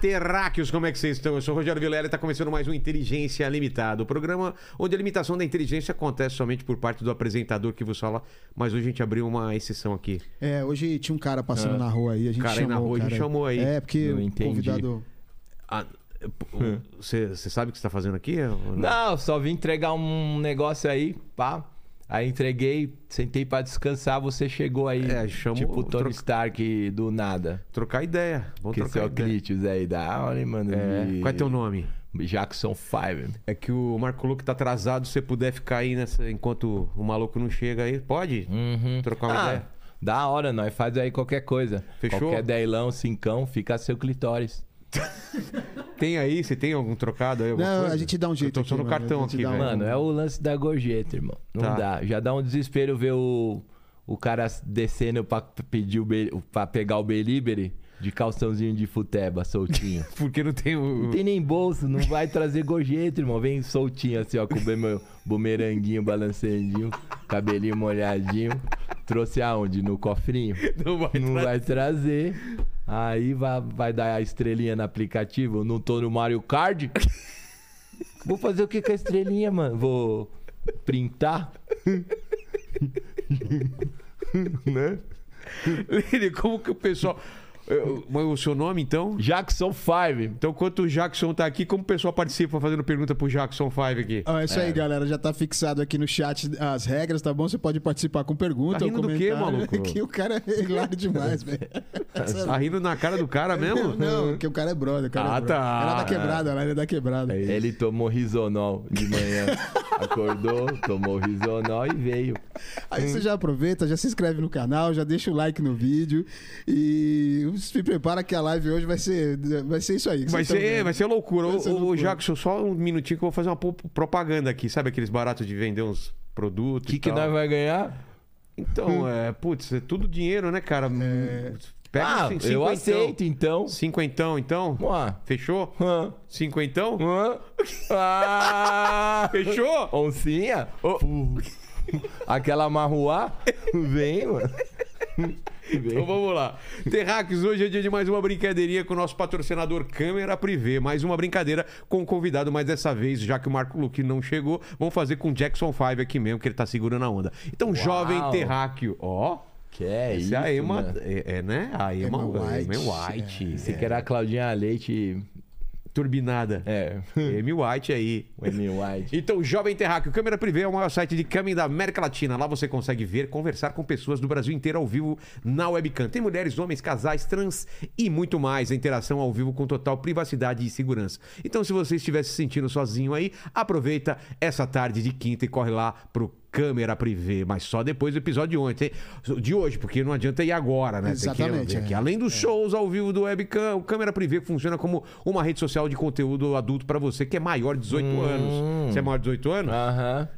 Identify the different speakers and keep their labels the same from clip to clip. Speaker 1: terráqueos, como é que vocês estão? Eu sou o Rogério Vilela e está começando mais um Inteligência Limitada, o programa onde a limitação da inteligência acontece somente por parte do apresentador que vos fala, mas hoje a gente abriu uma exceção aqui.
Speaker 2: É, hoje tinha um cara passando na rua aí, a gente
Speaker 1: Ah. Cara aí
Speaker 2: chamou.
Speaker 1: na rua, a gente
Speaker 2: cara.
Speaker 1: chamou aí.
Speaker 2: É, porque
Speaker 3: Não
Speaker 2: o
Speaker 3: entendi.
Speaker 2: convidado.
Speaker 1: Ah, Você você sabe o que você está fazendo aqui? ou
Speaker 3: Não, só vim entregar um negócio aí, pá. Aí entreguei, sentei pra descansar, você chegou aí.
Speaker 1: É, chamou-
Speaker 3: tipo Tony
Speaker 1: troca-
Speaker 3: Stark do nada.
Speaker 1: Trocar ideia. Vamos
Speaker 3: Que
Speaker 1: trocar
Speaker 3: seu
Speaker 1: ideia.
Speaker 3: Clitius aí da aula, mano. de-
Speaker 1: É. Qual é teu nome?
Speaker 3: Jackson Five.
Speaker 1: É que o Marco Luque tá atrasado, se você puder ficar aí nessa, enquanto o maluco não chega aí, pode?
Speaker 3: Uhum.
Speaker 1: Trocar uma
Speaker 3: Ah,
Speaker 1: ideia.
Speaker 3: da hora, nós faz aí qualquer coisa.
Speaker 1: Fechou?
Speaker 3: Qualquer deilão, cincão, fica a seu clitóris.
Speaker 1: Tem aí, você tem algum trocado aí? alguma
Speaker 2: Não,
Speaker 1: coisa?
Speaker 2: a gente dá um jeito
Speaker 1: Eu tô só
Speaker 2: aqui,
Speaker 1: no
Speaker 2: mano,
Speaker 1: cartão
Speaker 2: a gente
Speaker 1: aqui,
Speaker 2: dá um-
Speaker 1: velho.
Speaker 3: Mano, é o lance da gorjeta, irmão. Não
Speaker 1: Tá.
Speaker 3: dá. Já dá um desespero ver o, o cara descendo pra, pedir o, be- pra pegar o delivery de calçãozinho de futeba, soltinho.
Speaker 1: Porque não tem o.
Speaker 3: não tem nem bolso, não vai trazer gorjeta, irmão. Vem soltinho assim, ó, com o bume- bumeranguinho balanceandinho, cabelinho molhadinho. Trouxe aonde? No cofrinho?
Speaker 1: Não vai
Speaker 3: Não vai trazer. Aí vai, vai dar a estrelinha no aplicativo. Não tô no Mario Kart. Vou fazer o que com a estrelinha, mano? Vou printar? né?
Speaker 1: Lene, como que o pessoal. Eu- mas O seu nome, então?
Speaker 3: Jackson 5.
Speaker 1: Então, enquanto o Jackson tá aqui, como o pessoal participa fazendo pergunta pro Jackson 5 aqui?
Speaker 2: Ó, é isso aí, galera. Já tá fixado aqui no chat as regras, tá bom? Você pode participar com pergunta
Speaker 1: Tá
Speaker 2: ou
Speaker 1: rindo do
Speaker 2: comentário.
Speaker 1: quê, maluco?
Speaker 2: que o cara é hilário demais, velho.
Speaker 1: Tá rindo na cara do cara mesmo?
Speaker 2: Não, porque o cara é brother. O cara
Speaker 1: Ah,
Speaker 2: é brother.
Speaker 1: tá.
Speaker 2: Ela dá quebrada, ela é da quebrada.
Speaker 3: Ele tomou risonol de manhã. Acordou, tomou risonol e veio.
Speaker 2: Aí você já aproveita, já se inscreve no canal, já deixa o like no vídeo e se prepara que a live hoje vai ser, vai ser isso aí. que
Speaker 1: Vai
Speaker 2: vocês tão
Speaker 1: ser, é,
Speaker 2: vendo.
Speaker 1: vai ser loucura.
Speaker 2: Vai
Speaker 1: Ô,
Speaker 2: ser
Speaker 1: ô,
Speaker 2: loucura.
Speaker 1: Jackson, só um minutinho que eu vou fazer uma po- propaganda aqui. Sabe aqueles baratos de vender uns
Speaker 3: O
Speaker 1: produtos?
Speaker 3: que, Hum.
Speaker 1: e
Speaker 3: que
Speaker 1: tal?
Speaker 3: nós vai ganhar?
Speaker 1: Então, é, putz, é tudo dinheiro, né, cara?
Speaker 2: É.
Speaker 1: Pega
Speaker 3: ah,
Speaker 1: cin-
Speaker 3: eu
Speaker 1: cinquentão.
Speaker 3: aceito, então.
Speaker 1: Cinquentão, então?
Speaker 3: Ó.
Speaker 1: Fechou?
Speaker 3: Hã?
Speaker 1: Cinquentão?
Speaker 3: Hã? Ah!
Speaker 1: Fechou?
Speaker 3: Oncinha? Fu. Aquela marruá? Vem, mano.
Speaker 1: Então vamos lá. Terráqueos, hoje é dia de mais uma brincadeirinha com o nosso patrocinador Câmera Privé. Mais uma brincadeira com o convidado, mas dessa vez, já que o Marco Luque não chegou, vamos fazer com o Jackson 5 aqui mesmo, que ele tá segurando a onda. Então, jovem terráqueo, ó.
Speaker 3: Que é
Speaker 1: Esse
Speaker 3: isso,
Speaker 1: é a Ema,
Speaker 3: mano.
Speaker 1: é, é, né? A Ema,
Speaker 2: Ema
Speaker 1: White.
Speaker 2: White.
Speaker 1: White.
Speaker 3: Você quer a Claudinha Leite...
Speaker 1: Turbinada.
Speaker 3: É,
Speaker 1: Amy White aí.
Speaker 3: o Amy White.
Speaker 1: Então, Jovem Terráqueo, Câmera Privé é o maior site de camming da América Latina. Lá você consegue ver, conversar com pessoas do Brasil inteiro ao vivo na webcam. Tem mulheres, homens, casais, trans e muito mais. A interação ao vivo com total privacidade e segurança. Então, se você estiver se sentindo sozinho aí, aproveita essa tarde de quinta e corre lá pro Câmera Privé. Mas só depois do episódio de ontem, de hoje, porque não adianta ir agora, né? Tem que-
Speaker 2: Exatamente,
Speaker 1: tem que
Speaker 2: é.
Speaker 1: Além dos shows ao vivo do webcam, o Câmera Privé funciona como uma rede social de conteúdo adulto para você que é maior de 18 anos. Você é maior de 18 anos?
Speaker 3: Aham.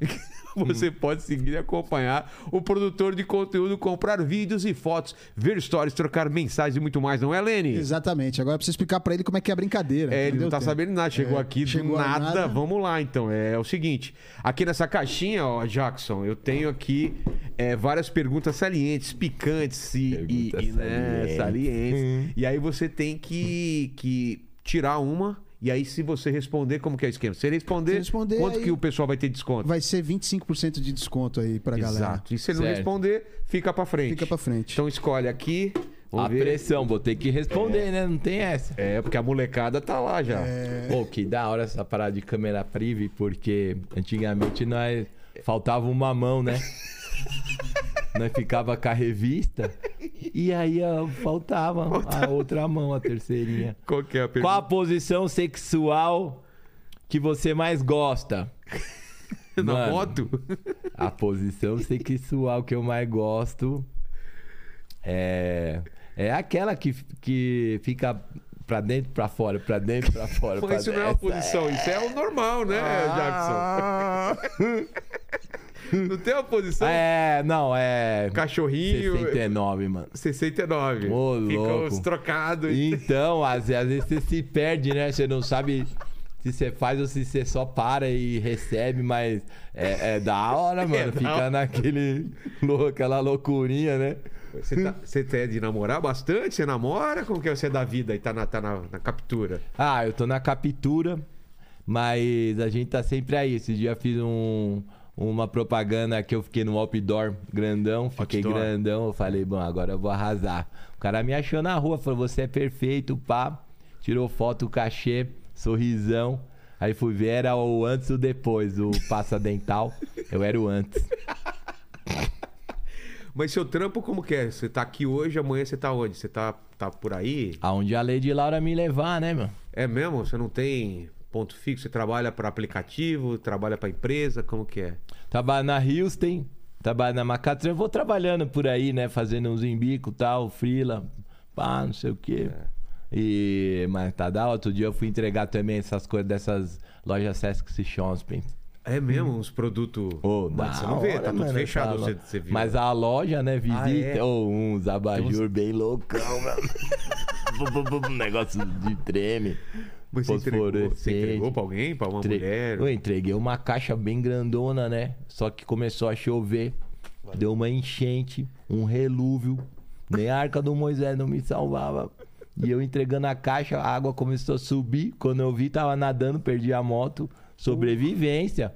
Speaker 1: Você pode seguir e acompanhar o produtor de conteúdo, comprar vídeos e fotos, ver stories, trocar mensagens e muito mais, não é, Lene?
Speaker 2: Exatamente. Agora eu preciso explicar pra ele como é que é a brincadeira.
Speaker 1: É, ele não
Speaker 2: entendeu,
Speaker 1: tá
Speaker 2: Tê?
Speaker 1: sabendo nada, chegou
Speaker 2: É,
Speaker 1: aqui do
Speaker 2: chegou a
Speaker 1: nada.
Speaker 2: nada.
Speaker 1: Vamos lá, então. É, o seguinte: aqui nessa caixinha, ó, Jackson, eu tenho aqui é, várias perguntas salientes, picantes e, e-
Speaker 3: Perguntas
Speaker 1: e, né,
Speaker 3: salientes.
Speaker 1: salientes. E aí você tem que, que tirar uma. E aí, se você responder, como que é o esquema? Se ele responder,
Speaker 2: Se responder,
Speaker 1: quanto
Speaker 2: aí-
Speaker 1: que o pessoal vai ter desconto?
Speaker 2: Vai ser 25% de desconto aí pra galera.
Speaker 1: Exato. E se ele não
Speaker 3: Certo.
Speaker 1: responder, fica pra frente.
Speaker 2: Fica pra frente.
Speaker 1: Então escolhe aqui.
Speaker 3: A
Speaker 1: Vamos ver.
Speaker 3: pressão, vou ter que responder, né? Não tem essa.
Speaker 1: É, porque a molecada tá lá já.
Speaker 2: É.
Speaker 3: É. Pô, que da hora essa parada de câmera prive, porque antigamente nós faltava uma mão, né? nós ficava com a revista e aí ó, faltava a outra mão, a terceirinha.
Speaker 1: Qual que é a pergunta?
Speaker 3: Qual a posição sexual que você mais gosta?
Speaker 1: Na
Speaker 3: Mano,
Speaker 1: moto?
Speaker 3: A posição sexual que eu mais gosto é é aquela que, que fica pra dentro, pra fora, pra dentro, pra fora.
Speaker 1: Pô,
Speaker 3: pra
Speaker 1: isso não é uma
Speaker 3: essa-
Speaker 1: posição, isso é o normal, né, Jackson? Não tem uma posição?
Speaker 3: Ah. É, não, é.
Speaker 1: Cachorrinho.
Speaker 3: 69, mano.
Speaker 1: 69.
Speaker 3: Ô,
Speaker 1: Fica
Speaker 3: louco.
Speaker 1: os trocados.
Speaker 3: Então, às, às vezes você se perde, né? Você não sabe se você faz ou se você só para e recebe, mas é, é da hora,
Speaker 1: da
Speaker 3: mano. Fica
Speaker 1: hora.
Speaker 3: naquele. lou- aquela loucurinha, né?
Speaker 1: Você tá, você é de namorar bastante? Você namora? Como que é você da vida e tá na, tá na, na captura?
Speaker 3: Ah, eu tô na captura, mas a gente tá sempre aí. Esse dia eu fiz um, uma propaganda que eu fiquei no outdoor grandão, fiquei
Speaker 1: Outdoor.
Speaker 3: grandão. Eu falei, bom, agora eu vou arrasar. O cara me achou na rua, falou, você é perfeito, pá. Tirou foto, cachê, sorrisão. Aí fui ver, era o antes ou depois, o passa dental. Eu era o antes.
Speaker 1: Mas seu trampo, como que é? Você tá aqui hoje, amanhã você tá onde? Você tá, tá por aí?
Speaker 3: Aonde a Lady Laura me levar, né, meu?
Speaker 1: É mesmo? Você não tem ponto fixo? Você trabalha para aplicativo? Trabalha para empresa? Como que é?
Speaker 3: Trabalho na Houston, trabalho na Macatran. Eu vou trabalhando por aí, né? Fazendo uns embico e tal, frila, pá, não sei o quê.
Speaker 1: É.
Speaker 3: E, mas tá da hora. Outro dia eu fui entregar também essas coisas dessas lojas Sesc e Shopping.
Speaker 1: É mesmo? Uns produtos...
Speaker 3: Ô, da
Speaker 1: Mas você não vê,
Speaker 3: hora,
Speaker 1: tá tudo
Speaker 3: mano,
Speaker 1: fechado,
Speaker 3: essa
Speaker 1: você,
Speaker 3: lo-
Speaker 1: você viu.
Speaker 3: Mas a loja, né,
Speaker 1: Ah, é?
Speaker 3: visita, ou uns abajur bem loucão, mano. Bu, bu, bu, um negócio de treme.
Speaker 1: Mas você entregou, você
Speaker 3: fosforescente.
Speaker 1: entregou pra alguém? Pra uma
Speaker 3: Entre-
Speaker 1: mulher?
Speaker 3: Eu entreguei uma caixa bem grandona, né? Só que começou a chover. Deu uma enchente, um relúvio. Nem a arca do Moisés não me salvava. E eu entregando a caixa, a água começou a subir. Quando eu vi, tava nadando, perdi a moto. Sobrevivência.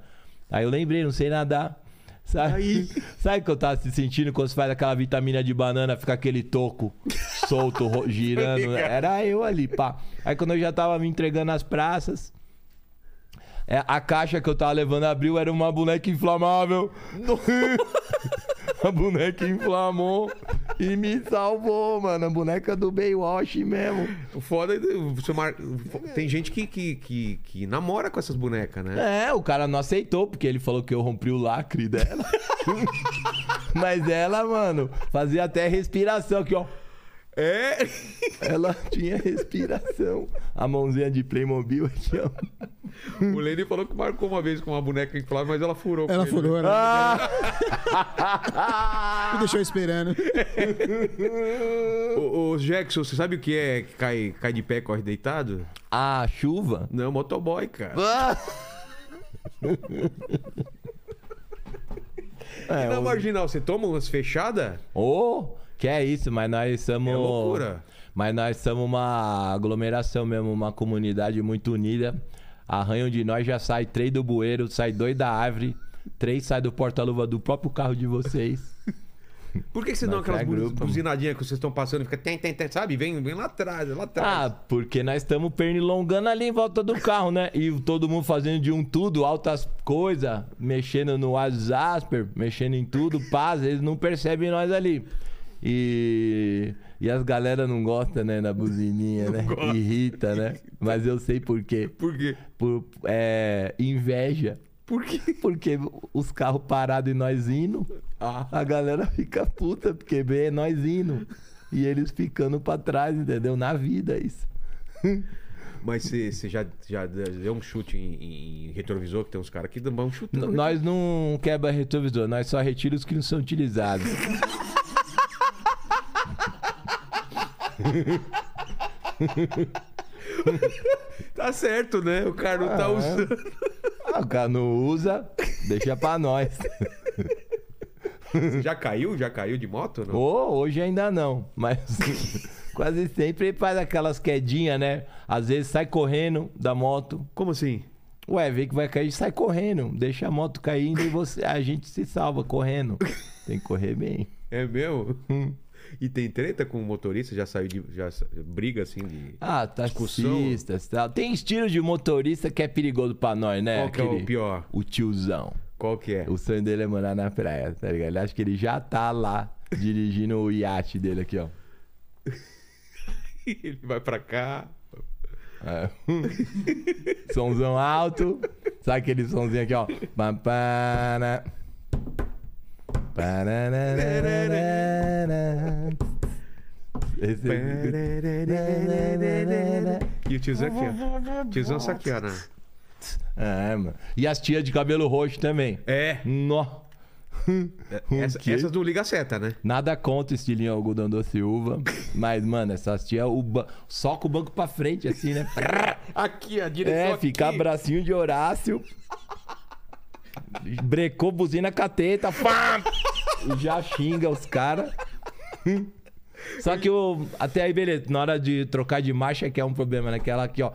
Speaker 3: Aí eu lembrei, não sei nadar. Sabe, sabe que eu tava se sentindo quando você faz aquela vitamina de banana, fica aquele toco solto, ro- girando. né? Era eu ali, pá. Aí quando eu já tava me entregando nas praças, é, a caixa que eu tava levando abriu, era uma boneca inflamável. a boneca inflamou e me salvou, mano. A boneca do Baywatch mesmo.
Speaker 1: O foda é do- você mar- Tem gente que, que, que, que namora com essas bonecas, né?
Speaker 3: É, o cara não aceitou, porque ele falou que eu rompi o lacre dela. Mas ela, mano, fazia até respiração aqui, ó.
Speaker 1: É!
Speaker 3: Ela tinha respiração. A mãozinha de Playmobil aqui, ó.
Speaker 1: O Lenny falou que marcou uma vez com uma boneca inflável, mas ela furou. com
Speaker 2: Ela
Speaker 1: ele.
Speaker 2: furou, ela
Speaker 1: Ah!
Speaker 2: me deixou esperando.
Speaker 1: Ô, ô, Jackson, você sabe o que é que cai, cai de pé, corre deitado?
Speaker 3: A chuva?
Speaker 1: Não, motoboy, cara.
Speaker 3: É,
Speaker 1: E na
Speaker 3: o-
Speaker 1: marginal, você toma umas fechadas?
Speaker 3: Ô, que é isso, mas nós somos.
Speaker 1: É loucura.
Speaker 3: Mas nós somos uma aglomeração mesmo, uma comunidade muito unida. Arranham de nós já sai três do bueiro, sai dois da árvore, três sai do porta-luva do próprio carro de vocês.
Speaker 1: Por que, que vocês
Speaker 3: Mas
Speaker 1: dão aquelas
Speaker 3: é
Speaker 1: bu-
Speaker 3: grupo, mano.
Speaker 1: buzinadinhas que vocês estão passando e fica tem, tem, tem, sabe? Vem, vem lá atrás, lá
Speaker 3: Ah,
Speaker 1: atrás.
Speaker 3: porque nós estamos pernilongando ali em volta do carro, né? E todo mundo fazendo de um tudo, altas coisas, mexendo no asper, mexendo em tudo, paz, eles não percebem nós ali. E, e as galera não gosta, né, na buzininha, né? Irrita, né? Mas eu sei por quê.
Speaker 1: Por quê?
Speaker 3: Por é, inveja.
Speaker 1: Por quê?
Speaker 3: Porque os carros parados e nós indo,
Speaker 1: Ah.
Speaker 3: a galera fica puta, porque vê nós indo. E eles ficando pra trás, entendeu? Na vida, isso.
Speaker 1: Mas você você já, já deu um chute em, em retrovisor, que tem uns caras que dão um chute.
Speaker 3: N- nós não quebra retrovisor, nós só retira os que não são utilizados.
Speaker 1: Tá certo, né? O cara não
Speaker 3: Ah,
Speaker 1: tá
Speaker 3: é.
Speaker 1: usando.
Speaker 3: Ah, o cara não usa, deixa pra nós.
Speaker 1: Você Já caiu? Já caiu de moto? Não?
Speaker 3: Ou hoje ainda não, mas quase sempre ele faz aquelas quedinhas, né? Às vezes sai correndo da moto.
Speaker 1: Como assim?
Speaker 3: Ué, vê que vai cair, sai correndo. Deixa a moto caindo e você, a gente se salva correndo. Tem que correr bem.
Speaker 1: É meu? E tem treta com o motorista? Já saiu de. Já sa- briga assim de.
Speaker 3: Ah, taxistas e tal. Tem estilo de motorista que é perigoso pra nós, né?
Speaker 1: Qual que é o
Speaker 3: Aquele-
Speaker 1: pior?
Speaker 3: O tiozão.
Speaker 1: Qual que é?
Speaker 3: O sonho dele é morar na praia, tá ligado? Ele acha que ele já tá lá dirigindo o iate dele aqui, ó.
Speaker 1: Ele vai pra cá.
Speaker 3: É. Somzão alto. Sabe aquele somzinho aqui, ó? Pam, pana. Pananana. Esse... é
Speaker 1: E o tiozão aqui, ó. Tiozão saqueando.
Speaker 3: É, mano. E as tias de cabelo roxo também.
Speaker 1: É.
Speaker 3: Nó.
Speaker 1: Essa-
Speaker 3: quê?
Speaker 1: essas não liga a seta, né?
Speaker 3: Nada contra o estilinho algodão doce e uva. Mas, mano, essas tias o ba- só com o banco pra frente, assim, né?
Speaker 1: Aqui, a direção.
Speaker 3: É, ficar bracinho de Horácio. Brecou buzina cateta. Pá! Já xinga os caras. Só que eu. Até aí, beleza. Na hora de trocar de marcha, que é um problema, né? Que ela aqui, ó.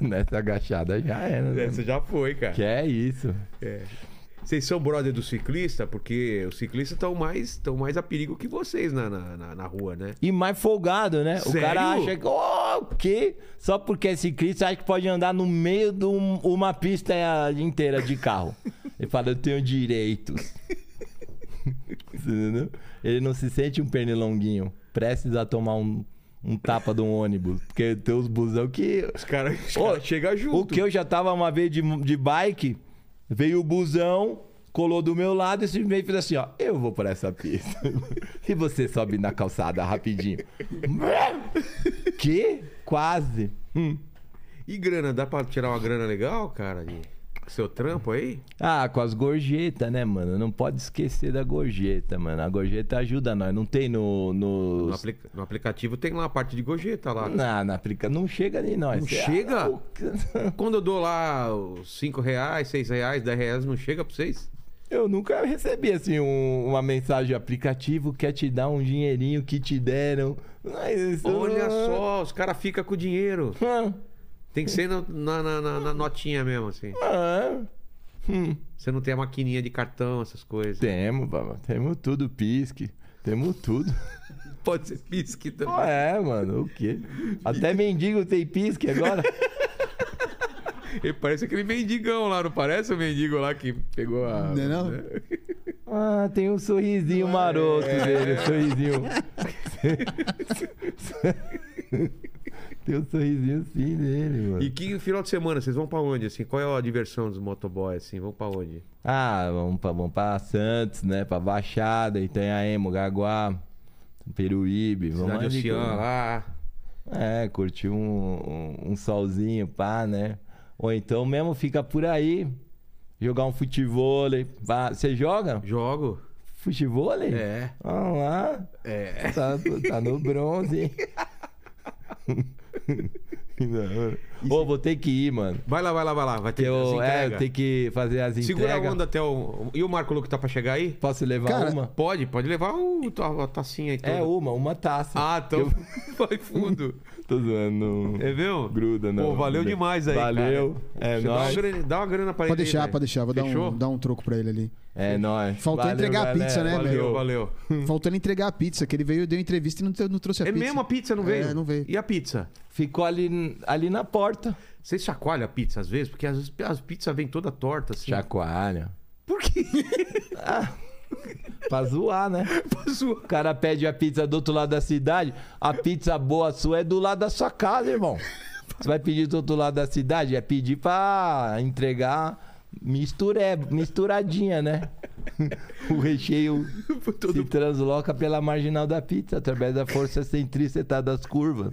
Speaker 3: Nessa agachada já era, né?
Speaker 1: Essa já foi, cara.
Speaker 3: Que é isso.
Speaker 1: É. Vocês são brother do ciclista? Porque os ciclistas estão mais, tão mais a perigo que vocês na, na, na- na rua, né?
Speaker 3: E mais folgado, né? O
Speaker 1: Sério?
Speaker 3: cara acha que. Oh, o quê? Só porque é ciclista, acha que pode andar no meio de um- uma pista inteira de carro. Ele fala, eu tenho direitos. Você entendeu? Ele não se sente um pernilonguinho. Prestes a tomar um, um tapa de um ônibus. Porque tem os busão que.
Speaker 1: Os caras os
Speaker 3: Ô,
Speaker 1: caras chegam junto.
Speaker 3: O que eu já tava uma vez de, de bike, veio o busão, colou do meu lado e simplesmente fez assim, ó. Eu vou por essa pista. e você sobe na calçada rapidinho. que? Quase. Hum.
Speaker 1: E grana? Dá pra tirar uma grana legal, cara? de- Seu trampo aí?
Speaker 3: Ah, com as gorjetas, né, mano? Não pode esquecer da gorjeta, mano. A gorjeta ajuda nós. Não tem no.
Speaker 1: No,
Speaker 3: no...
Speaker 1: aplica- no aplicativo tem lá a parte de gorjeta lá.
Speaker 3: Na, na aplica... Não chega nem nós.
Speaker 1: Não
Speaker 3: Cê-
Speaker 1: chega?
Speaker 3: Ah, o-
Speaker 1: Quando eu dou lá os 5 reais, 6 reais, 10 reais, não chega pra vocês?
Speaker 3: Eu nunca recebi assim um- uma mensagem aplicativo quer te dar um dinheirinho que te deram. Mas isso
Speaker 1: Olha
Speaker 3: não- é
Speaker 1: só, os caras ficam com o dinheiro.
Speaker 3: Ah,
Speaker 1: Tem que ser na, na- na- na- na notinha mesmo, assim.
Speaker 3: ah. Hum.
Speaker 1: Você não tem a maquininha de cartão, essas coisas.
Speaker 3: Temos, baba, temos tudo, pisque. Temos tudo.
Speaker 1: Pode ser pisque também.
Speaker 3: é, mano, o quê? Até mendigo tem pisque agora.
Speaker 1: Ele parece aquele mendigão lá, não parece o mendigo lá que pegou a. né?
Speaker 2: Não é não?
Speaker 3: Ah, tem um sorrisinho
Speaker 1: é.
Speaker 3: maroto dele, um sorrisinho. tem um sorrisinho sim dele, mano.
Speaker 1: E que final de semana, vocês vão pra onde, assim? Qual é a diversão dos motoboys, assim? Vão pra onde?
Speaker 3: Ah, vamos pra, vamos pra Santos, né? Pra Baixada, Itanhaém, Gaguá, Peruíbe. Vamos
Speaker 1: Cidade
Speaker 3: ali,
Speaker 1: Oceana
Speaker 3: cara.
Speaker 1: lá.
Speaker 3: É, curtir um, um, um solzinho, pá, né? Ou então mesmo fica por aí, jogar um futevôlei. pá. Você joga?
Speaker 1: Jogo?
Speaker 3: Futevôlei?
Speaker 1: É.
Speaker 3: Olha lá.
Speaker 1: É.
Speaker 3: Tá, tá no bronze, hein? Que da hora. Ô, vou ter que ir, mano.
Speaker 1: Vai lá, vai lá, vai lá. Vai ter se
Speaker 3: Eu, é,
Speaker 1: entrega.
Speaker 3: eu tenho que fazer as entregas.
Speaker 1: Segura a onda até o. E o Marco Luque tá pra chegar aí?
Speaker 3: Posso levar
Speaker 2: Cara,
Speaker 3: uma?
Speaker 1: Pode, pode levar o, a, a tacinha aí.
Speaker 3: É
Speaker 1: toda.
Speaker 3: uma, uma taça.
Speaker 1: Ah, então vai fundo.
Speaker 3: Tô zoando.
Speaker 1: É mesmo?
Speaker 3: Gruda, não.
Speaker 1: Pô, valeu
Speaker 3: Gruda.
Speaker 1: demais aí.
Speaker 3: Valeu.
Speaker 1: cara.
Speaker 3: É
Speaker 1: Você dá uma
Speaker 3: nóis.
Speaker 1: grana- Dá uma grana pra ele.
Speaker 2: Pode deixar,
Speaker 1: aí,
Speaker 2: pode deixar. Vou dar
Speaker 1: Fechou?
Speaker 2: um, dar um troco pra ele ali.
Speaker 3: É nóis.
Speaker 2: Faltou entregar a pizza, né,
Speaker 1: Valeu,
Speaker 3: Valeu.
Speaker 1: valeu.
Speaker 2: Faltou ele entregar a pizza, que ele veio e deu entrevista e não, te- não trouxe a
Speaker 1: É
Speaker 2: pizza.
Speaker 1: mesmo a pizza, não veio?
Speaker 2: É, não veio.
Speaker 1: E a pizza?
Speaker 3: Ficou ali, ali na porta.
Speaker 1: Vocês chacoalham a pizza às vezes? Porque às vezes as pizzas vêm toda torta, assim.
Speaker 3: Chacoalha.
Speaker 1: Por quê?
Speaker 3: Pra zoar, né?
Speaker 1: Pra zoar.
Speaker 3: O cara pede a pizza do outro lado da cidade. A pizza boa sua é do lado da sua casa, irmão. Você vai pedir do outro lado da cidade? É pedir pra entregar misturé, misturadinha, né? O recheio se transloca pela marginal da pizza, através da força centrípeta das curvas.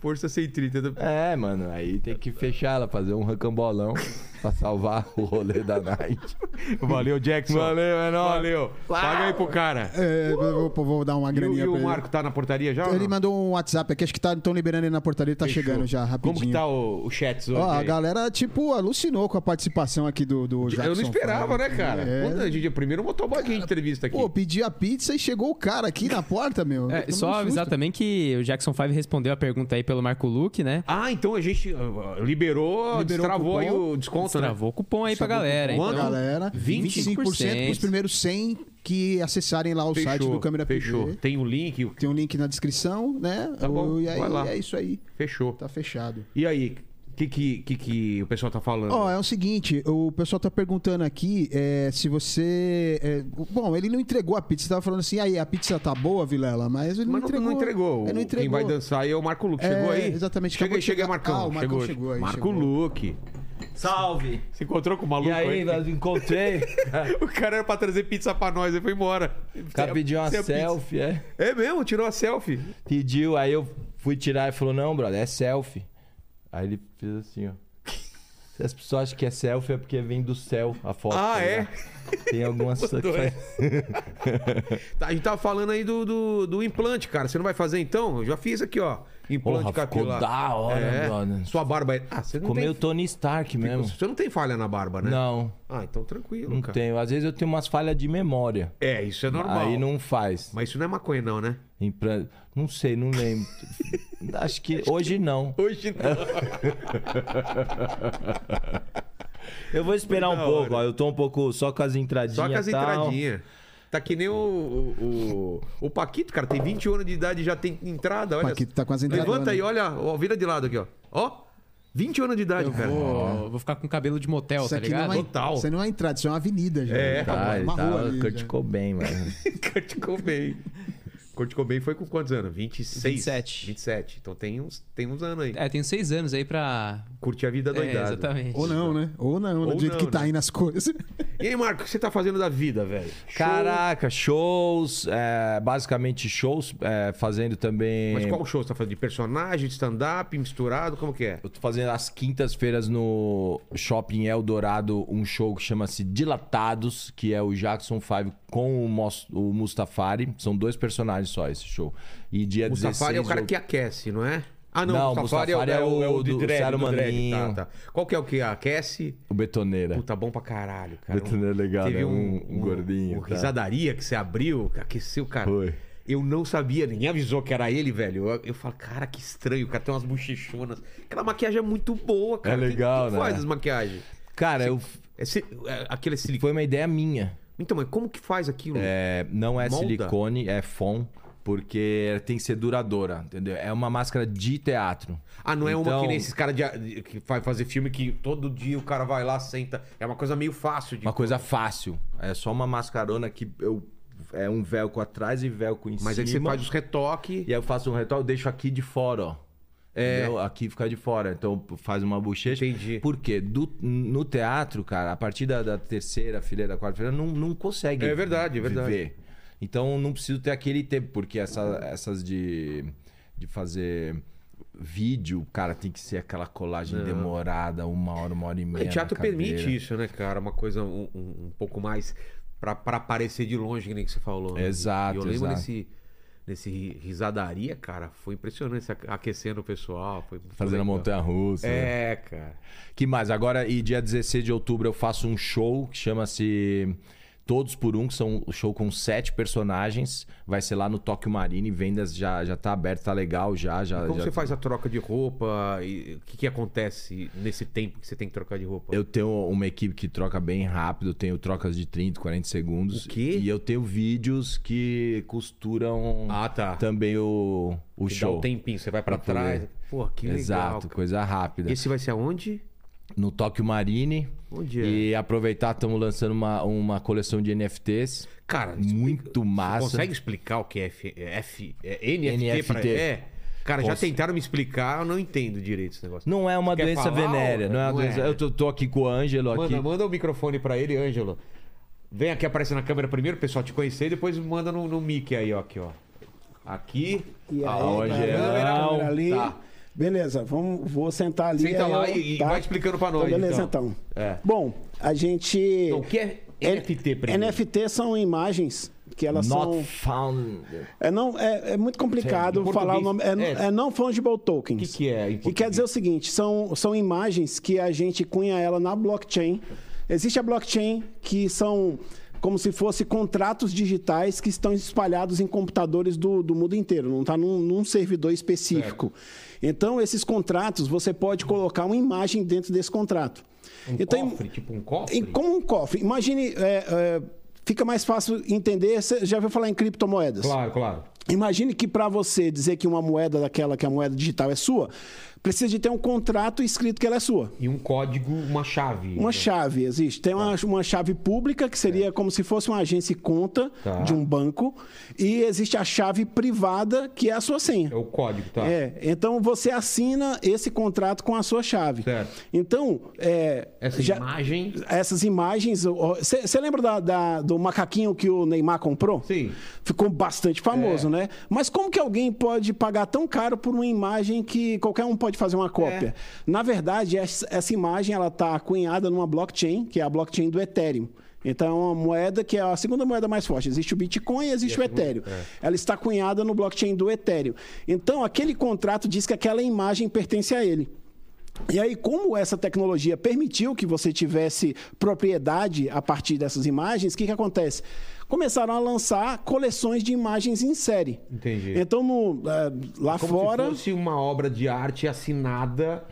Speaker 1: Força tá centrita.
Speaker 3: É, mano, aí tem que fechar ela, fazer um rocambolão pra salvar o rolê da night.
Speaker 1: Valeu, Jackson.
Speaker 3: Valeu, é nóis.
Speaker 1: Valeu. Paga aí pro cara.
Speaker 2: É, eu vou, eu vou dar uma
Speaker 1: E, o-
Speaker 2: graninha
Speaker 1: e
Speaker 2: pra
Speaker 1: o
Speaker 2: ele.
Speaker 1: Marco tá na portaria já? ou
Speaker 2: Ele
Speaker 1: não?
Speaker 2: mandou um WhatsApp aqui, acho que estão liberando ele na portaria, ele tá
Speaker 1: Fechou.
Speaker 2: chegando já, rapidinho.
Speaker 1: Como que tá o, o chats hoje?
Speaker 2: Ó, a
Speaker 1: aí?
Speaker 2: galera, tipo, alucinou com a participação aqui do, do Jackson.
Speaker 1: Eu não esperava,
Speaker 2: Fala.
Speaker 1: né, cara?
Speaker 2: É.
Speaker 1: Quando a gente, primeiro motoboy que a gente entrevista aqui.
Speaker 2: Pô, pedi a pizza e chegou o cara aqui na porta, meu.
Speaker 4: É,
Speaker 2: Tomei um
Speaker 4: só
Speaker 2: susto.
Speaker 4: avisar também que o Jackson 5 respondeu a pergunta aí pelo Marco Luque, né?
Speaker 1: Ah, então a gente uh, liberou,
Speaker 2: Liberou o
Speaker 1: destravou
Speaker 2: cupom.
Speaker 1: aí o desconto, né?
Speaker 4: Travou o cupom aí pra
Speaker 2: Chegou
Speaker 4: galera.
Speaker 2: com a
Speaker 4: Então,
Speaker 2: galera.
Speaker 4: 25%
Speaker 2: 25% pros primeiros 100 que acessarem lá o
Speaker 1: né?
Speaker 2: site do Câmera
Speaker 1: fechou.
Speaker 2: PG.
Speaker 1: Tem o link, o-
Speaker 2: Tem um link na descrição, né?
Speaker 1: Tá bom,
Speaker 2: O- E aí,
Speaker 1: vai lá.
Speaker 2: é isso aí.
Speaker 1: fechou.
Speaker 2: Tá fechado.
Speaker 1: E aí, o que, que, que, que o pessoal tá falando?
Speaker 2: Ó, é o seguinte, o pessoal tá perguntando aqui é, se você. é, bom, ele não entregou a pizza. Você tava falando assim, aí, a pizza tá boa, Vilela, mas ele
Speaker 1: Mas não,
Speaker 2: não entregou.
Speaker 1: não entregou.
Speaker 2: Ele não entregou.
Speaker 1: Quem vai dançar aí é o Marco Luque. Chegou
Speaker 2: É,
Speaker 1: aí?
Speaker 2: exatamente.
Speaker 1: Chega
Speaker 2: Acabou
Speaker 1: aí,
Speaker 2: de
Speaker 1: chega aí,
Speaker 2: chegar.
Speaker 1: Marcão.
Speaker 2: Ah, o Marcão
Speaker 1: hoje.
Speaker 2: chegou aí,
Speaker 1: Marco
Speaker 2: chegou.
Speaker 1: Luque.
Speaker 3: Salve!
Speaker 1: Se encontrou com o maluco
Speaker 3: E aí, nós encontrei.
Speaker 1: O cara era pra trazer pizza pra nós, ele foi embora.
Speaker 3: O cara pediu uma
Speaker 1: Sem a pizza.
Speaker 3: selfie, é.
Speaker 1: É mesmo? Tirou a selfie.
Speaker 3: Pediu, aí eu fui tirar e falou: Não, brother, é selfie. Aí ele fez assim, ó. As pessoas acham que é selfie é porque vem do céu a foto.
Speaker 1: Ah,
Speaker 3: tá
Speaker 1: é?
Speaker 3: ligado? Tem algumas que
Speaker 1: Mandou
Speaker 3: faz-
Speaker 1: Tá, a gente tava falando aí do, do, do implante, cara. Você não vai fazer então? Eu já fiz aqui, ó. Implante
Speaker 3: Porra, ficou
Speaker 1: capilar.
Speaker 3: da hora, brother.
Speaker 1: Sua barba é. Ah, você não
Speaker 3: Comeu
Speaker 1: tem.
Speaker 3: Tony Stark mesmo.
Speaker 1: Você não tem falha na barba, né?
Speaker 3: Não,
Speaker 1: Ah, então tranquilo,
Speaker 3: não
Speaker 1: cara.
Speaker 3: tenho. Às vezes eu tenho umas falhas de memória.
Speaker 1: É, isso é normal.
Speaker 3: Aí não faz.
Speaker 1: Mas isso não é maconha, não, né?
Speaker 3: Implan- Não sei, não lembro. Acho que hoje não.
Speaker 1: Hoje
Speaker 3: então.
Speaker 1: não.
Speaker 3: Eu vou esperar
Speaker 1: Foi
Speaker 3: um
Speaker 1: da
Speaker 3: pouco,
Speaker 1: hora.
Speaker 3: ó. Eu tô um pouco só com as entradinhas.
Speaker 1: Só com as
Speaker 3: tal.
Speaker 1: entradinhas. Tá que nem o, o, o, o Paquito, cara, tem 21 anos de idade e já tem entrada. Olha.
Speaker 2: Paquito tá com as entradas,
Speaker 1: Levanta
Speaker 2: né?
Speaker 1: aí, olha, ó, vira de lado aqui, ó. Ó, 21 anos de idade, cara.
Speaker 4: Vou, vou ficar com cabelo de motel,
Speaker 2: Isso
Speaker 4: tá
Speaker 2: aqui não é,
Speaker 4: ligado?
Speaker 2: uma-
Speaker 1: Total.
Speaker 2: isso aí não é uma entrada, isso é uma avenida já.
Speaker 1: É.
Speaker 3: Tá,
Speaker 2: É
Speaker 3: ele
Speaker 2: uma
Speaker 3: tá,
Speaker 2: rua ali, já.
Speaker 3: criticou bem, mano.
Speaker 1: Kurt Cobain. Kurt Cobain foi com quantos anos? 26?
Speaker 4: 27.
Speaker 1: 27. Então tem uns, tem uns anos aí.
Speaker 4: É, tenho seis anos aí pra.
Speaker 1: Curte a vida
Speaker 4: É,
Speaker 1: doidada.
Speaker 4: exatamente.
Speaker 2: Ou não, né? Ou não,
Speaker 1: Ou
Speaker 2: do jeito
Speaker 1: não,
Speaker 2: que tá
Speaker 1: né?
Speaker 2: indo as coisas.
Speaker 1: E aí, Marco, o que você tá fazendo da vida, velho?
Speaker 3: Caraca, shows, é, basicamente shows, é, fazendo também.
Speaker 4: é.
Speaker 1: Mas qual show você tá fazendo? De personagem, de stand-up, misturado? Como que é?
Speaker 3: Eu tô fazendo às quintas-feiras no Shopping Eldorado um show que chama-se Dilatados, que é o Jackson 5 com o, Mos- o Mustafari. São dois personagens só esse show. E dia
Speaker 1: O Mustafari
Speaker 3: 16
Speaker 1: é o cara
Speaker 3: eu-
Speaker 1: que aquece, não é? Ah,
Speaker 3: Não,
Speaker 1: o
Speaker 3: o
Speaker 1: Mustafari,
Speaker 3: Mustafari
Speaker 1: é o,
Speaker 3: é o
Speaker 1: de
Speaker 3: do
Speaker 1: dread,
Speaker 3: Sérgio
Speaker 1: do dread,
Speaker 3: Maninho.
Speaker 1: tá, tá. Qual que é o que aquece?
Speaker 3: O Betoneira.
Speaker 1: é Puta, bom pra caralho, cara.
Speaker 3: Betoneira é legal,
Speaker 1: Teve
Speaker 3: né?
Speaker 1: um,
Speaker 3: Um- um gordinho,
Speaker 1: um
Speaker 3: tá.
Speaker 1: risadaria que você abriu, que aqueceu, cara.
Speaker 3: Foi.
Speaker 1: Eu não sabia, ninguém avisou que era ele, velho. Eu, eu falo, cara, que estranho, o cara tem umas bochechonas. Aquela maquiagem é muito boa, cara.
Speaker 3: É
Speaker 1: Quem-
Speaker 3: legal,
Speaker 1: quem
Speaker 3: né?
Speaker 1: faz as maquiagens?
Speaker 3: Cara, eu...
Speaker 1: É, si- é, aquele é silicone.
Speaker 3: foi uma ideia minha.
Speaker 1: Então, mas como que faz aquilo?
Speaker 3: É, não é
Speaker 1: Molda?
Speaker 3: silicone, é FOM, porque tem que ser duradoura, entendeu? É uma máscara de teatro.
Speaker 1: Ah, não é uma
Speaker 3: Então-
Speaker 1: que nem esses caras de- de- que vai fazer filme que todo dia o cara vai lá, senta. É uma coisa meio fácil de.
Speaker 3: Uma coisa fácil. É só uma mascarona que eu. É um velcro atrás e velcro em cima.
Speaker 1: Mas aí você faz os retoques.
Speaker 3: E aí eu faço um ritual, eu deixo aqui de fora, ó. É. Aqui fica de fora. Então faz uma bochecha.
Speaker 1: Entendi.
Speaker 3: Por quê? Do- no teatro, cara, a partir da, da terceira fileira, da quarta fileira, não, não consegue.
Speaker 1: É verdade, é verdade.
Speaker 3: Viver. Então não preciso ter aquele tempo, porque essa- essas de, de fazer vídeo, cara, tem que ser aquela colagem demorada, uma hora, uma hora e meia.
Speaker 1: o É, teatro
Speaker 3: na cadeira.
Speaker 1: permite isso, né, cara? Uma coisa um, um- um pouco mais pra, pra aparecer de longe, que nem que você falou. né? E
Speaker 3: Exato,
Speaker 1: eu lembro
Speaker 3: exato.
Speaker 1: desse, desse ri- risadaria, cara. Foi impressionante. você a- Aquecendo o pessoal. Foi muito
Speaker 3: Fazendo a
Speaker 1: legal.
Speaker 3: montanha russa.
Speaker 1: né?
Speaker 3: né?
Speaker 1: É, cara.
Speaker 3: Que mais? Agora, e dia 16 de outubro, eu faço um show que chama-se Todos por Um, que são um show com sete personagens. Vai ser lá no Tóquio Marine. Vendas já, já tá aberto, tá legal já. já
Speaker 1: Como
Speaker 3: já-
Speaker 1: você faz a troca de roupa? E o que, que acontece nesse tempo que você tem que trocar de roupa?
Speaker 3: Eu tenho uma equipe que troca bem rápido, eu tenho trocas de 30, 40 segundos.
Speaker 1: O quê?
Speaker 3: E eu tenho vídeos que costuram
Speaker 1: Ah, tá.
Speaker 3: também o, o
Speaker 1: Que
Speaker 3: show.
Speaker 1: Dá um tempinho, você vai pra
Speaker 3: Pra
Speaker 1: trás.
Speaker 3: poder.
Speaker 1: Pô, que legal.
Speaker 3: Exato,
Speaker 1: cara.
Speaker 3: coisa rápida.
Speaker 1: Esse vai ser aonde?
Speaker 3: No Tóquio Marine.
Speaker 1: Onde é?
Speaker 3: E aproveitar, estamos lançando uma, uma coleção de NFTs.
Speaker 1: Cara,
Speaker 3: muito massa.
Speaker 1: consegue explicar o que é F, é F- é NFT?
Speaker 3: NFT.
Speaker 1: pra- é. Cara, já
Speaker 3: Cons-
Speaker 1: tentaram me explicar, eu não entendo direito esse negócio.
Speaker 3: Não é uma
Speaker 1: Quer
Speaker 3: doença
Speaker 1: falar,
Speaker 3: venérea,
Speaker 1: ou-
Speaker 3: não é uma
Speaker 1: não
Speaker 3: doença.
Speaker 1: é?
Speaker 3: Eu tô, tô aqui com o Ângelo
Speaker 1: Manda,
Speaker 3: aqui.
Speaker 1: manda o microfone pra ele, Ângelo. Vem aqui aparecer na câmera primeiro, pessoal, te conhecer, e depois manda no, no mic aí, ó, aqui, ó. Aqui.
Speaker 5: E aí,
Speaker 3: Ah,
Speaker 5: tá
Speaker 3: ó,
Speaker 5: vendo?
Speaker 1: é
Speaker 3: geral,
Speaker 5: Câmera ali.
Speaker 3: tá.
Speaker 5: Beleza, vamos, vou sentar ali.
Speaker 1: Senta
Speaker 5: aí
Speaker 1: lá
Speaker 5: eu-
Speaker 1: e- e vai explicando pra nós,
Speaker 5: Então, beleza, então.
Speaker 1: É.
Speaker 5: Bom, a gente.
Speaker 1: Então, o que é
Speaker 5: N-
Speaker 1: NFT primeiro?
Speaker 5: NFT são imagens que elas
Speaker 3: Not
Speaker 5: são.
Speaker 3: found.
Speaker 5: É, não, é, é muito
Speaker 1: Em
Speaker 5: complicado
Speaker 1: português,
Speaker 5: falar o nome. É,
Speaker 1: é.
Speaker 5: é não fungible tokens.
Speaker 1: Que que é em
Speaker 5: Que
Speaker 1: português?
Speaker 5: quer dizer o seguinte: são, são imagens que a gente cunha ela na blockchain. Existe a blockchain que são como se fosse contratos digitais que estão espalhados em computadores do, do mundo inteiro, não está num, num servidor específico. Então, esses contratos, você pode colocar uma imagem dentro desse contrato.
Speaker 1: Um
Speaker 5: então, im-
Speaker 1: cofre, tipo um cofre?
Speaker 5: e como um cofre. Imagine. é, é, fica mais fácil entender. Você já viu falar em criptomoedas?
Speaker 1: Claro, claro.
Speaker 5: Imagine que para você dizer que uma moeda daquela que a moeda digital é sua, precisa de ter um contrato escrito que ela é sua.
Speaker 1: E um código, uma chave.
Speaker 5: Uma chave existe. Tem uma,
Speaker 1: Tá.
Speaker 5: uma chave pública, que seria como se fosse uma agência e conta
Speaker 1: Tá.
Speaker 5: de um banco, e existe a chave privada, que é a sua senha.
Speaker 1: É o código, tá?
Speaker 5: É, então você assina esse contrato com a sua chave.
Speaker 1: Certo.
Speaker 5: Então, é,
Speaker 1: Essa
Speaker 5: já-
Speaker 1: imagem.
Speaker 5: essas imagens. Você lembra da- da- do macaquinho que o Neymar comprou?
Speaker 1: Sim.
Speaker 5: Ficou bastante famoso, né? Mas como que alguém pode pagar tão caro por uma imagem que qualquer um pode fazer uma cópia? Na verdade, essa essa imagem ela está cunhada numa blockchain, que é a blockchain do Ethereum. Então, é uma moeda que é a segunda moeda mais forte. Existe o Bitcoin e existe o Ethereum. Ela está cunhada no blockchain do Ethereum. Então, aquele contrato diz que aquela imagem pertence a ele. E aí, como essa tecnologia permitiu que você tivesse propriedade a partir dessas imagens, o que, que acontece? Começaram a lançar coleções de imagens em série.
Speaker 1: Entendi.
Speaker 5: Então, no, eh, lá
Speaker 1: Como
Speaker 5: fora.
Speaker 1: se fosse um uma obra de arte assinada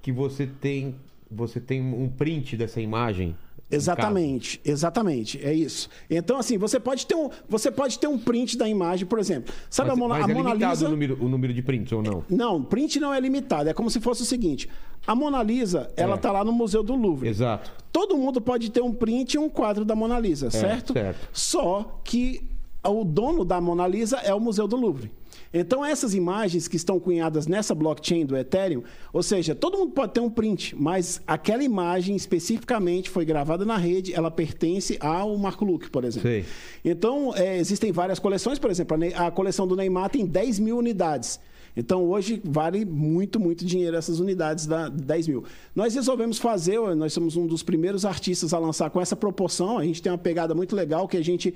Speaker 1: que você tem, você tem um print dessa imagem.
Speaker 5: Exatamente, exatamente, é isso. Então, assim, você pode ter um, você pode ter um print da imagem, por exemplo. Sabe
Speaker 1: Mas,
Speaker 5: a, Mona,
Speaker 1: mas
Speaker 5: a
Speaker 1: é
Speaker 5: Mona
Speaker 1: limitado
Speaker 5: Lisa?
Speaker 1: o número, o número de prints ou não?
Speaker 5: Não, print não é limitado. É como se fosse o seguinte: a Mona Lisa, ela
Speaker 1: É.
Speaker 5: tá lá no Museu do Louvre.
Speaker 1: Exato.
Speaker 5: Todo mundo pode ter um print e um quadro da Mona Lisa, certo?
Speaker 1: É, certo.
Speaker 5: Só que o dono da Mona Lisa é o Museu do Louvre. Então, essas imagens que estão cunhadas nessa blockchain do Ethereum, ou seja, todo mundo pode ter um print, mas aquela imagem especificamente foi gravada na rede, ela pertence ao Marco Luque, por exemplo.
Speaker 1: Sei.
Speaker 5: Então, é, existem várias coleções, por exemplo, a Ney- a coleção do Neymar tem 10 mil unidades. Então, hoje vale muito, muito dinheiro essas unidades da 10 mil. Nós resolvemos fazer, ó, nós somos um dos primeiros artistas a lançar com essa proporção. A gente tem uma pegada muito legal que a gente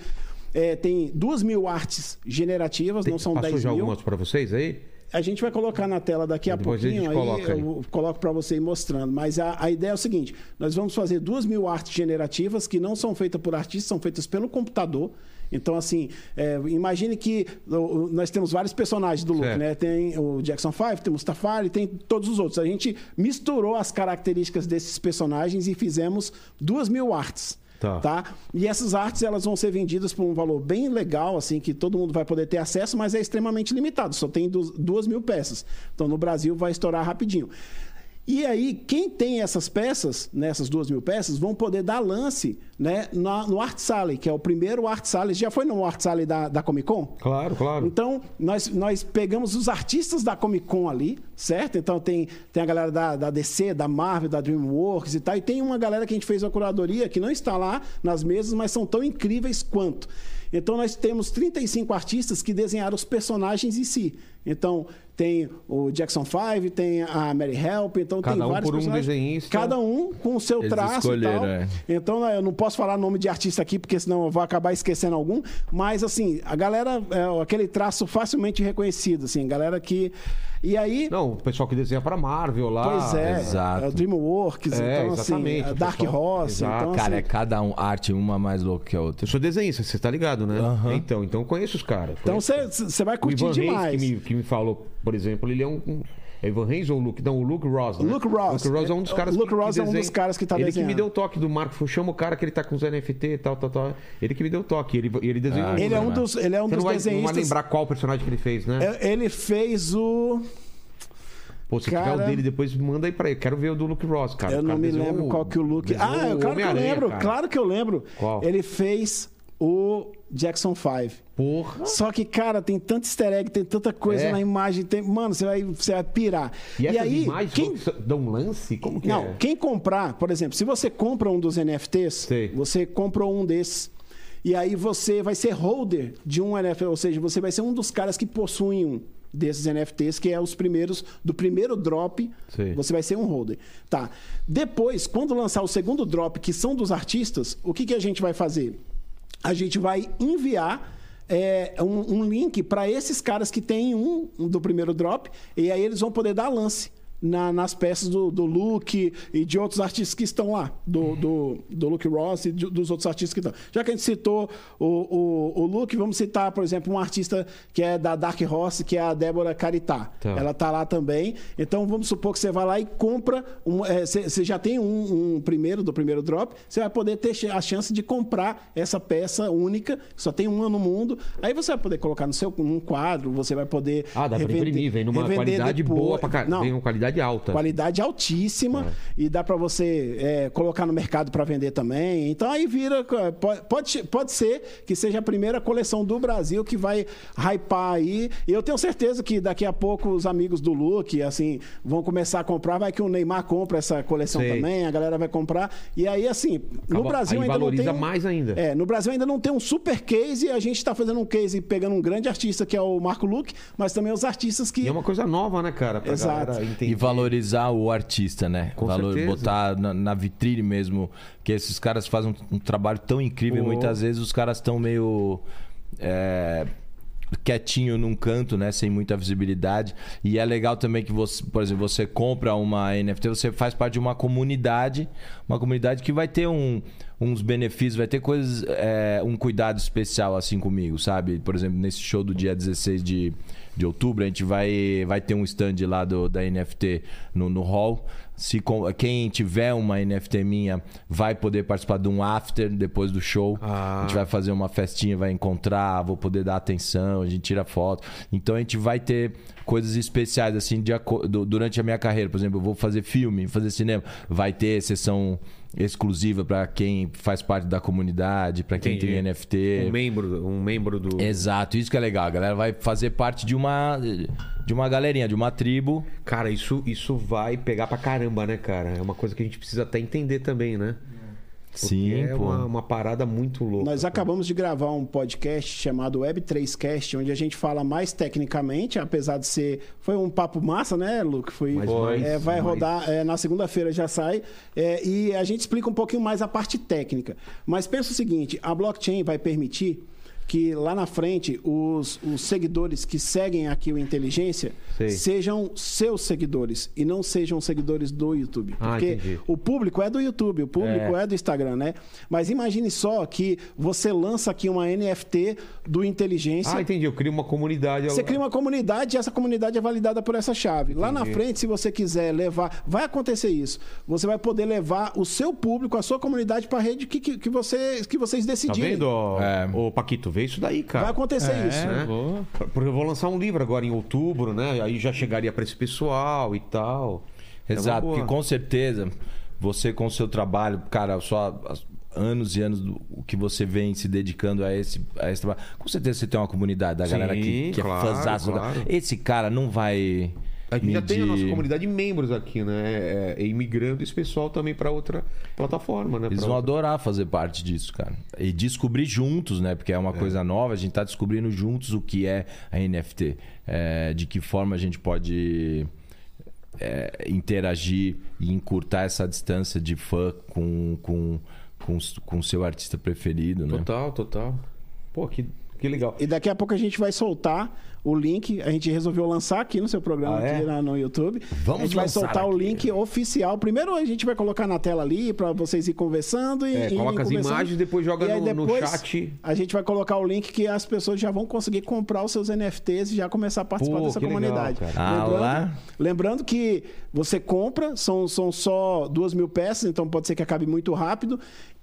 Speaker 5: é, tem 2 mil artes generativas, não são
Speaker 1: Passou
Speaker 5: 10
Speaker 1: já
Speaker 5: mil.
Speaker 1: algumas pra vocês aí?
Speaker 5: A gente vai colocar na tela daqui a
Speaker 1: Depois a gente
Speaker 5: pouquinho,
Speaker 1: coloca aí.
Speaker 5: aí eu coloco para você ir mostrando. Mas a, a ideia é o seguinte: nós vamos fazer duas mil artes generativas que não são feitas por artistas, são feitas pelo computador. Então, assim, é, imagine que o- o- nós temos vários personagens do Luke,
Speaker 1: Certo.
Speaker 5: né? Tem o Jackson Five, tem o Mustafari, tem todos os outros. A gente misturou as características desses personagens e fizemos duas mil artes.
Speaker 1: Tá.
Speaker 5: tá? E essas artes elas vão ser vendidas por um valor bem legal, assim, que todo mundo vai poder ter acesso, mas é extremamente limitado. Só tem du- duas mil peças. Então no Brasil vai estourar rapidinho. E aí, quem tem essas peças, nessas duas mil peças, vão poder dar lance né, na- no Art Sale, que é o primeiro Art Sale. Já foi no Art Sale da, da Comic Con?
Speaker 1: Claro, claro.
Speaker 5: Então, nós, nós pegamos os artistas da Comic Con ali, certo? Então, tem, tem a galera da, da DC, da Marvel, da DreamWorks e tal. E tem uma galera que a gente fez uma curadoria que não está lá nas mesas, mas são tão incríveis quanto. Então, nós temos 35 artistas que desenharam os personagens em si. Então, tem o Jackson Five, tem a Mary Help, então
Speaker 1: Cada
Speaker 5: tem
Speaker 1: um
Speaker 5: vários
Speaker 1: por um
Speaker 5: personagens.
Speaker 1: desenhista.
Speaker 5: Cada um com o seu
Speaker 3: Eles
Speaker 5: traço e
Speaker 3: escolheram,
Speaker 5: tal.
Speaker 3: é.
Speaker 5: Então, né, eu não posso falar nome de artista aqui, porque senão eu vou acabar esquecendo algum. Mas, assim, a galera, é, aquele traço facilmente reconhecido, assim, galera que. E aí.
Speaker 1: Não, o pessoal que desenha pra Marvel lá.
Speaker 5: pois é,
Speaker 3: exato.
Speaker 5: é o Dreamworks,
Speaker 1: É,
Speaker 5: então assim,
Speaker 1: exatamente,
Speaker 5: a
Speaker 1: o
Speaker 5: Dark
Speaker 1: pessoal-
Speaker 5: Horse,
Speaker 1: Exato.
Speaker 5: então
Speaker 3: Cara, é
Speaker 5: assim,
Speaker 3: cada um, arte uma mais louca que a outra.
Speaker 1: Eu sou desenhista, você tá ligado, né?
Speaker 3: Aham.
Speaker 1: Então, então eu conheço os caras.
Speaker 5: então
Speaker 1: Conheço.
Speaker 5: você vai
Speaker 1: o
Speaker 5: curtir
Speaker 1: Ivan
Speaker 5: demais.
Speaker 1: Reis, que me, que me falou, por exemplo, ele é um. um- É Ivan Reis ou o Luke? Não, o Luke Ross. Né?
Speaker 5: Luke Ross.
Speaker 1: Luke Ross é um dos
Speaker 5: É,
Speaker 1: caras
Speaker 5: Luke Ross é um dos caras que tá
Speaker 1: Ele que me
Speaker 5: desenhando.
Speaker 1: deu o toque do Marco. falou, Chama o cara que ele tá com os NFT e tal, tal, tal. Ele que me deu o toque. Ele, ele desenhou.
Speaker 3: Ah,
Speaker 1: um,
Speaker 5: Ele é um dos, ele é um
Speaker 1: Você
Speaker 5: dos
Speaker 1: não vai, não vai
Speaker 5: desenhistas.
Speaker 1: lembrar qual personagem que ele fez, né?
Speaker 5: É, Ele fez o.
Speaker 1: Pô, se tiver
Speaker 5: Cara-
Speaker 1: o dele, depois manda aí pra ele. Eu Quero ver o do Luke Ross, cara.
Speaker 5: Eu
Speaker 1: O cara
Speaker 5: não me
Speaker 1: desenhou
Speaker 5: lembro
Speaker 1: o-
Speaker 5: qual que o look.
Speaker 1: desenhou o
Speaker 5: Ah, eu, claro que eu
Speaker 1: Homem-Aranha,
Speaker 5: lembro,
Speaker 1: cara.
Speaker 5: claro que eu lembro.
Speaker 1: Qual?
Speaker 5: Ele fez o Jackson 5.
Speaker 1: Porra.
Speaker 5: Só que, cara, tem tanto easter egg, tem tanta coisa
Speaker 1: É.
Speaker 5: na imagem. Tem... Mano, você vai, você vai pirar.
Speaker 1: E, essas
Speaker 5: aí,
Speaker 1: imagens
Speaker 5: quem...
Speaker 1: dão um lance? Como que
Speaker 5: Não,
Speaker 1: é?
Speaker 5: quem comprar, por exemplo, se você compra um dos NFTs,
Speaker 1: Sei.
Speaker 5: você comprou um desses. E aí você vai ser holder de um NFT, ou seja, você vai ser um dos caras que possuem um desses NFTs, que é os primeiros, do primeiro drop,
Speaker 1: Sei.
Speaker 5: você vai ser um holder. Tá. Depois, quando lançar o segundo drop, que são dos artistas, o que, que a gente vai fazer? A gente vai enviar é, um, um link para esses caras que têm um, um do primeiro drop, e aí eles vão poder dar lance. na- nas peças do, do Luke e de outros artistas que estão lá, do, do, do Luke Ross e de- dos outros artistas que estão. Já que a gente citou o, o, o Luke, vamos citar, por exemplo, um artista que é da Dark Horse, que é a Débora Caritá.
Speaker 1: Tá.
Speaker 5: Ela tá lá também. Então vamos supor que você vai lá e compra. um- é, Você você já tem um, um primeiro do primeiro drop, você vai poder ter ch- a chance de comprar essa peça única, que só tem uma no mundo. Aí você vai poder colocar no seu num quadro, você vai poder.
Speaker 1: Ah, dá pra
Speaker 5: revender-
Speaker 1: imprimir, vem numa
Speaker 5: revender
Speaker 1: qualidade
Speaker 5: depois.
Speaker 1: boa pra caralho.
Speaker 5: Não,
Speaker 1: Vem uma qualidade Qualidade alta.
Speaker 5: Qualidade altíssima
Speaker 1: É.
Speaker 5: e dá para você é, colocar no mercado para vender também. Então aí vira. co- po- Pode, pode ser que seja a primeira coleção do Brasil que vai hypar aí. E eu tenho certeza que daqui a pouco os amigos do Luke, assim, vão começar a comprar. Vai que o Neymar compra essa coleção
Speaker 1: Sei.
Speaker 5: também, a galera vai comprar. E aí, assim, no
Speaker 1: Acaba-
Speaker 5: Brasil
Speaker 1: aí
Speaker 5: ainda não tem.
Speaker 1: valoriza
Speaker 5: um-
Speaker 1: mais ainda.
Speaker 5: É, no Brasil ainda não tem um super case e a gente está fazendo um case pegando um grande artista que é o Marco Luque, mas também os artistas que.
Speaker 1: E é uma coisa nova, né, cara? Pra
Speaker 5: Exato.
Speaker 1: galera entender.
Speaker 3: E valorizar o artista, né?
Speaker 1: Com certeza.
Speaker 3: Botar na, na vitrine mesmo. Porque esses caras fazem um, um trabalho tão incrível.
Speaker 1: Pô.
Speaker 3: Muitas vezes os caras estão meio. é, quietinho num canto, né, sem muita visibilidade. E é legal também que você, por exemplo, você compra uma NFT, você faz parte de uma comunidade, uma comunidade que vai ter um- uns benefícios, vai ter coisas, é, um cuidado especial assim comigo, sabe? Por exemplo, nesse show do dia 16 de, de outubro, a gente vai, vai ter um stand lá do, da NFT no, no hall. Se, com- quem tiver uma NFT minha vai poder participar de um after depois do show.
Speaker 1: Ah.
Speaker 3: A gente vai fazer uma festinha, vai encontrar, vou poder dar atenção, a gente tira foto. Então a gente vai ter coisas especiais, assim, de aco- du- durante a minha carreira. Por exemplo, eu vou fazer filme, vou fazer cinema. Vai ter sessão exclusiva para quem faz parte da comunidade, para quem
Speaker 1: Entendi.
Speaker 3: tem NFT.
Speaker 1: Um membro, um membro do.
Speaker 3: Exato, isso que é legal. A galera vai fazer parte de uma de uma galerinha, de uma tribo.
Speaker 1: Cara, isso, isso vai pegar pra caramba, né, cara? É uma coisa que a gente precisa até entender também, né? Porque
Speaker 3: Sim,
Speaker 1: é
Speaker 3: pô.
Speaker 1: uma, uma parada muito louca.
Speaker 5: Nós acabamos de gravar um podcast chamado Web3Cast, onde a gente fala mais tecnicamente, apesar de ser. Foi um papo massa, né, Luke? Foi,
Speaker 1: Mas mais,
Speaker 5: é, vai
Speaker 1: mais.
Speaker 5: rodar é, na segunda-feira, já sai. É, e a gente explica um pouquinho mais a parte técnica. Mas pensa o seguinte: a blockchain vai permitir que lá na frente os, os seguidores que seguem aqui o Inteligência
Speaker 1: Sei.
Speaker 5: sejam seus seguidores e não sejam seguidores do YouTube.
Speaker 1: Ah,
Speaker 5: Porque
Speaker 1: entendi.
Speaker 5: o público é do YouTube, o público
Speaker 3: É.
Speaker 5: é do Instagram, né? Mas imagine só que você lança aqui uma NFT do Inteligência.
Speaker 1: Ah, entendi. Eu crio uma comunidade.
Speaker 5: Você
Speaker 3: um
Speaker 5: cria uma comunidade e essa comunidade é validada por essa chave. Lá na frente, se você quiser levar, vai acontecer isso. Você vai poder levar o seu público, a sua comunidade para a rede que, que, que, você, que vocês
Speaker 1: Tá
Speaker 5: decidirem.
Speaker 1: vendo, ó,
Speaker 3: É.
Speaker 1: ô Paquito? Vê isso daí, cara.
Speaker 5: vai acontecer isso.
Speaker 1: né?
Speaker 4: vou.
Speaker 1: Porque eu vou lançar um livro agora em outubro, né? Aí já chegaria pra esse pessoal e tal. É uma
Speaker 3: Exato,
Speaker 1: boa.
Speaker 3: porque com certeza você com o seu trabalho, cara, só as- anos e anos do- o que você vem se dedicando a esse, a esse trabalho, com certeza você tem uma comunidade da
Speaker 1: Sim,
Speaker 3: galera que, que
Speaker 1: claro,
Speaker 3: é fãzaço. da-
Speaker 1: claro.
Speaker 3: Esse cara não vai.
Speaker 1: A gente já tem a nossa
Speaker 3: medir-
Speaker 1: comunidade de membros aqui, né? É, é, imigrando esse pessoal também pra outra plataforma, né?
Speaker 3: Eles
Speaker 1: Pra
Speaker 3: vão
Speaker 1: outra-
Speaker 3: adorar fazer parte disso, cara. E descobrir juntos, né? Porque é uma coisa nova, a gente tá descobrindo juntos o que é a NFT. É, de que forma a gente pode é, interagir e encurtar essa distância de fã com com com, s- com seu artista preferido, né?
Speaker 1: Total, total. Pô, que, que legal.
Speaker 5: E daqui a pouco a gente vai soltar o link. A gente resolveu lançar aqui no seu programa,
Speaker 3: Ah, é?
Speaker 5: aqui na- no YouTube.
Speaker 3: Vamos
Speaker 5: a gente vai
Speaker 3: lançar
Speaker 5: soltar o
Speaker 3: aqui.
Speaker 5: link oficial. Primeiro a gente vai colocar na tela ali para vocês ir conversando e.
Speaker 1: É,
Speaker 5: e
Speaker 1: coloca as
Speaker 5: conversando.
Speaker 1: imagens, depois joga
Speaker 5: E aí
Speaker 1: no- no
Speaker 5: depois
Speaker 1: chat.
Speaker 5: A gente vai colocar o link que as pessoas já vão conseguir comprar os seus NFTs e já começar a participar
Speaker 1: Pô,
Speaker 5: dessa
Speaker 1: que legal,
Speaker 5: comunidade.
Speaker 1: cara.
Speaker 3: Ah, lá.
Speaker 5: Lembrando que você compra, são, são só duas mil peças, então pode ser que acabe muito rápido.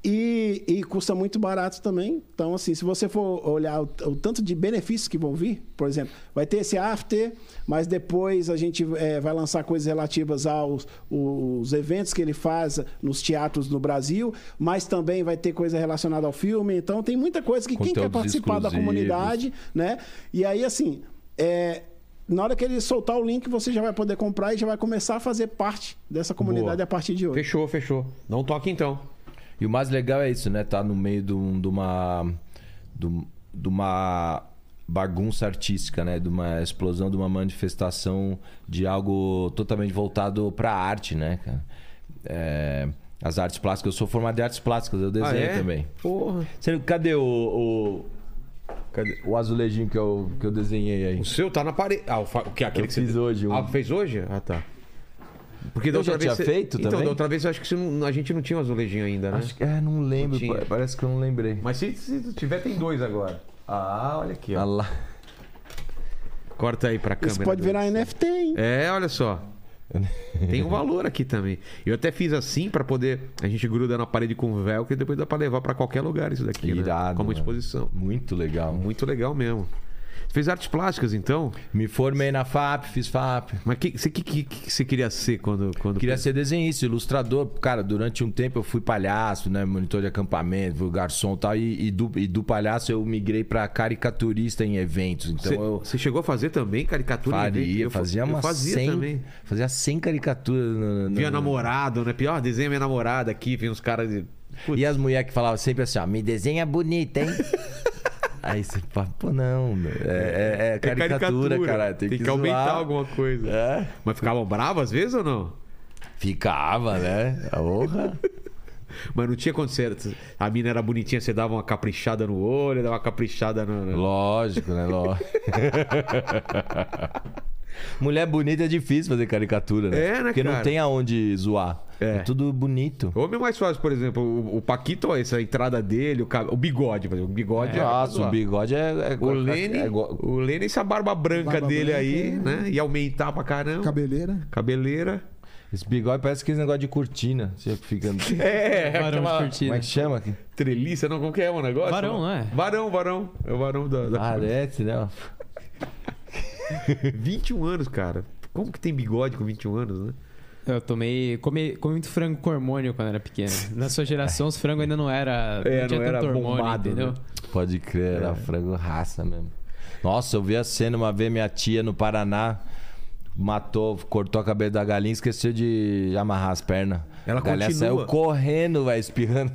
Speaker 5: E, e custa muito barato também. Então, assim, se você for olhar o, o tanto de benefícios que vão vir, por exemplo, vai ter esse after, mas depois a gente eh, vai lançar coisas relativas aos os eventos que ele faz nos teatros no Brasil, mas também vai ter coisa relacionada ao filme. Então, tem muita coisa que quem quer
Speaker 3: Conteúdos
Speaker 5: participar da
Speaker 3: exclusivos.
Speaker 5: comunidade né? E aí, assim, é, na hora que ele soltar o link, você já vai poder comprar e já vai começar a fazer parte dessa comunidade
Speaker 1: Boa.
Speaker 5: a partir de hoje.
Speaker 1: Fechou, fechou. Dá um toque então.
Speaker 3: E o mais legal é isso, né? Tá no meio de, um- de uma. De, um- de uma bagunça artística, né? De uma explosão, de uma manifestação de algo totalmente voltado pra arte, né, cara? É, as artes plásticas. Eu sou formado em artes plásticas, eu desenho
Speaker 1: Ah, é?
Speaker 3: também.
Speaker 1: Porra.
Speaker 3: Você- Cadê o. o- cadê o azulejinho que eu, que eu desenhei aí?
Speaker 1: O seu tá na parede. Ah, o, fa- o que aquele
Speaker 3: Eu
Speaker 1: que você
Speaker 3: fiz hoje um.
Speaker 1: Ah, fez hoje? Ah, tá. Porque
Speaker 3: Eu já tinha
Speaker 1: você-
Speaker 3: feito
Speaker 1: então,
Speaker 3: também?
Speaker 1: da outra vez eu acho que você não- a gente não tinha o azulejinho ainda, né?
Speaker 3: Acho que. É, não lembro.
Speaker 1: Tinha.
Speaker 3: pa- Parece que eu não lembrei.
Speaker 1: Mas se, se tiver, tem dois agora. Ah, olha aqui,
Speaker 3: Ah
Speaker 1: ó.
Speaker 3: lá.
Speaker 1: Corta aí pra câmera.
Speaker 5: Isso pode
Speaker 1: do-
Speaker 5: virar NFT, hein?
Speaker 1: É, olha só. Tem um valor aqui também. Eu até fiz assim pra poder. A gente gruda na parede com velcro e depois dá pra levar pra qualquer lugar isso daqui. né?
Speaker 3: Irado,
Speaker 1: Como
Speaker 3: mano.
Speaker 1: exposição.
Speaker 3: Muito legal.
Speaker 1: Muito legal mesmo. Você fez artes plásticas, então?
Speaker 3: Me formei na FAP, fiz FAP.
Speaker 1: Mas o que, você- que, que, que você queria ser quando... quando...
Speaker 3: Queria ser desenhista, ilustrador. Cara, durante um tempo eu fui palhaço, né? Monitor de acampamento, fui garçom e tal. E, e do, e do palhaço eu migrei pra caricaturista em eventos. Então
Speaker 1: Você,
Speaker 3: eu
Speaker 1: você chegou a fazer também caricatura? em evento?
Speaker 3: faria,
Speaker 1: Eu fa-
Speaker 3: fazia
Speaker 1: eu
Speaker 3: umas
Speaker 1: fazia
Speaker 3: 100,
Speaker 1: também.
Speaker 3: Fazia 100 caricaturas. No, no-
Speaker 1: Via namorado, né? Pior, desenha minha namorada aqui, vem uns caras de... Putz,
Speaker 3: E é as mulheres que falavam sempre assim, ó, me desenha bonita, hein? Aí você fala, pô, não, meu, é, é- é caricatura, cara. Tem, que,
Speaker 1: aumentar
Speaker 3: zoar.
Speaker 1: alguma coisa.
Speaker 3: É.
Speaker 1: Mas ficavam bravas às vezes ou não?
Speaker 3: Ficava, né? Porra.
Speaker 1: Mas não tinha quando você- A mina era bonitinha, você dava uma caprichada no olho, dava uma caprichada no. no-
Speaker 3: Lógico, né? Lógico. Mulher bonita é difícil fazer caricatura, né?
Speaker 1: É, né,
Speaker 3: Porque não
Speaker 1: cara?
Speaker 3: tem aonde zoar.
Speaker 1: É.
Speaker 3: É, tudo bonito.
Speaker 1: Homem é mais fácil, por exemplo, o, o Paquito, ó, essa entrada dele, o, cab- o bigode, por exemplo, o bigode é.
Speaker 3: Nossa, o bigode é... é-
Speaker 1: O
Speaker 3: é-
Speaker 1: Lene,
Speaker 3: é igual-
Speaker 1: o Lene, essa barba branca
Speaker 2: Barba
Speaker 1: dele
Speaker 2: branca,
Speaker 1: aí,
Speaker 2: é.
Speaker 1: né? E aumentar pra caramba.
Speaker 2: Cabeleira.
Speaker 1: Cabeleira.
Speaker 3: Esse bigode parece aquele negócio de cortina. Você fica...
Speaker 1: É,
Speaker 4: Varão de
Speaker 3: Como
Speaker 4: cortina.
Speaker 3: é que chama? aqui?
Speaker 1: treliça, não, como que é o negócio?
Speaker 4: Varão, não é?
Speaker 1: Varão, varão. É o varão da. da...
Speaker 3: Parece, né?
Speaker 1: é. 21 anos, cara. Como que tem bigode com 21 anos, né?
Speaker 4: Eu tomei. Comi, comi muito frango com hormônio quando era pequeno. Na sua geração, os frangos ainda não era.
Speaker 1: É,
Speaker 4: não tinha
Speaker 1: não era
Speaker 4: tanto hormônio,
Speaker 1: bombado,
Speaker 4: entendeu?
Speaker 1: né?
Speaker 3: Pode crer,
Speaker 1: É.
Speaker 3: era frango raça mesmo. Nossa, eu vi a cena uma vez, minha tia no Paraná matou, cortou a cabeça da galinha e esqueceu de amarrar as pernas.
Speaker 1: Ela
Speaker 3: a galinha
Speaker 1: continua.
Speaker 3: saiu correndo, velho, espirrando.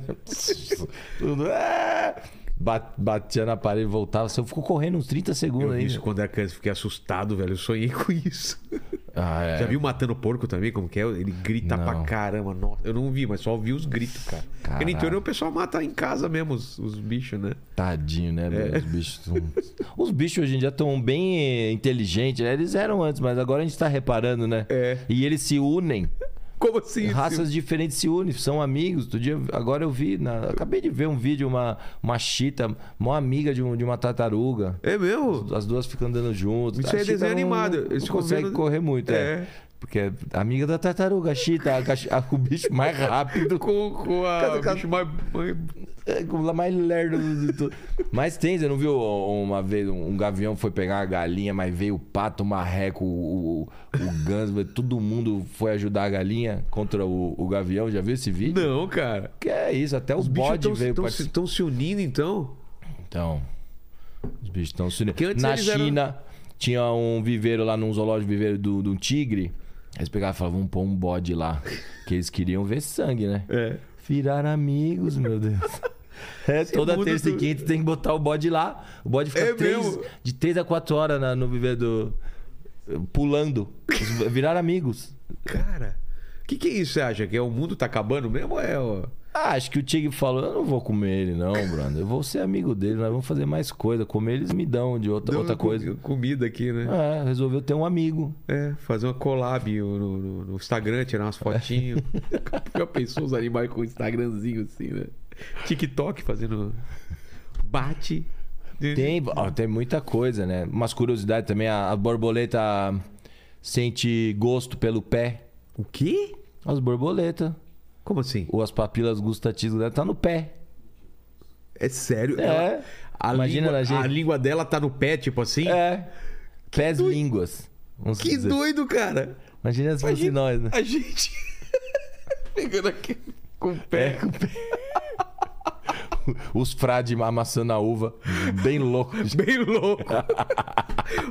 Speaker 3: Tudo, "Ah!" Ba- Batia na parede, voltava. Só ficou correndo uns 30
Speaker 1: Eu
Speaker 3: segundos
Speaker 1: vi
Speaker 3: aí.
Speaker 1: isso quando era criança, fiquei assustado, velho. Eu sonhei com isso.
Speaker 3: Ah, é.
Speaker 1: Já viu Matando Porco também, como que é? Ele grita
Speaker 3: Não.
Speaker 1: pra caramba. Nossa, eu não vi, mas só ouvi os gritos, cara. Porque no
Speaker 3: Caralho.
Speaker 1: interior o pessoal mata em casa mesmo os, os bichos, né?
Speaker 3: Tadinho, né, velho? Os bichos. tão- Os bichos hoje em dia estão bem eh, inteligentes, né? Eles eram antes, mas agora a gente tá reparando, né?
Speaker 1: É.
Speaker 3: E eles se unem.
Speaker 1: Como assim?
Speaker 3: Raças diferentes se unem, são amigos. Outro dia, agora eu vi, na- acabei de ver um vídeo, uma, uma chita, mó amiga de, um- de uma tartaruga.
Speaker 1: É mesmo?
Speaker 3: As duas ficam andando juntas.
Speaker 1: Isso é
Speaker 3: A chita
Speaker 1: desenho
Speaker 3: não-
Speaker 1: animado, eles
Speaker 3: Não
Speaker 1: ficam
Speaker 3: consegue
Speaker 1: vendo-
Speaker 3: correr muito, é.
Speaker 1: É.
Speaker 3: Porque é amiga da tartaruga, a chita, a, cach- a- o bicho mais rápido.
Speaker 1: Com, com a.
Speaker 3: Cada-
Speaker 1: o bicho mais- mais-
Speaker 3: É, como lá mais lerdo de tudo. Mas tem, você não viu uma vez um gavião foi pegar a galinha, mas veio o pato, o marreco, o, o, o ganso, todo mundo foi ajudar a galinha contra o, o gavião. Já viu esse vídeo?
Speaker 1: Não, cara.
Speaker 3: Que é isso, até o
Speaker 1: Os bichos
Speaker 3: bode
Speaker 1: estão
Speaker 3: veio
Speaker 1: se,
Speaker 3: participar.
Speaker 1: tão se unindo, então.
Speaker 3: Então, os bichos estão se
Speaker 1: Porque antes
Speaker 3: Na
Speaker 1: eles eram-
Speaker 3: China, tinha um viveiro lá, num zoológico um viveiro do, do tigre. Aí eles pegavam e falavam, vamos pôr um bode lá. que eles queriam ver sangue, né?
Speaker 1: É.
Speaker 3: Virar amigos, meu Deus. É, toda
Speaker 1: muda
Speaker 3: terça e
Speaker 1: tudo.
Speaker 3: quinta tem que botar o bode lá. O bode fica
Speaker 1: É
Speaker 3: três-
Speaker 1: mesmo?
Speaker 3: de 3 a 4 horas na- no viveiro do- pulando. Eles Viraram amigos.
Speaker 1: Cara. O que, que é isso, você acha? Que é, o mundo tá acabando mesmo? ou É, ó.
Speaker 3: Ah, acho que o Tigre falou, eu não vou comer ele não, brother. Eu vou ser amigo dele, nós vamos fazer mais coisa. Comer eles me dão de outra,
Speaker 1: Deu
Speaker 3: outra
Speaker 1: com-
Speaker 3: coisa.
Speaker 1: Comida aqui, né?
Speaker 3: É, resolveu ter um amigo.
Speaker 1: É, fazer uma collab no, no- no Instagram, tirar umas fotinhos. Já pensou os animais com o Instagramzinho assim, né? TikTok fazendo. Bate.
Speaker 3: Tem, ó, tem muita coisa, né? Umas curiosidades também. A, a borboleta sente gosto pelo pé.
Speaker 1: O quê?
Speaker 3: As borboletas.
Speaker 1: Como assim?
Speaker 3: Ou as papilas gustativas dela tá no pé.
Speaker 1: É sério?
Speaker 3: É.
Speaker 1: Ela- a
Speaker 3: Imagina
Speaker 1: língua,
Speaker 3: na gente.
Speaker 1: A língua dela tá no pé, tipo assim?
Speaker 3: É. Pés línguas. vamos
Speaker 1: Que
Speaker 3: dizer. assim.
Speaker 1: doido, cara.
Speaker 3: Imagina se fosse
Speaker 1: Imagina-
Speaker 3: nós, né?
Speaker 1: A gente. Pegando aqui com o
Speaker 3: É,
Speaker 1: pé.
Speaker 3: com o pé. Os frades amassando a uva. Bem louco.
Speaker 1: Bem louco.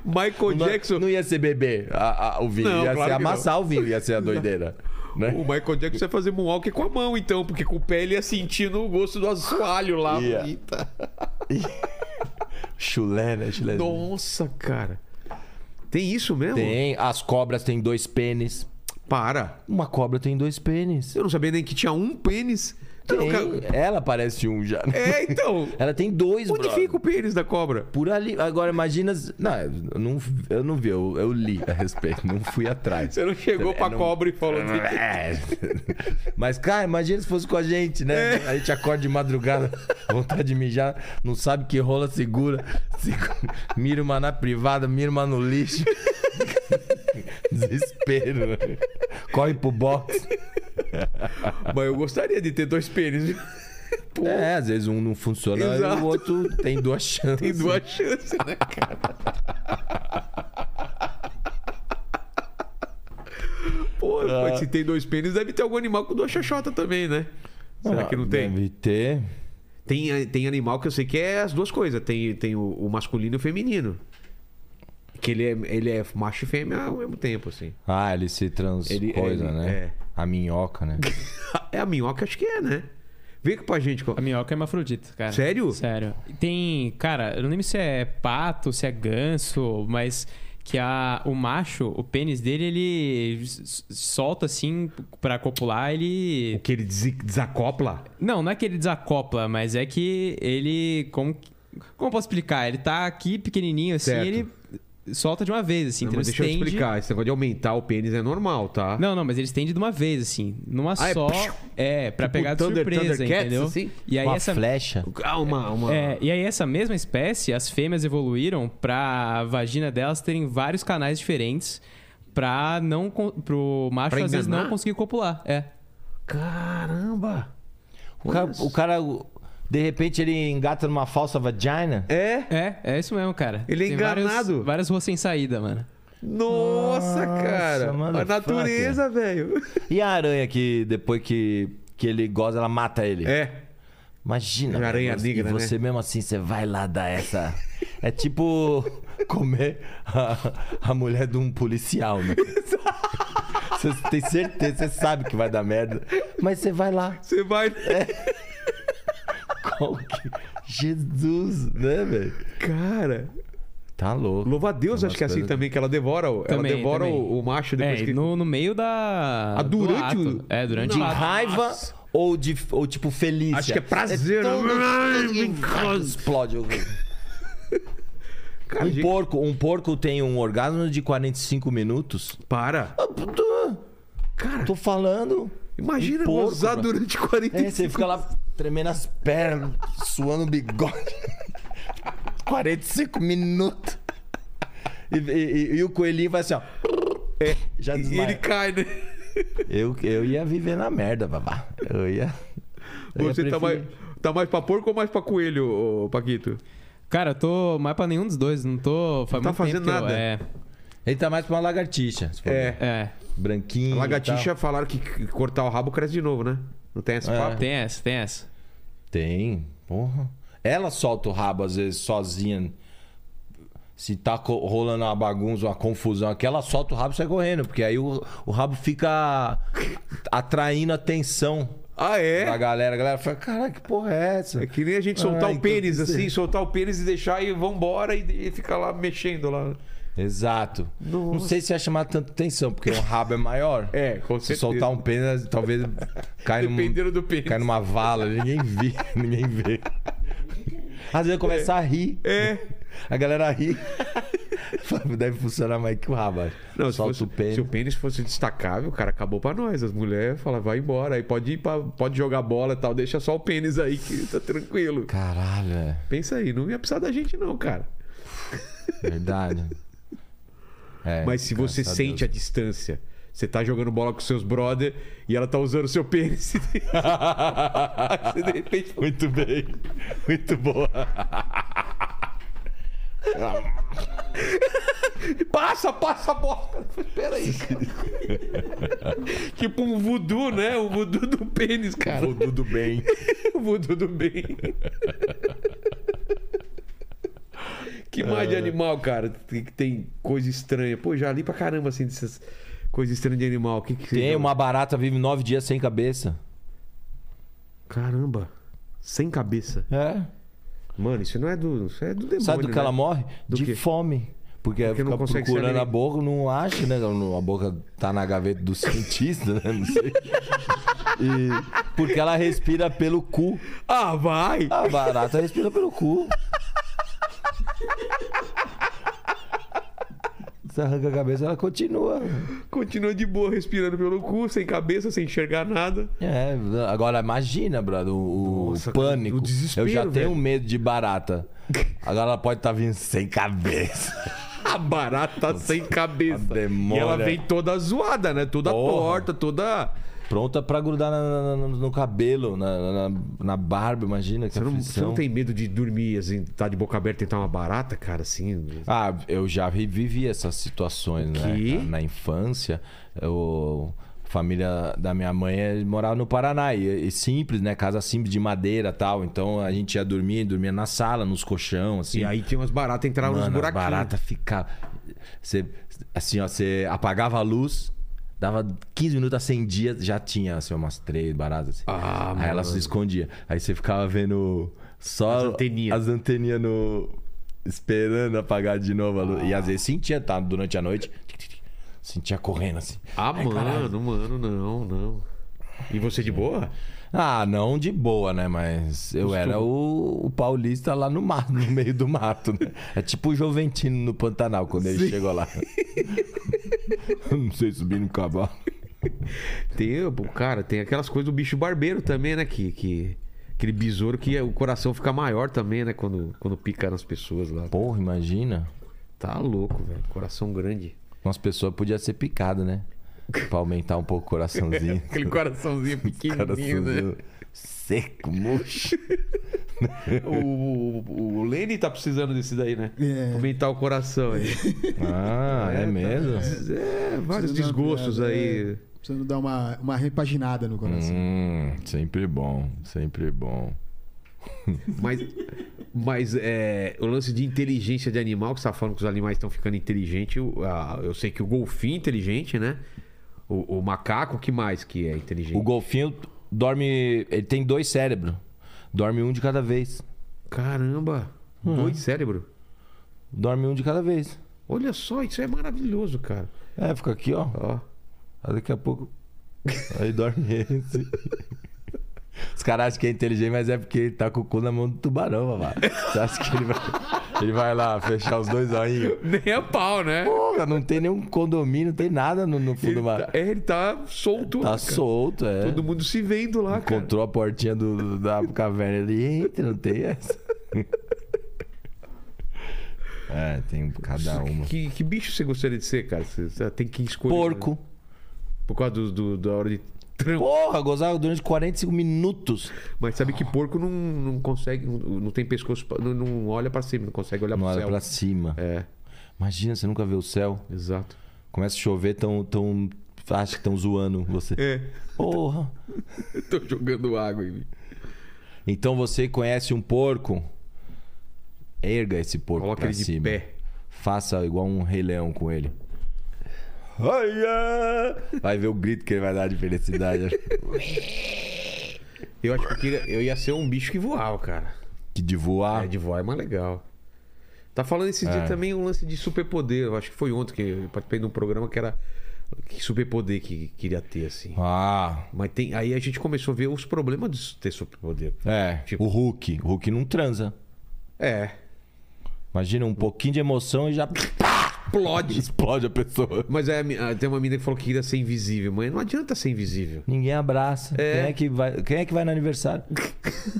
Speaker 1: Michael
Speaker 3: Não-
Speaker 1: Jackson.
Speaker 3: Não, ia ser beber a- a- o vinho,
Speaker 1: Não,
Speaker 3: ia
Speaker 1: claro
Speaker 3: ser
Speaker 1: que não.
Speaker 3: amassar o vinho, ia ser a doideira. Né?
Speaker 1: O Michael Jackson ia fazer moonwalk com a mão, então, porque com o pé ele ia sentindo o gosto do assoalho lá.
Speaker 3: Ia.
Speaker 1: Eita.
Speaker 3: Chulé, né? Chulé.
Speaker 1: Nossa, cara. Tem isso mesmo?
Speaker 3: Tem, as cobras têm dois pênis.
Speaker 1: Para.
Speaker 3: Uma cobra tem dois pênis.
Speaker 1: Eu não sabia nem que tinha um pênis. Eu
Speaker 3: Tem. É,
Speaker 1: nunca-
Speaker 3: Ela parece um já.
Speaker 1: É, então.
Speaker 3: Ela tem dois,
Speaker 1: Onde
Speaker 3: brother.
Speaker 1: fica o pênis da cobra?
Speaker 3: Por ali. Agora, imagina. as- Não, eu não, eu não vi, eu, eu li a respeito, não fui atrás.
Speaker 1: Você não chegou pra
Speaker 3: É, não-
Speaker 1: cobra e falou assim.
Speaker 3: É. Mas, cara, imagina se fosse com a gente, né? A gente acorda de madrugada, vontade de mijar, não sabe que rola, segura, segura. mira uma na privada, mira uma no lixo. Desespero, né? Corre pro box.
Speaker 1: Mas eu gostaria de ter dois pênis. viu?
Speaker 3: É, às vezes um não funciona e
Speaker 1: Exato.
Speaker 3: o outro tem duas chances.
Speaker 1: Tem duas chances, né, cara? Pô,
Speaker 3: Ah.
Speaker 1: se tem dois pênis, deve ter algum animal com duas xoxotas também, né?
Speaker 4: Ah,
Speaker 1: Será que não tem?
Speaker 3: Ah, Deve ter.
Speaker 1: Tem, tem animal que eu sei que é as duas coisas. Tem, tem o, o masculino e o feminino. Que ele é, ele é macho e fêmea ao mesmo tempo, assim.
Speaker 3: Ah, ele se trans
Speaker 1: Ele-
Speaker 3: coisa,
Speaker 1: ele-
Speaker 3: né?
Speaker 1: é.
Speaker 3: A minhoca, né?
Speaker 1: É a minhoca, acho que é, né? Vê aqui pra gente. qual-
Speaker 4: A minhoca é hermafrodita, cara.
Speaker 1: Sério?
Speaker 4: Sério. Tem, cara, eu não lembro se é pato, se é ganso, mas que a, o macho, o pênis dele, ele s- solta assim pra copular,
Speaker 1: O
Speaker 4: ele.
Speaker 1: que ele desi- desacopla?
Speaker 4: Não, não é que ele desacopla, mas é que ele. Como, como eu posso explicar? Ele tá aqui pequenininho assim,
Speaker 1: Certo.
Speaker 4: ele solta de uma vez, assim.
Speaker 1: Não,
Speaker 4: então
Speaker 1: mas
Speaker 4: ele
Speaker 1: deixa eu
Speaker 4: estende-
Speaker 1: explicar. Esse negócio de aumentar o pênis é normal, tá?
Speaker 4: Não, não, mas ele estende de uma vez, assim. Numa
Speaker 1: Ah, é
Speaker 4: só.
Speaker 1: psiu.
Speaker 4: É, pra
Speaker 1: Tipo
Speaker 4: pegar de
Speaker 1: Thunder-
Speaker 4: surpresa,
Speaker 1: Thundercats,
Speaker 4: entendeu?
Speaker 1: assim?
Speaker 4: E aí
Speaker 3: Uma
Speaker 4: essa.
Speaker 3: flecha.
Speaker 1: Ah, uma. uma...
Speaker 4: É, e aí essa mesma espécie, as fêmeas evoluíram pra vagina delas terem vários canais diferentes pra não con- pro macho
Speaker 1: Pra
Speaker 4: às vezes
Speaker 1: enganar?
Speaker 4: não conseguir copular. É.
Speaker 1: Caramba!
Speaker 3: O cara, o cara, de repente, ele engata numa falsa vagina.
Speaker 1: É?
Speaker 4: É, é isso mesmo, cara.
Speaker 1: Ele é
Speaker 4: Tem vários-
Speaker 1: enganado.
Speaker 4: Várias, ruas sem saída, mano.
Speaker 1: Nossa, cara! A
Speaker 3: motherfucker.
Speaker 1: natureza, velho!
Speaker 3: E a aranha que depois que, que ele goza, ela mata ele?
Speaker 1: É.
Speaker 3: Imagina.
Speaker 1: Uma aranha
Speaker 3: você-
Speaker 1: negra, né?
Speaker 3: E você mesmo assim, você vai lá dar essa. É tipo comer a, a mulher de um policial, né? Você tem certeza, você sabe que vai dar merda. Mas você vai lá.
Speaker 1: Você vai.
Speaker 3: É. Qual que- Jesus, né, velho?
Speaker 1: Cara,
Speaker 3: Tá louco.
Speaker 1: louva a Deus,
Speaker 3: Tem
Speaker 1: acho que é
Speaker 3: umas
Speaker 1: assim
Speaker 3: coisas-
Speaker 1: também, que ela devora, o-
Speaker 4: Também,
Speaker 1: ela devora
Speaker 4: também.
Speaker 1: O, o macho depois
Speaker 4: é,
Speaker 1: que.
Speaker 4: no, no meio da.
Speaker 1: Ah,
Speaker 4: do
Speaker 1: durante o-
Speaker 4: ato. É, durante
Speaker 3: De
Speaker 4: o ato.
Speaker 3: raiva ou, de, ou tipo feliz?
Speaker 1: Acho que é prazer.
Speaker 3: Explode.
Speaker 1: Cara,
Speaker 3: Um
Speaker 1: gente,
Speaker 3: porco, um porco tem um orgasmo de 45 minutos?
Speaker 1: Para!
Speaker 3: Ah, puta,
Speaker 1: Cara,
Speaker 3: Tô falando.
Speaker 1: imagina
Speaker 3: um porco,
Speaker 1: gozar
Speaker 3: bro.
Speaker 1: durante 40
Speaker 3: É, você fica lá tremendo as pernas, suando o bigode. 45 minutos. E, e- e- e o coelhinho vai assim, ó. É, já
Speaker 1: e ele
Speaker 3: desmaia.
Speaker 1: cai, né?
Speaker 3: Eu, eu ia viver na merda, babá. Eu ia. eu ia
Speaker 1: Você tá, mais,
Speaker 3: preferir-
Speaker 1: tá mais pra porco ou mais pra coelho, ô, Paquito?
Speaker 4: Cara, eu tô mais pra nenhum dos dois, não tô. Faz
Speaker 1: tá
Speaker 4: muito tempo
Speaker 1: fazendo
Speaker 4: que eu-
Speaker 1: nada.
Speaker 4: é,
Speaker 3: Ele tá mais pra uma lagartixa. se for
Speaker 1: É.
Speaker 3: ver.
Speaker 4: é.
Speaker 3: Branquinho. e
Speaker 1: Lagartixa
Speaker 3: tal.
Speaker 1: falaram que c- cortar o rabo cresce de novo, né? Não tem essa
Speaker 3: É.
Speaker 1: papo?
Speaker 4: Tem essa, tem essa.
Speaker 3: Tem. Porra. Ela solta o rabo, às vezes, sozinha. Se tá co- rolando uma bagunça, uma confusão aqui, ela solta o rabo e sai correndo. Porque aí o, o rabo fica atraindo atenção
Speaker 1: Ah,
Speaker 3: da
Speaker 1: é?
Speaker 3: galera. A galera fala, caralho, que porra é essa?
Speaker 1: É que nem a gente soltar
Speaker 3: Ah,
Speaker 1: o
Speaker 3: então
Speaker 1: pênis,
Speaker 3: tem que ser.
Speaker 1: assim, soltar o pênis e deixar e vambora e, e ficar lá mexendo lá.
Speaker 3: Exato. Não
Speaker 1: Nossa.
Speaker 3: sei se ia chamar tanta atenção, porque um rabo é maior.
Speaker 1: É, com
Speaker 3: Se
Speaker 1: certeza.
Speaker 3: soltar um pênis, talvez cai, num-
Speaker 1: Dependendo do pênis.
Speaker 3: cai numa vala, ninguém vê, ninguém vê. Às vezes começa a rir.
Speaker 1: É.
Speaker 3: A galera ri. Deve funcionar mais que o rabo. acho.
Speaker 1: Não, se,
Speaker 3: Solta
Speaker 1: fosse-
Speaker 3: o pênis.
Speaker 1: se o pênis fosse destacável, cara, acabou pra nós. As mulheres falam, vai embora, aí pode ir pra, pode jogar bola e tal, deixa só o pênis aí que tá tranquilo.
Speaker 3: Caralho, é
Speaker 1: Pensa aí, não ia precisar da gente não, cara.
Speaker 3: verdade. É,
Speaker 1: Mas se você
Speaker 3: graças a
Speaker 1: sente a
Speaker 3: Deus.
Speaker 1: distância, você tá jogando bola com seus brother e ela tá usando o seu pênis. Aí você de repente
Speaker 3: Muito bem. Muito boa.
Speaker 1: passa, passa a bola. Espera aí. cara. tipo um voodoo, né? O voodoo do pênis, cara.
Speaker 3: Vou tudo bem.
Speaker 1: Eu vou tudo bem. que mais de
Speaker 3: Ah.
Speaker 1: animal, cara? Tem, tem coisa estranha. Pô, já li pra caramba assim dessas coisas estranhas de animal. Que que vocês
Speaker 3: Tem
Speaker 1: já-
Speaker 3: uma barata vive nove dias sem cabeça.
Speaker 1: Caramba. Sem cabeça.
Speaker 3: É.
Speaker 1: Mano, isso não é do. Isso é do demônio.
Speaker 3: Sabe do que
Speaker 1: né?
Speaker 3: ela morre?
Speaker 1: Do
Speaker 3: de
Speaker 1: quê?
Speaker 3: fome. Porque,
Speaker 1: Porque não
Speaker 3: fica
Speaker 1: consegue se
Speaker 3: procurando a
Speaker 1: alimentar.
Speaker 3: boca, não acha, né? A boca tá na gaveta do cientista, né? Não sei. E- porque ela respira pelo cu.
Speaker 1: Ah, vai!
Speaker 3: A barata respira pelo cu. Você arranca a cabeça, ela continua.
Speaker 1: Continua de boa respirando pelo cu, sem cabeça, sem enxergar nada.
Speaker 3: É, agora imagina, brother, o, o
Speaker 1: Nossa,
Speaker 3: pânico.
Speaker 1: o desespero,
Speaker 3: Eu já
Speaker 1: velho.
Speaker 3: tenho medo de barata. Agora ela pode estar vindo sem cabeça.
Speaker 1: A barata sem cabeça.
Speaker 3: a demônia.
Speaker 1: E ela vem toda zoada, né? Toda
Speaker 3: Porra.
Speaker 1: torta, toda.
Speaker 3: Pronta pra grudar na- na- na- no cabelo, na, na, na barba, imagina. Que
Speaker 1: Você não, você
Speaker 3: aflição.
Speaker 1: não tem medo de dormir, assim, tá de boca aberta e tentar uma barata, cara, assim?
Speaker 3: Ah, eu já vivi essas situações,
Speaker 1: Que?
Speaker 3: né? cara? Na infância, eu- a família da minha mãe eh, morava no Paraná e, e simples, né? Casa simples de madeira tal. Então a gente ia dormir, dormia na sala, nos colchão, assim.
Speaker 1: E aí tinha umas baratas, entravam
Speaker 3: Mano,
Speaker 1: nos
Speaker 3: as
Speaker 1: buraquinhos.
Speaker 3: baratas ficavam. Você, assim, ó, você apagava a luz, dava 15 minutos, acendia, já tinha assim, umas três baratas. Assim.
Speaker 1: Ah,
Speaker 3: aí
Speaker 1: mano.
Speaker 3: ela se escondia. Aí você ficava vendo só
Speaker 1: As anteninhas.
Speaker 3: as anteninhas no. Esperando apagar de novo a luz. E às
Speaker 1: Ah.
Speaker 3: vezes sentia, tá? Durante a noite. tic, tic, tic, Sentia correndo assim.
Speaker 1: Ah,
Speaker 3: Ai,
Speaker 1: mano,
Speaker 3: caralho.
Speaker 1: mano, não, não. E você de boa?
Speaker 3: Ah, não de boa, né? Mas eu era o, o paulista lá no mato, no meio do mato, né? É tipo o Joventino no Pantanal, quando ele chegou lá. não sei subir no cavalo.
Speaker 1: Tempo, cara, tem aquelas coisas do bicho barbeiro também, né? Que, que, aquele besouro que o coração fica maior também, né? Quando, quando pica nas pessoas lá.
Speaker 3: Porra, imagina.
Speaker 1: Tá louco, velho. Coração grande.
Speaker 3: Umas pessoas podiam ser picadas, né? Pra aumentar um pouco o coraçãozinho.
Speaker 1: Aquele coraçãozinho pequenininho, né?
Speaker 3: Coraçãozinho Seco, murcho.
Speaker 1: O, o, o Lenny tá precisando desse daí, né?
Speaker 2: É.
Speaker 1: Aumentar o coração aí.
Speaker 3: Ah, é,
Speaker 1: tá-
Speaker 3: mesmo?
Speaker 1: É, vários
Speaker 2: Preciso dar uma
Speaker 1: desgostos
Speaker 2: piada,
Speaker 1: aí.
Speaker 2: é. Precisando dar uma, uma repaginada no coração.
Speaker 3: Hum, sempre bom, sempre bom.
Speaker 1: Mas, mas é, o lance de inteligência de animal, que você tá falando que os animais estão ficando inteligentes. o- a- Eu sei que o golfinho é inteligente, né? O, o macaco, que mais que é inteligente?
Speaker 3: O golfinho dorme. Ele tem dois cérebros. Dorme um de cada vez.
Speaker 1: Caramba!
Speaker 3: Uhum.
Speaker 1: Dois cérebro.
Speaker 3: Dorme um de cada vez.
Speaker 1: Olha só, isso é maravilhoso, cara.
Speaker 3: É, fica aqui, ó.
Speaker 1: Ó.
Speaker 3: Aí daqui a pouco. Aí dorme esse. Os caras acham que é inteligente, mas é porque ele tá com o cu na mão do tubarão, babá. Você acha que ele vai, ele vai lá fechar os dois olhinhos?
Speaker 1: Nem a pau, né?
Speaker 3: Porra, não tem nenhum condomínio, não tem nada no, no fundo
Speaker 1: Ele
Speaker 3: do mar.
Speaker 1: tá, é, ele tá solto.
Speaker 3: Tá
Speaker 1: cara.
Speaker 3: solto, é.
Speaker 1: Todo mundo se vendo lá, cara.
Speaker 3: Encontrou a portinha do, do- da caverna ali. Eita, não tem essa. É, tem cada uma.
Speaker 1: Que, que bicho você gostaria de ser, cara? Você, você tem que escolher.
Speaker 3: Porco.
Speaker 1: né? Por causa do, do- da hora de trampo.
Speaker 3: Porra, gozava durante 45 minutos.
Speaker 1: Mas sabe que porco não, não consegue, não, não tem pescoço, pra- não, não olha pra cima, não consegue olhar
Speaker 3: Não
Speaker 1: pro
Speaker 3: olha
Speaker 1: céu.
Speaker 3: pra cima.
Speaker 1: É,
Speaker 3: Imagina, você nunca vê o céu.
Speaker 1: exato.
Speaker 3: Começa a chover, tão. tão acha que estão zoando você.
Speaker 1: É,
Speaker 3: Porra.
Speaker 1: eu tô jogando água em mim.
Speaker 3: Então você conhece um porco. Erga esse porco
Speaker 1: Coloca
Speaker 3: pra
Speaker 1: ele de
Speaker 3: cima.
Speaker 1: pé.
Speaker 3: Faça igual um rei leão com ele. Olha! Vai ver o grito que ele vai dar de felicidade.
Speaker 1: Eu acho que eu, queria- eu ia ser um bicho que voava, cara.
Speaker 3: que de voar.
Speaker 1: É, de voar é mais legal. Tá falando esse dia também um lance de superpoder. Eu acho que foi ontem que eu participei de um programa que era. Que superpoder que queria ter, assim.
Speaker 3: Ah,
Speaker 1: Mas tem, aí a gente começou a ver os problemas de ter superpoder.
Speaker 3: é.
Speaker 1: Tipo-
Speaker 3: O Hulk. O Hulk não transa.
Speaker 1: É.
Speaker 3: Imagina um pouquinho de emoção e já
Speaker 1: Explode.
Speaker 3: explode a pessoa.
Speaker 1: Mas aí a mi- ah, tem uma menina que falou que queria ser invisível. Mas não adianta ser invisível.
Speaker 3: Ninguém abraça.
Speaker 1: É.
Speaker 3: Quem, é que vai, quem é que vai no aniversário?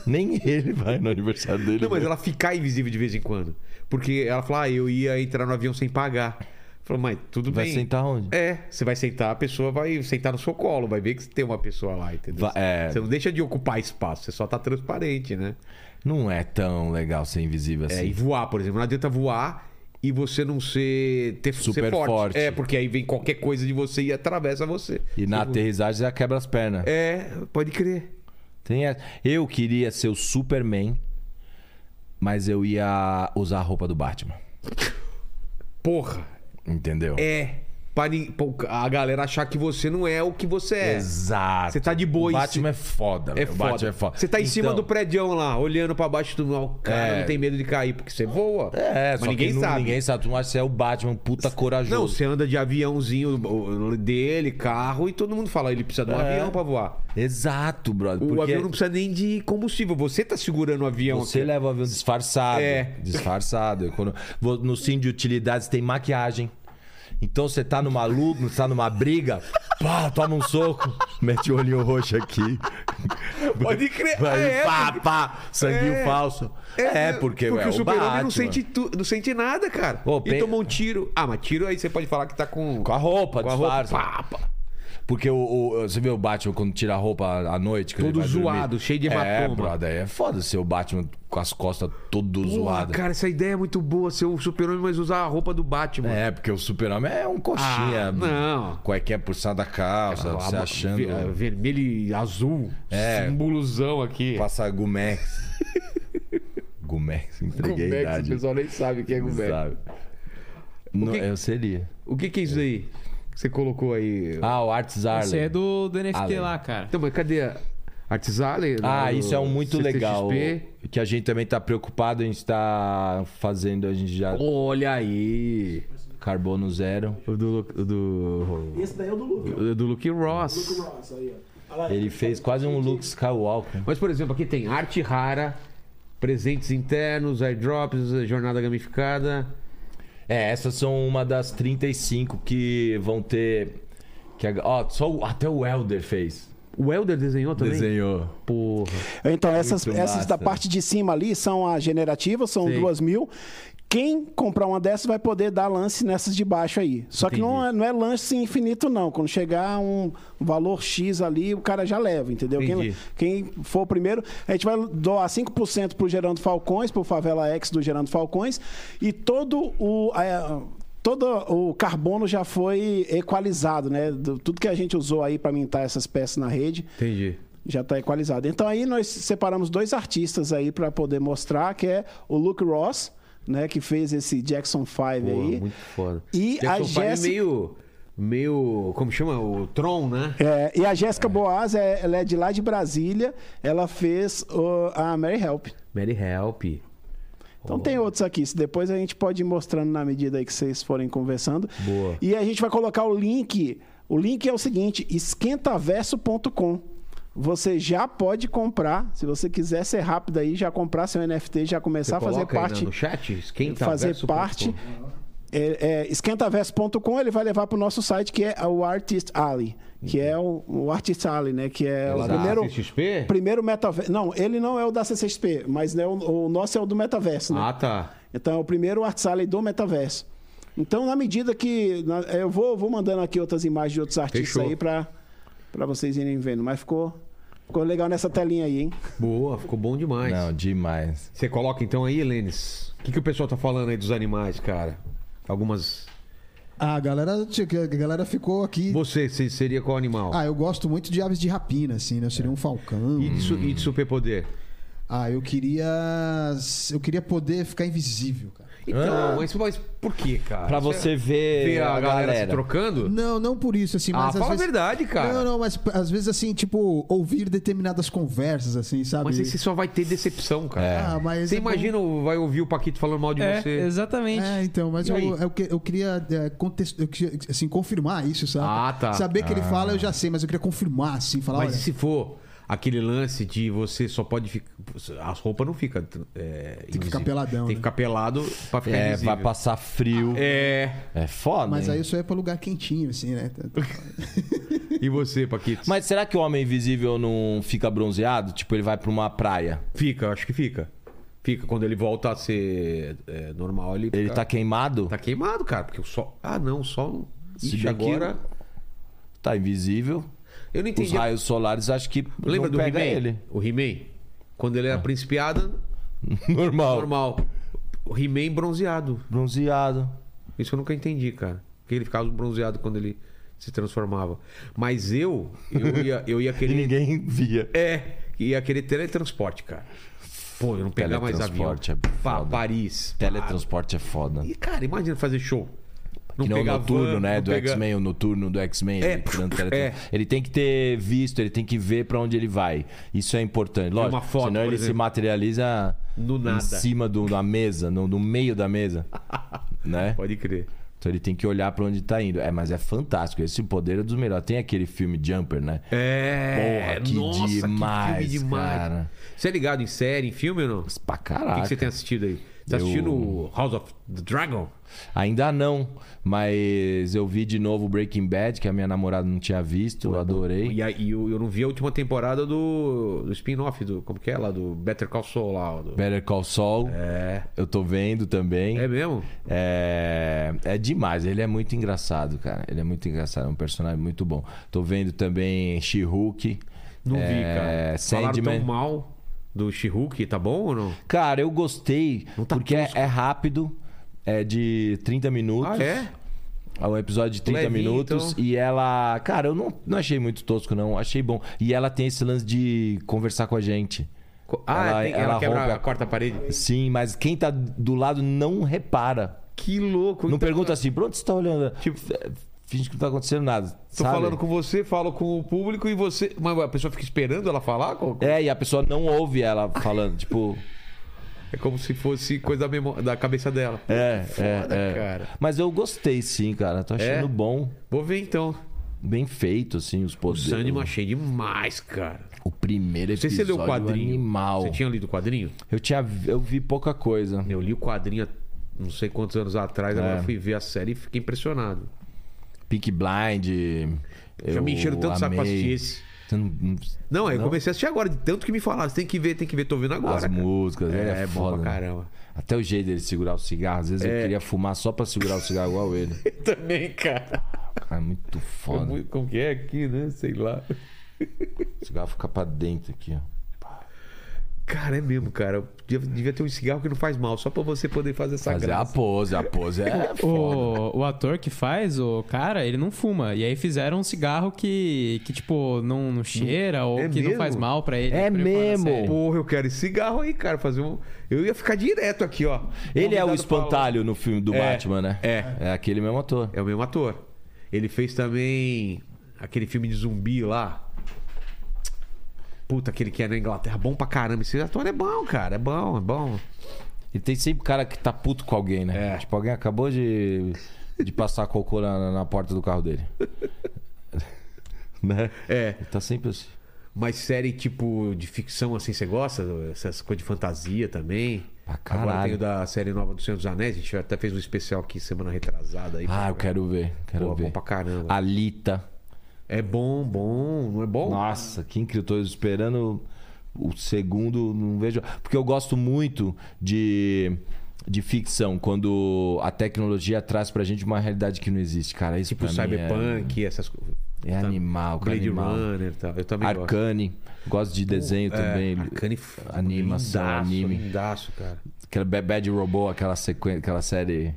Speaker 3: Nem ele vai no aniversário dele.
Speaker 1: Não, mas ela ficar invisível de vez em quando. Porque ela fala, ah, eu ia entrar no avião sem pagar. Falou, mas tudo
Speaker 3: Vai
Speaker 1: bem.
Speaker 3: sentar onde?
Speaker 1: É, você vai sentar, a pessoa vai sentar no seu colo, vai ver que tem uma pessoa lá, entendeu?
Speaker 3: Va- é.
Speaker 1: Você não deixa de ocupar espaço, você só tá transparente, né?
Speaker 3: Não é tão legal ser invisível
Speaker 1: É, e
Speaker 3: assim.
Speaker 1: voar, por exemplo, não adianta voar e você não ser, ter, ser
Speaker 3: Super
Speaker 1: forte.
Speaker 3: forte.
Speaker 1: É, porque aí vem qualquer coisa de você e atravessa você.
Speaker 3: E na aterrissagem já quebra as pernas.
Speaker 1: É, pode crer.
Speaker 3: Tem a- Eu queria ser o Superman, mas eu ia usar a roupa do Batman.
Speaker 1: Porra,
Speaker 3: Entendeu?
Speaker 1: é. Pra, nin- pra a galera achar que você não é o que você é.
Speaker 3: Exato.
Speaker 1: Você tá de boa
Speaker 3: O
Speaker 1: e
Speaker 3: Batman é foda,
Speaker 1: É
Speaker 3: velho. O Batman
Speaker 1: foda.
Speaker 3: é foda.
Speaker 1: Você tá em cima
Speaker 3: Então,
Speaker 1: do prédio lá, olhando pra baixo do mal. Cara,
Speaker 3: É.
Speaker 1: não tem medo de cair, porque você voa.
Speaker 3: É,
Speaker 1: mas
Speaker 3: só
Speaker 1: ninguém
Speaker 3: que não-
Speaker 1: sabe.
Speaker 3: Ninguém sabe. Tu acha que você é o Batman, um puta corajoso.
Speaker 1: Não, você anda de aviãozinho o- o- dele, carro, e todo mundo fala, ele precisa de um
Speaker 3: É.
Speaker 1: avião pra voar.
Speaker 3: Exato, brother.
Speaker 1: O
Speaker 3: porque
Speaker 1: avião não precisa nem de combustível. Você tá segurando o avião.
Speaker 3: Você
Speaker 1: aqui.
Speaker 3: leva o avião disfarçado.
Speaker 1: É.
Speaker 3: Disfarçado. Quando- vo- no sim de utilidades tem maquiagem. Então você tá numa luta, você tá numa briga, pá, toma um soco, mete o olhinho roxo aqui.
Speaker 1: Pode crer.
Speaker 3: Vai,
Speaker 1: É,
Speaker 3: pá,
Speaker 1: porque-
Speaker 3: pá, sanguinho
Speaker 1: é.
Speaker 3: falso. É, porque,
Speaker 1: porque
Speaker 3: é,
Speaker 1: o
Speaker 3: o
Speaker 1: super-homem não
Speaker 3: Batman.
Speaker 1: sente, tu- não sente nada, cara.
Speaker 3: Ô,
Speaker 1: e
Speaker 3: pe-
Speaker 1: tomou um tiro. Ah, mas tiro aí você pode falar que tá com...
Speaker 3: Com a roupa,
Speaker 1: Com a
Speaker 3: disfarça.
Speaker 1: roupa. Pá, pá.
Speaker 3: Porque o, o- você vê o Batman quando tira a roupa à noite. que ele
Speaker 1: Todo
Speaker 3: vai
Speaker 1: zoado,
Speaker 3: dormir.
Speaker 1: cheio de
Speaker 3: É,
Speaker 1: hematoma.
Speaker 3: brother. É foda ser o Batman com as costas todo
Speaker 1: Porra,
Speaker 3: zoado.
Speaker 1: cara, essa ideia é muito boa. Ser o super-homem, mas usar a roupa do Batman.
Speaker 3: É, porque o super-homem é um coxinha.
Speaker 1: Ah, não.
Speaker 3: Qualquer por cima da calça, você
Speaker 1: Ah,
Speaker 3: achando.
Speaker 1: ver- Vermelho e azul.
Speaker 3: É.
Speaker 1: Simbolozão aqui.
Speaker 3: Passa Gumex. Gumex, entreguei a idade.
Speaker 1: nem sabe quem é
Speaker 3: Não sabe. Não,
Speaker 1: que-
Speaker 3: Eu seria.
Speaker 1: O que, que é isso aí que você colocou aí?
Speaker 3: Ah, o Arts Arlen.
Speaker 4: Você é do, do NFT
Speaker 3: Allen.
Speaker 4: lá, cara.
Speaker 1: Então, mas cadê a Artisale?
Speaker 3: Ah, isso é um muito legal.
Speaker 1: CCXP?
Speaker 3: Que a gente também tá preocupado em estar fazendo, a gente já.
Speaker 1: Olha aí.
Speaker 3: Carbono zero.
Speaker 1: O do, Lu- o do,
Speaker 5: Esse daí é o do Lucas.
Speaker 1: o do Luke Ross.
Speaker 5: Nossa, aí, ó. Olha lá.
Speaker 3: Ele fez quase um Luke Skywalker.
Speaker 1: Mas, por exemplo, aqui tem arte rara, presentes internos, airdrops, jornada gamificada.
Speaker 3: É, essas são uma das 35 que vão ter. Que a- ó, só o- até o Elder fez.
Speaker 1: O Elder desenhou também?
Speaker 3: Desenhou.
Speaker 1: Porra.
Speaker 5: Então, essas,
Speaker 3: Muito
Speaker 5: essas da
Speaker 3: massa.
Speaker 5: parte de cima ali são as generativas, são
Speaker 1: Sim.
Speaker 5: duas mil. Quem comprar uma dessas vai poder dar lance nessas de baixo aí. Só que não é, não é lance infinito, não. Quando chegar um valor X ali, o cara já leva, entendeu? Quem,
Speaker 1: Entendi.
Speaker 5: quem for o primeiro, a gente vai doar 5% pro Gerando Falcões, pro Favela X do Gerando Falcões. E todo o. é, Todo o carbono já foi equalizado, né? Do- Tudo que a gente usou aí para mintar essas peças na rede,
Speaker 1: Entendi.
Speaker 5: já está equalizado. Então aí nós separamos dois artistas aí para poder mostrar, que é o Luke Ross, né, que fez esse Jackson 5
Speaker 1: Porra,
Speaker 5: aí.
Speaker 1: muito foda.
Speaker 5: E a
Speaker 1: Jackson Five é
Speaker 5: Jéssica-
Speaker 1: meio, meio... Como chama? O Tron, né?
Speaker 5: É, e a Jéssica Boaz, é- ela é de lá de Brasília, ela fez o- a Mary Help.
Speaker 1: Mary Help.
Speaker 5: Então tem outros aqui, se depois a gente pode ir mostrando na medida aí que vocês forem conversando.
Speaker 1: Boa.
Speaker 5: E a gente vai colocar o link. O link é o seguinte, esquentaverso.com. Você já pode comprar, se você quiser ser rápido aí, já comprar seu NFT, já começar a fazer
Speaker 1: coloca aí
Speaker 5: parte.
Speaker 1: na- no chat? Esquenta
Speaker 5: fazer
Speaker 1: verso
Speaker 5: parte.
Speaker 1: ponto com.
Speaker 5: É, é, esquentaverso.com ele vai levar para o nosso site que é o Artist Alley, que é o, o Artist Alley, né? Que é
Speaker 1: Lá
Speaker 5: o
Speaker 1: da
Speaker 5: primeiro,
Speaker 1: CCXP?
Speaker 5: primeiro metaverso. Não, ele não é o da CCXP, mas né, o, o nosso é o do metaverso, né?
Speaker 1: Ah, tá.
Speaker 5: Então é o primeiro Artist Alley do metaverso. Então, na medida que. na- eu vou, vou mandando aqui outras imagens de outros artistas
Speaker 1: Fechou.
Speaker 5: aí para vocês irem vendo. Mas ficou, ficou legal nessa telinha aí, hein?
Speaker 1: Boa, ficou bom demais.
Speaker 3: Não, demais.
Speaker 1: Você coloca então aí, Lênis. O que, que o pessoal tá falando aí dos animais, cara? Algumas.
Speaker 2: A Ah, galera, a galera ficou aqui.
Speaker 1: Você, você seria qual animal?
Speaker 2: Ah, eu gosto muito de aves de rapina, assim, né? Eu seria um falcão.
Speaker 1: E de, su- e de superpoder?
Speaker 2: Ah, eu queria. Eu queria poder ficar invisível, cara.
Speaker 1: Então, mas, mas por que, cara?
Speaker 3: Pra você ver,
Speaker 1: ver a, galera, se trocando?
Speaker 2: Não, não por isso, assim,
Speaker 1: Ah,
Speaker 2: mas. às
Speaker 1: fala a
Speaker 2: vezes...
Speaker 1: verdade, cara.
Speaker 2: Não, não, mas p- às vezes, assim, tipo, ouvir determinadas conversas, assim, sabe?
Speaker 1: Mas aí você só vai ter decepção, cara.
Speaker 2: Ah, mas
Speaker 1: Você
Speaker 2: é bom.
Speaker 1: imagina, vai ouvir o Paquito falando mal de
Speaker 4: É,
Speaker 1: você.
Speaker 4: exatamente.
Speaker 2: É, então, mas
Speaker 1: E
Speaker 2: eu,
Speaker 1: aí?
Speaker 2: eu, que- eu queria é, contexto, eu queria, assim, confirmar isso, sabe?
Speaker 1: Ah, tá.
Speaker 2: Saber que ele fala, eu já sei, mas eu queria confirmar, assim, falar,
Speaker 1: Mas e
Speaker 2: olha...
Speaker 1: se for aquele lance de você só pode ficar. As roupas não ficam. tem
Speaker 2: que ficar peladão,
Speaker 1: Tem que
Speaker 2: né?
Speaker 1: ficar pelado pra ficar.
Speaker 3: É,
Speaker 1: invisível.
Speaker 3: vai passar frio. É,
Speaker 1: É.
Speaker 3: foda.
Speaker 2: Mas
Speaker 3: hein?
Speaker 2: aí eu só ia pra lugar quentinho, assim, né?
Speaker 1: E você, Paquito?
Speaker 3: Mas será que o homem invisível não fica bronzeado? Tipo, ele vai pra uma praia.
Speaker 1: Fica, acho que fica. Fica. Quando ele volta a ser é, normal, ele.
Speaker 3: Ele
Speaker 1: fica-
Speaker 3: tá queimado?
Speaker 1: tá queimado, cara. Porque o sol. Ah, não, o sol.
Speaker 3: Se
Speaker 1: Ixi,
Speaker 3: bem que-
Speaker 1: agora.
Speaker 3: Tá invisível.
Speaker 1: Eu não
Speaker 3: Os
Speaker 1: entendi.
Speaker 3: raios solares acho que.
Speaker 1: Lembra do
Speaker 3: não pega
Speaker 1: He-Man?
Speaker 3: ele. É.
Speaker 1: O He-Man? Quando ele era principiado,
Speaker 3: Normal.
Speaker 1: normal. O He-Man bronzeado.
Speaker 3: Bronzeado.
Speaker 1: Isso eu nunca entendi, cara. Porque ele ficava bronzeado quando ele se transformava. Mas eu, eu ia, eu ia
Speaker 3: E
Speaker 1: querer.
Speaker 3: ninguém via.
Speaker 1: É, ia querer teletransporte, cara. Pô, eu não pegar mais avião.
Speaker 3: Teletransporte é
Speaker 1: Pá,
Speaker 3: foda.
Speaker 1: Paris. pá.
Speaker 3: Teletransporte é foda.
Speaker 1: E, cara, imagina fazer show.
Speaker 3: Que nem o
Speaker 1: um pegar
Speaker 3: noturno,
Speaker 1: van,
Speaker 3: né?
Speaker 1: não
Speaker 3: do
Speaker 1: pegar-
Speaker 3: X-Men, o noturno do X-Men.
Speaker 1: É,
Speaker 3: ele, tirando
Speaker 1: é.
Speaker 3: teletransporte. ele tem que ter visto, ele tem que ver pra onde ele vai. Isso é importante. Lógico,
Speaker 1: uma foto,
Speaker 3: senão
Speaker 1: por
Speaker 3: ele se
Speaker 1: exemplo.
Speaker 3: materializa
Speaker 1: No nada.
Speaker 3: em cima do- da mesa, no, no meio da mesa. né?
Speaker 1: Pode crer.
Speaker 3: Então ele tem que olhar pra onde tá indo. É, mas é fantástico. Esse poder é dos melhores. Tem aquele filme Jumper, né?
Speaker 1: É,
Speaker 3: Porra, que
Speaker 1: nossa, que filme
Speaker 3: demais,
Speaker 1: demais.
Speaker 3: cara.
Speaker 1: Você é ligado em série, em filme ou não? O
Speaker 3: Pra
Speaker 1: que,
Speaker 3: caralho.
Speaker 1: que você tem assistido aí? Tá
Speaker 3: Eu-
Speaker 1: assistindo House of the Dragon?
Speaker 3: Ainda não, mas eu vi de novo Breaking Bad, que a minha namorada não tinha visto, eu adorei.
Speaker 1: E aí eu, eu não vi a última temporada do, do spin-off, do. Como que é lá? Do Better Call Saul lá. do-
Speaker 3: Better Call Saul,
Speaker 1: É.
Speaker 3: eu tô vendo também.
Speaker 1: É mesmo?
Speaker 3: É, é demais, ele é muito engraçado, cara. Ele é muito engraçado, é um personagem muito bom. Tô vendo também She-Hulk.
Speaker 1: Não vi,
Speaker 3: é,
Speaker 1: cara. Falaram
Speaker 3: Sandman.
Speaker 1: tão mal do She-Hulk, tá bom ou não?
Speaker 3: Cara, eu gostei
Speaker 1: Não tá
Speaker 3: porque é, é rápido, é de 30 minutos.
Speaker 1: Ah, é?
Speaker 3: É um episódio de 30
Speaker 1: Levinho,
Speaker 3: minutos
Speaker 1: então.
Speaker 3: e ela. Cara, eu não, não achei muito tosco, não. Achei bom. E ela tem esse lance de conversar com a gente.
Speaker 1: Co- Ah,
Speaker 3: Ela-
Speaker 1: tem- ela,
Speaker 3: ela
Speaker 1: quebra
Speaker 3: rompe
Speaker 1: a...
Speaker 3: a-
Speaker 1: quarta parede.
Speaker 3: Sim, mas quem tá do lado não repara.
Speaker 1: Que louco.
Speaker 3: Não
Speaker 1: Então,
Speaker 3: pergunta assim, pronto, você tá olhando.
Speaker 1: Tipo-
Speaker 3: É, Finge que não tá acontecendo nada.
Speaker 1: Tô falando com você, falo com o público e você. Mas a pessoa fica esperando ela falar? Co-
Speaker 3: É, e a pessoa não ouve ela falando. tipo,
Speaker 1: É como se fosse coisa da, memó- da cabeça dela.
Speaker 3: é, é, é.
Speaker 1: cara.
Speaker 3: Mas eu gostei sim, cara. Tô achando
Speaker 1: É?
Speaker 3: bom.
Speaker 1: Vou ver então.
Speaker 3: Bem feito, assim, os
Speaker 1: O
Speaker 3: poderes.
Speaker 1: Sandman achei demais, cara.
Speaker 3: O primeiro
Speaker 1: Não sei
Speaker 3: episódio
Speaker 1: se você leu o quadrinho.
Speaker 3: animal.
Speaker 1: Você tinha lido o quadrinho?
Speaker 3: Eu tinha, eu vi pouca coisa.
Speaker 1: Eu li o quadrinho há não sei quantos anos atrás,
Speaker 3: É.
Speaker 1: agora eu fui ver a série e fiquei impressionado.
Speaker 3: Peak Blind.
Speaker 1: Já
Speaker 3: eu
Speaker 1: me encheram tanto saco pra
Speaker 3: amei.
Speaker 1: assistir esse.
Speaker 3: Você não- não-
Speaker 1: Não, eu comecei a assistir agora, de tanto que me falaram. Você tem que ver, tem que ver, tô vendo agora.
Speaker 3: As
Speaker 1: cara.
Speaker 3: músicas,
Speaker 1: É,
Speaker 3: ele é,
Speaker 1: é bom
Speaker 3: foda.
Speaker 1: pra
Speaker 3: né?
Speaker 1: caramba. É.
Speaker 3: Até o jeito dele segurar o cigarro. Às vezes eu queria fumar só pra segurar o cigarro igual ele.
Speaker 1: Também, cara.
Speaker 3: Cara, é muito foda.
Speaker 1: Como, como que é aqui, né? Sei lá.
Speaker 3: O cigarro fica pra dentro aqui, ó.
Speaker 1: Cara, é mesmo, cara. Devia, devia ter um cigarro que não faz mal, só pra você poder fazer essa
Speaker 3: Fazer a
Speaker 1: graça.
Speaker 3: pose, a pose é foda.
Speaker 4: O, o ator que faz, o cara, ele não fuma. E aí fizeram um cigarro que, que tipo, não, não cheira ou
Speaker 1: É
Speaker 4: que
Speaker 1: mesmo?
Speaker 4: não faz mal pra ele.
Speaker 3: É
Speaker 4: pra ele falar
Speaker 3: mesmo?
Speaker 4: sério.
Speaker 1: Porra, eu quero esse cigarro aí, cara. Fazer um. Eu ia ficar direto aqui, ó.
Speaker 3: Ele é
Speaker 1: Convidado
Speaker 3: o
Speaker 1: pra-
Speaker 3: espantalho no filme do
Speaker 1: É,
Speaker 3: Batman, né?
Speaker 1: é.
Speaker 3: É aquele mesmo ator.
Speaker 1: É o mesmo ator. Ele fez também aquele filme de zumbi lá. Puta, aquele que é na Inglaterra. Bom pra caramba. Esse ator é bom, cara. É bom, é bom.
Speaker 3: E tem sempre cara que tá puto com alguém, né? Tipo, alguém acabou de, de passar cocô na, na porta do carro dele. né?
Speaker 1: É.
Speaker 3: Ele tá sempre assim.
Speaker 1: Mas série tipo de ficção assim, você gosta? Essas coisas de fantasia também?
Speaker 3: Pra caralho.
Speaker 1: Agora tem o da série nova do Senhor dos Anéis. A gente até fez um especial aqui semana retrasada aí.
Speaker 3: Ah, eu quero ver, quero
Speaker 1: Pô, é
Speaker 3: ver.
Speaker 1: bom pra caramba.
Speaker 3: Alita.
Speaker 1: É bom, bom. Não é bom?
Speaker 3: Nossa, que incrível. Tô esperando o segundo, não vejo. Porque eu gosto muito de, de ficção, quando a tecnologia traz pra gente uma realidade que não existe, cara. Isso
Speaker 1: tipo
Speaker 3: pra mim
Speaker 1: Cyberpunk, essas coisas.
Speaker 3: É, é animal, cara.
Speaker 1: Blade
Speaker 3: animal.
Speaker 1: Runner e tal. Eu também gosto. é,
Speaker 3: Arcane. Gosto de desenho também.
Speaker 1: Arcane
Speaker 3: Animação,
Speaker 1: lindaço,
Speaker 3: anime.
Speaker 1: Lindaço, cara.
Speaker 3: Aquela Ba- Bad Robô, aquela sequência, aquela série.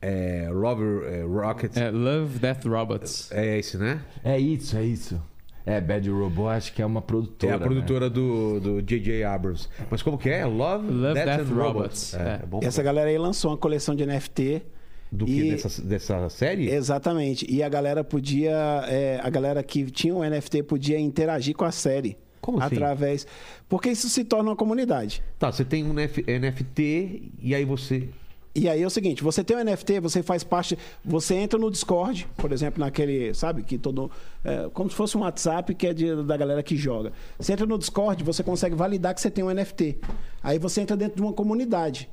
Speaker 1: É, Robert é, Rocket. É.
Speaker 4: É, Love, Death, Robots.
Speaker 1: esse, né?
Speaker 3: É isso, é isso. É, Bad Robô acho que é uma produtora.
Speaker 1: é a
Speaker 3: né?
Speaker 1: produtora do, do J.J. Abrams. Mas como que é? Love,
Speaker 4: Love,
Speaker 1: Death,
Speaker 4: Death,
Speaker 1: and Robots.
Speaker 4: Robots.
Speaker 1: É,
Speaker 4: É.
Speaker 1: é bom.
Speaker 5: E essa galera aí lançou uma coleção de NFT.
Speaker 1: Do
Speaker 5: e-
Speaker 1: que dessa, dessa série?
Speaker 5: Exatamente. E a galera podia. é, a galera que tinha um o NFT podia interagir com a série.
Speaker 1: Como assim?
Speaker 5: Através. Porque isso se torna uma comunidade.
Speaker 1: Tá, você tem um NF NFT e aí você.
Speaker 5: E aí é o seguinte, você tem o NFT, você faz parte, você entra no Discord, por exemplo, naquele, sabe, que todo, é, como se fosse um WhatsApp que é de- da galera que joga. Você entra no Discord, você consegue validar que você tem um NFT. Aí você entra dentro de uma comunidade.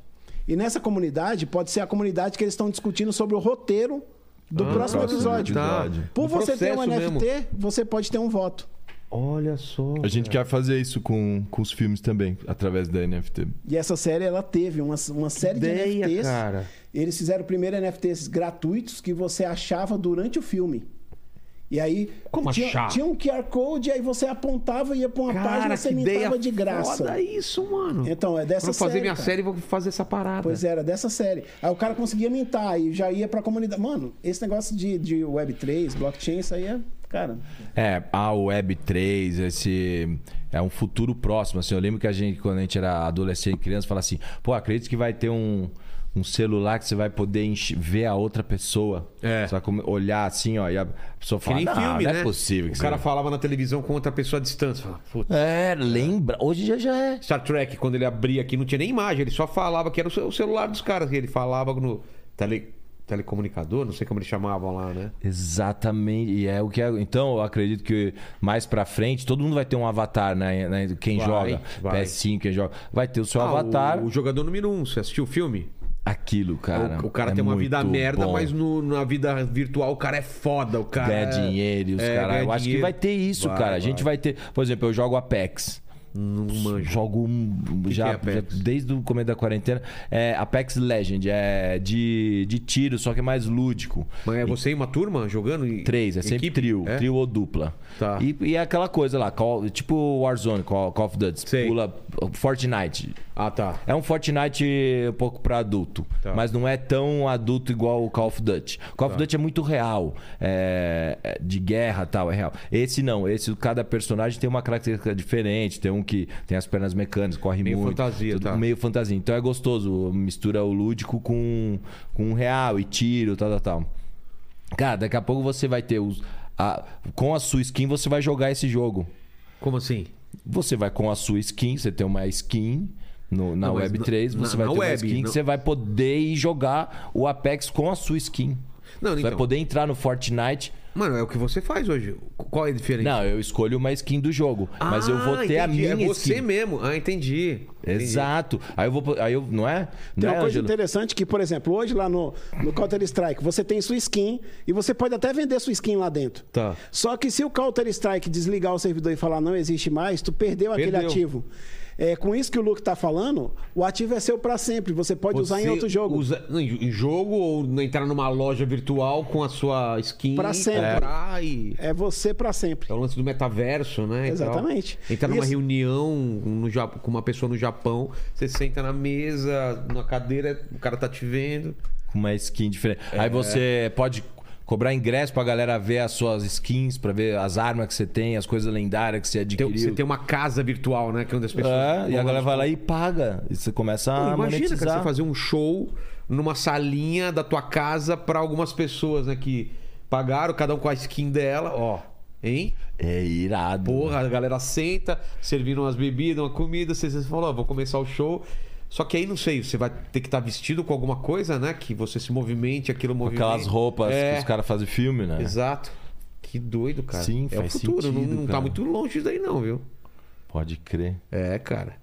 Speaker 5: E nessa comunidade pode ser a comunidade que eles estão discutindo sobre o roteiro do próximo
Speaker 3: próximo
Speaker 5: episódio.
Speaker 3: episódio.
Speaker 5: Por
Speaker 1: Um
Speaker 5: você ter um
Speaker 1: processo mesmo.
Speaker 5: NFT, você pode ter um voto.
Speaker 1: Olha só.
Speaker 3: A gente quer fazer isso com, com os filmes também, através da NFT.
Speaker 5: E essa série ela teve uma, uma série
Speaker 1: Ideia,
Speaker 5: de NFTs.
Speaker 1: cara.
Speaker 5: Eles fizeram primeiro NFTs gratuitos que você achava durante o filme. E aí
Speaker 1: Como
Speaker 5: tinha,
Speaker 1: achar?
Speaker 5: tinha um QR Code, aí você apontava ia pra uma página
Speaker 1: Cara,
Speaker 5: e você
Speaker 1: que ideia
Speaker 5: mintava de graça.
Speaker 1: Foda isso, mano.
Speaker 5: Então, é dessa
Speaker 1: Vou fazer
Speaker 5: série,
Speaker 1: minha
Speaker 5: cara.
Speaker 1: série, vou fazer essa parada.
Speaker 5: Pois é. era, dessa série. Aí o cara conseguia mintar e já ia pra comunidade. Mano, esse negócio de, de Web3, blockchain, isso aí é. Cara,
Speaker 3: É, a Web3, esse é um futuro próximo. Assim, eu lembro que a gente, quando a gente era adolescente, criança, falava assim: pô, acredito que vai ter um, um celular que você vai poder enx- ver a outra pessoa.
Speaker 1: É.
Speaker 3: Você vai come- olhar assim, ó, e a pessoa
Speaker 1: Que
Speaker 3: fala:
Speaker 1: nem
Speaker 3: não,
Speaker 1: filme,
Speaker 3: não
Speaker 1: né?
Speaker 3: é possível. Que
Speaker 1: o cara
Speaker 3: você...
Speaker 1: falava na televisão com outra pessoa à distância. Falava, "Puta,
Speaker 3: É, lembra. Hoje já, já é.
Speaker 1: Star Trek, quando ele abria aqui, não tinha nem imagem, ele só falava que era o ce- o celular dos caras. que Ele falava no tele, telecomunicador, não sei como eles chamavam lá, né?
Speaker 3: Exatamente. E é o que é. Então, eu acredito que mais pra frente, todo mundo vai ter um avatar, né? né, Quem
Speaker 1: Vai,
Speaker 3: joga.
Speaker 1: vai.
Speaker 3: PS5, quem joga. Vai ter o seu
Speaker 1: Ah,
Speaker 3: avatar.
Speaker 1: O, o jogador número um, você assistiu o filme?
Speaker 3: Aquilo, cara.
Speaker 1: o, o cara
Speaker 3: é
Speaker 1: tem uma
Speaker 3: muito
Speaker 1: vida merda,
Speaker 3: bom.
Speaker 1: mas no- na vida virtual o cara é foda, o cara.
Speaker 3: Ganha dinheiro, e os
Speaker 1: é,
Speaker 3: caras.
Speaker 1: ganha
Speaker 3: Eu acho que
Speaker 1: dinheiro.
Speaker 3: vai ter isso,
Speaker 1: Vai,
Speaker 3: cara. A gente vai ter. Por exemplo, eu jogo Apex.
Speaker 1: Não manjo.
Speaker 3: Jogo um- já,
Speaker 1: que é Apex?
Speaker 3: já desde o começo da quarentena. É Apex Legend, é de, de tiro, só que é mais lúdico.
Speaker 1: Mas é você e uma turma jogando? em-
Speaker 3: Três, é sempre
Speaker 1: equipe?
Speaker 3: trio,
Speaker 1: É?
Speaker 3: trio ou dupla.
Speaker 1: Tá.
Speaker 3: E, e é aquela coisa lá, call- tipo Warzone, Call, Call of Duty,
Speaker 1: Sei.
Speaker 3: pula Fortnite.
Speaker 1: Ah, tá.
Speaker 3: É um Fortnite um pouco pra adulto,
Speaker 1: Tá.
Speaker 3: mas não é tão adulto igual o Call of Duty. Call of Duty é muito real, é, é de guerra e tal, é real. Esse não, esse cada personagem tem uma característica diferente, tem um que tem as pernas mecânicas, corre
Speaker 1: Meio
Speaker 3: muito.
Speaker 1: fantasia,
Speaker 3: tudo
Speaker 1: tá.
Speaker 3: Meio fantasia, então é gostoso, mistura o lúdico com, com o real e tiro, tal, tal, tal. Cara, daqui a pouco você vai ter os. a- com a sua skin, você vai jogar esse jogo.
Speaker 1: Como assim?
Speaker 3: Você vai com a sua skin, você tem uma skin no- na
Speaker 1: Não, mas
Speaker 3: Web3,
Speaker 1: na-
Speaker 3: você
Speaker 1: na-
Speaker 3: vai
Speaker 1: na
Speaker 3: ter uma
Speaker 1: web,
Speaker 3: skin que
Speaker 1: não-
Speaker 3: você vai poder ir jogar o Apex com a sua skin.
Speaker 1: Não,
Speaker 3: você
Speaker 1: então.
Speaker 3: vai poder entrar no Fortnite.
Speaker 1: Mano, é o que você faz hoje. Qual é a diferença?
Speaker 3: Não, eu escolho uma skin do jogo, mas eu vou
Speaker 1: Ah,
Speaker 3: ter a
Speaker 1: entendi.
Speaker 3: minha
Speaker 1: É você
Speaker 3: skin.
Speaker 1: mesmo. Ah, entendi. Entendi.
Speaker 3: Exato. Aí eu vou, po- aí eu não é? Não é,
Speaker 5: Tem
Speaker 1: Né,
Speaker 5: uma coisa
Speaker 3: Ângelo?
Speaker 5: interessante que, por exemplo, hoje lá no, no Counter Strike, você tem sua skin e você pode até vender sua skin lá dentro.
Speaker 1: Tá.
Speaker 5: Só que se o Counter Strike desligar o servidor e falar não existe mais, tu perdeu aquele
Speaker 1: Perdeu.
Speaker 5: ativo. É, com isso que o Luke tá falando, o ativo é seu pra sempre. Você pode usar em
Speaker 1: Você
Speaker 5: outro jogo.
Speaker 1: usa- não, em em jogo ou entrar numa loja virtual com a sua skin.
Speaker 5: Pra sempre.
Speaker 1: comprar e-
Speaker 5: É você pra sempre.
Speaker 1: É o lance do metaverso, né? e tal.
Speaker 5: Exatamente.
Speaker 1: Entrar numa
Speaker 5: Isso.
Speaker 1: reunião no Ja- com uma pessoa no Japão, você senta na mesa, na cadeira, o cara tá te vendo.
Speaker 3: Com uma skin diferente.
Speaker 1: É.
Speaker 3: Aí você pode cobrar ingresso pra galera ver as suas skins, pra ver as armas que você tem, as coisas lendárias que você
Speaker 1: Tem- um-
Speaker 3: adquiriu.
Speaker 1: você tem uma casa virtual, né? Que é onde as pessoas.
Speaker 3: É, e
Speaker 1: vão
Speaker 3: a
Speaker 1: lá
Speaker 3: galera vai lá e paga. E você começa
Speaker 1: Não,
Speaker 3: a
Speaker 1: imagina, cara,
Speaker 3: monetizar.
Speaker 1: você fazer um show numa salinha da tua casa pra algumas pessoas, né? Que pagaram, cada um com a skin dela, ó. Hein?
Speaker 3: É irado.
Speaker 1: Porra, a galera senta, servindo umas bebidas, uma comida, você você fala, ó, vou começar o show. Só que aí, não sei, você vai ter que estar vestido com alguma coisa, né? Que você se movimente, aquilo movimenta.
Speaker 3: Aquelas roupas
Speaker 1: É,
Speaker 3: que os caras fazem filme, né?
Speaker 1: Exato. Que doido, cara.
Speaker 3: Sim,
Speaker 1: é
Speaker 3: faz
Speaker 1: o futuro, não-
Speaker 3: sentido,
Speaker 1: não, tá
Speaker 3: cara.
Speaker 1: muito longe disso daí não, viu?
Speaker 3: Pode crer.
Speaker 1: É, cara.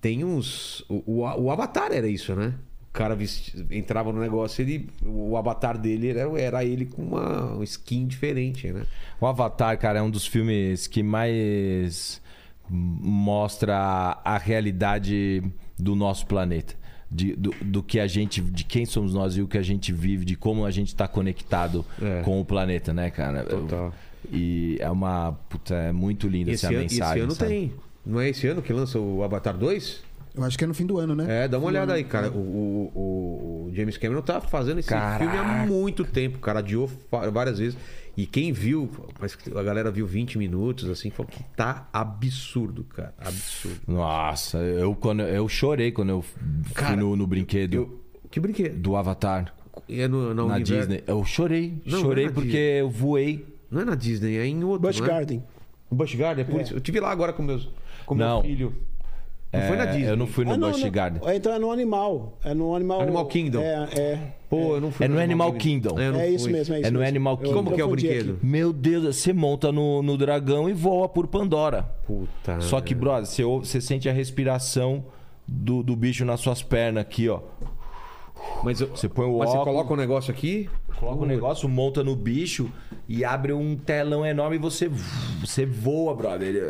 Speaker 1: Tem uns. O, o, o Avatar era isso, né? O cara vesti- entrava no negócio, ele, o avatar dele era, era ele com uma um skin diferente, né?
Speaker 3: O Avatar, cara, é um dos filmes que mais mostra a realidade do nosso planeta. De, do, do que a gente. De quem somos nós e o que a gente vive, de como a gente tá conectado
Speaker 1: É.
Speaker 3: com o planeta, né, cara?
Speaker 1: Total.
Speaker 3: E é uma. Puta, é muito linda
Speaker 1: E esse,
Speaker 3: essa
Speaker 1: ano, e
Speaker 3: mensagem.
Speaker 1: esse ano
Speaker 3: sabe?
Speaker 1: tem. Não é esse ano que lança o Avatar 2?
Speaker 2: Eu acho que é no fim do ano, né?
Speaker 1: É, dá uma olhada aí,
Speaker 3: Hum.
Speaker 1: cara. O, o- o- o James Cameron tá fazendo esse
Speaker 3: Caraca.
Speaker 1: filme há muito tempo, cara. Adiou fa- várias vezes. E quem viu, mas a galera viu 20 minutos, assim, falou que tá absurdo, cara. Absurdo.
Speaker 3: Nossa, eu, quando, eu chorei quando eu fui
Speaker 1: Cara,
Speaker 3: no, no brinquedo
Speaker 1: Eu, que brinquedo.
Speaker 3: do Avatar
Speaker 1: É no, na
Speaker 3: na
Speaker 1: Univer-
Speaker 3: Disney. Eu chorei.
Speaker 1: Não,
Speaker 3: chorei
Speaker 1: não é na
Speaker 3: porque
Speaker 1: Disney.
Speaker 3: eu voei.
Speaker 1: Não é na Disney, é em outro.
Speaker 5: Bush
Speaker 1: não é?
Speaker 5: Garden.
Speaker 1: Busch Garden, é por isso. Eu tive lá agora com, meus, com meu
Speaker 3: Não.
Speaker 1: filho. Não
Speaker 3: É,
Speaker 1: foi na Disney.
Speaker 3: Eu não fui no
Speaker 5: Ah, não,
Speaker 3: Busch
Speaker 5: não.
Speaker 3: Garden.
Speaker 5: É, Então é no Animal. É no Animal.
Speaker 1: Animal Kingdom.
Speaker 5: É, é.
Speaker 1: Pô, eu não fui
Speaker 3: É no Animal Kingdom.
Speaker 1: eu não
Speaker 5: É isso
Speaker 1: fui.
Speaker 5: mesmo, é isso
Speaker 3: É no
Speaker 5: mesmo.
Speaker 3: Animal
Speaker 5: Eu
Speaker 3: Kingdom.
Speaker 1: Como que é o
Speaker 5: confundi aqui.
Speaker 1: brinquedo?
Speaker 3: Meu Deus, você monta no, no dragão e voa por Pandora.
Speaker 1: Puta.
Speaker 3: Só que, brother, você, ouve- você sente a respiração do, do bicho nas suas pernas aqui, ó.
Speaker 1: Mas eu-
Speaker 3: Você põe o
Speaker 1: Mas você
Speaker 3: óculos.
Speaker 1: coloca o negócio aqui.
Speaker 3: Coloca o negócio, monta no bicho e abre um telão enorme e você, você voa, brother. Ele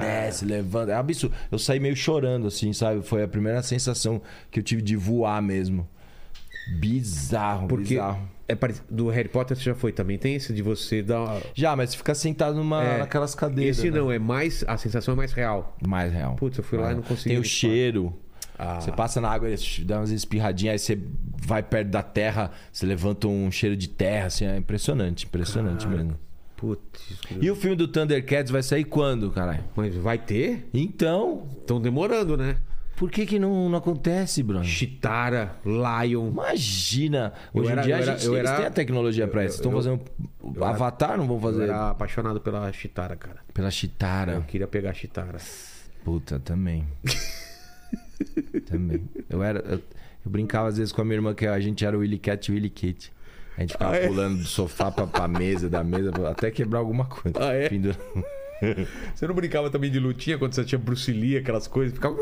Speaker 3: desce, levanta. É absurdo. Eu saí meio chorando, assim, sabe? Foi a primeira sensação que eu tive de voar mesmo. Bizarro,
Speaker 1: Porque
Speaker 3: bizarro.
Speaker 1: é parec- do Harry Potter você já foi também. Tem esse de você dar.
Speaker 3: Já, mas você fica sentado numa,
Speaker 1: É,
Speaker 3: naquelas cadeiras.
Speaker 1: Esse
Speaker 3: né?
Speaker 1: não, é mais. A sensação é mais real.
Speaker 3: Mais real.
Speaker 1: Putz, eu fui lá e não consegui
Speaker 3: Tem o
Speaker 1: limpar.
Speaker 3: cheiro.
Speaker 1: Ah.
Speaker 3: Você passa na água, ele dá umas espirradinhas, aí você vai perto da terra, você levanta um cheiro de terra, assim, é impressionante, impressionante mesmo.
Speaker 1: Putz. grilo.
Speaker 3: E o filme do Thundercats vai sair quando, caralho?
Speaker 1: Mas vai ter?
Speaker 3: Então,
Speaker 1: Estão demorando, né?
Speaker 3: por que que não, não acontece, Bruno?
Speaker 1: Chitara, Lion.
Speaker 3: Imagina!
Speaker 1: Eu
Speaker 3: Hoje
Speaker 1: era-
Speaker 3: em dia
Speaker 1: eu
Speaker 3: a
Speaker 1: era-
Speaker 3: gente
Speaker 1: eu
Speaker 3: eles
Speaker 1: era-
Speaker 3: têm a tecnologia pra isso. Estão
Speaker 1: eu-
Speaker 3: fazendo Avatar, não vão
Speaker 1: Eu
Speaker 3: fazer
Speaker 1: era apaixonado pela Chitara, cara.
Speaker 3: pela Chitara.
Speaker 1: Eu queria pegar a Chitara.
Speaker 3: Puta, também. também. Eu era. Eu, Eu brincava às vezes com a minha irmã que a gente era o Willy Cat e o Willy Kate. A gente ficava pulando do sofá pra, pra mesa, da mesa, pra- até quebrar alguma coisa.
Speaker 1: Ah, é?
Speaker 3: Pendura-
Speaker 1: Você não brincava também de lutinha quando você tinha Bruce Lee, aquelas coisas? Ficava.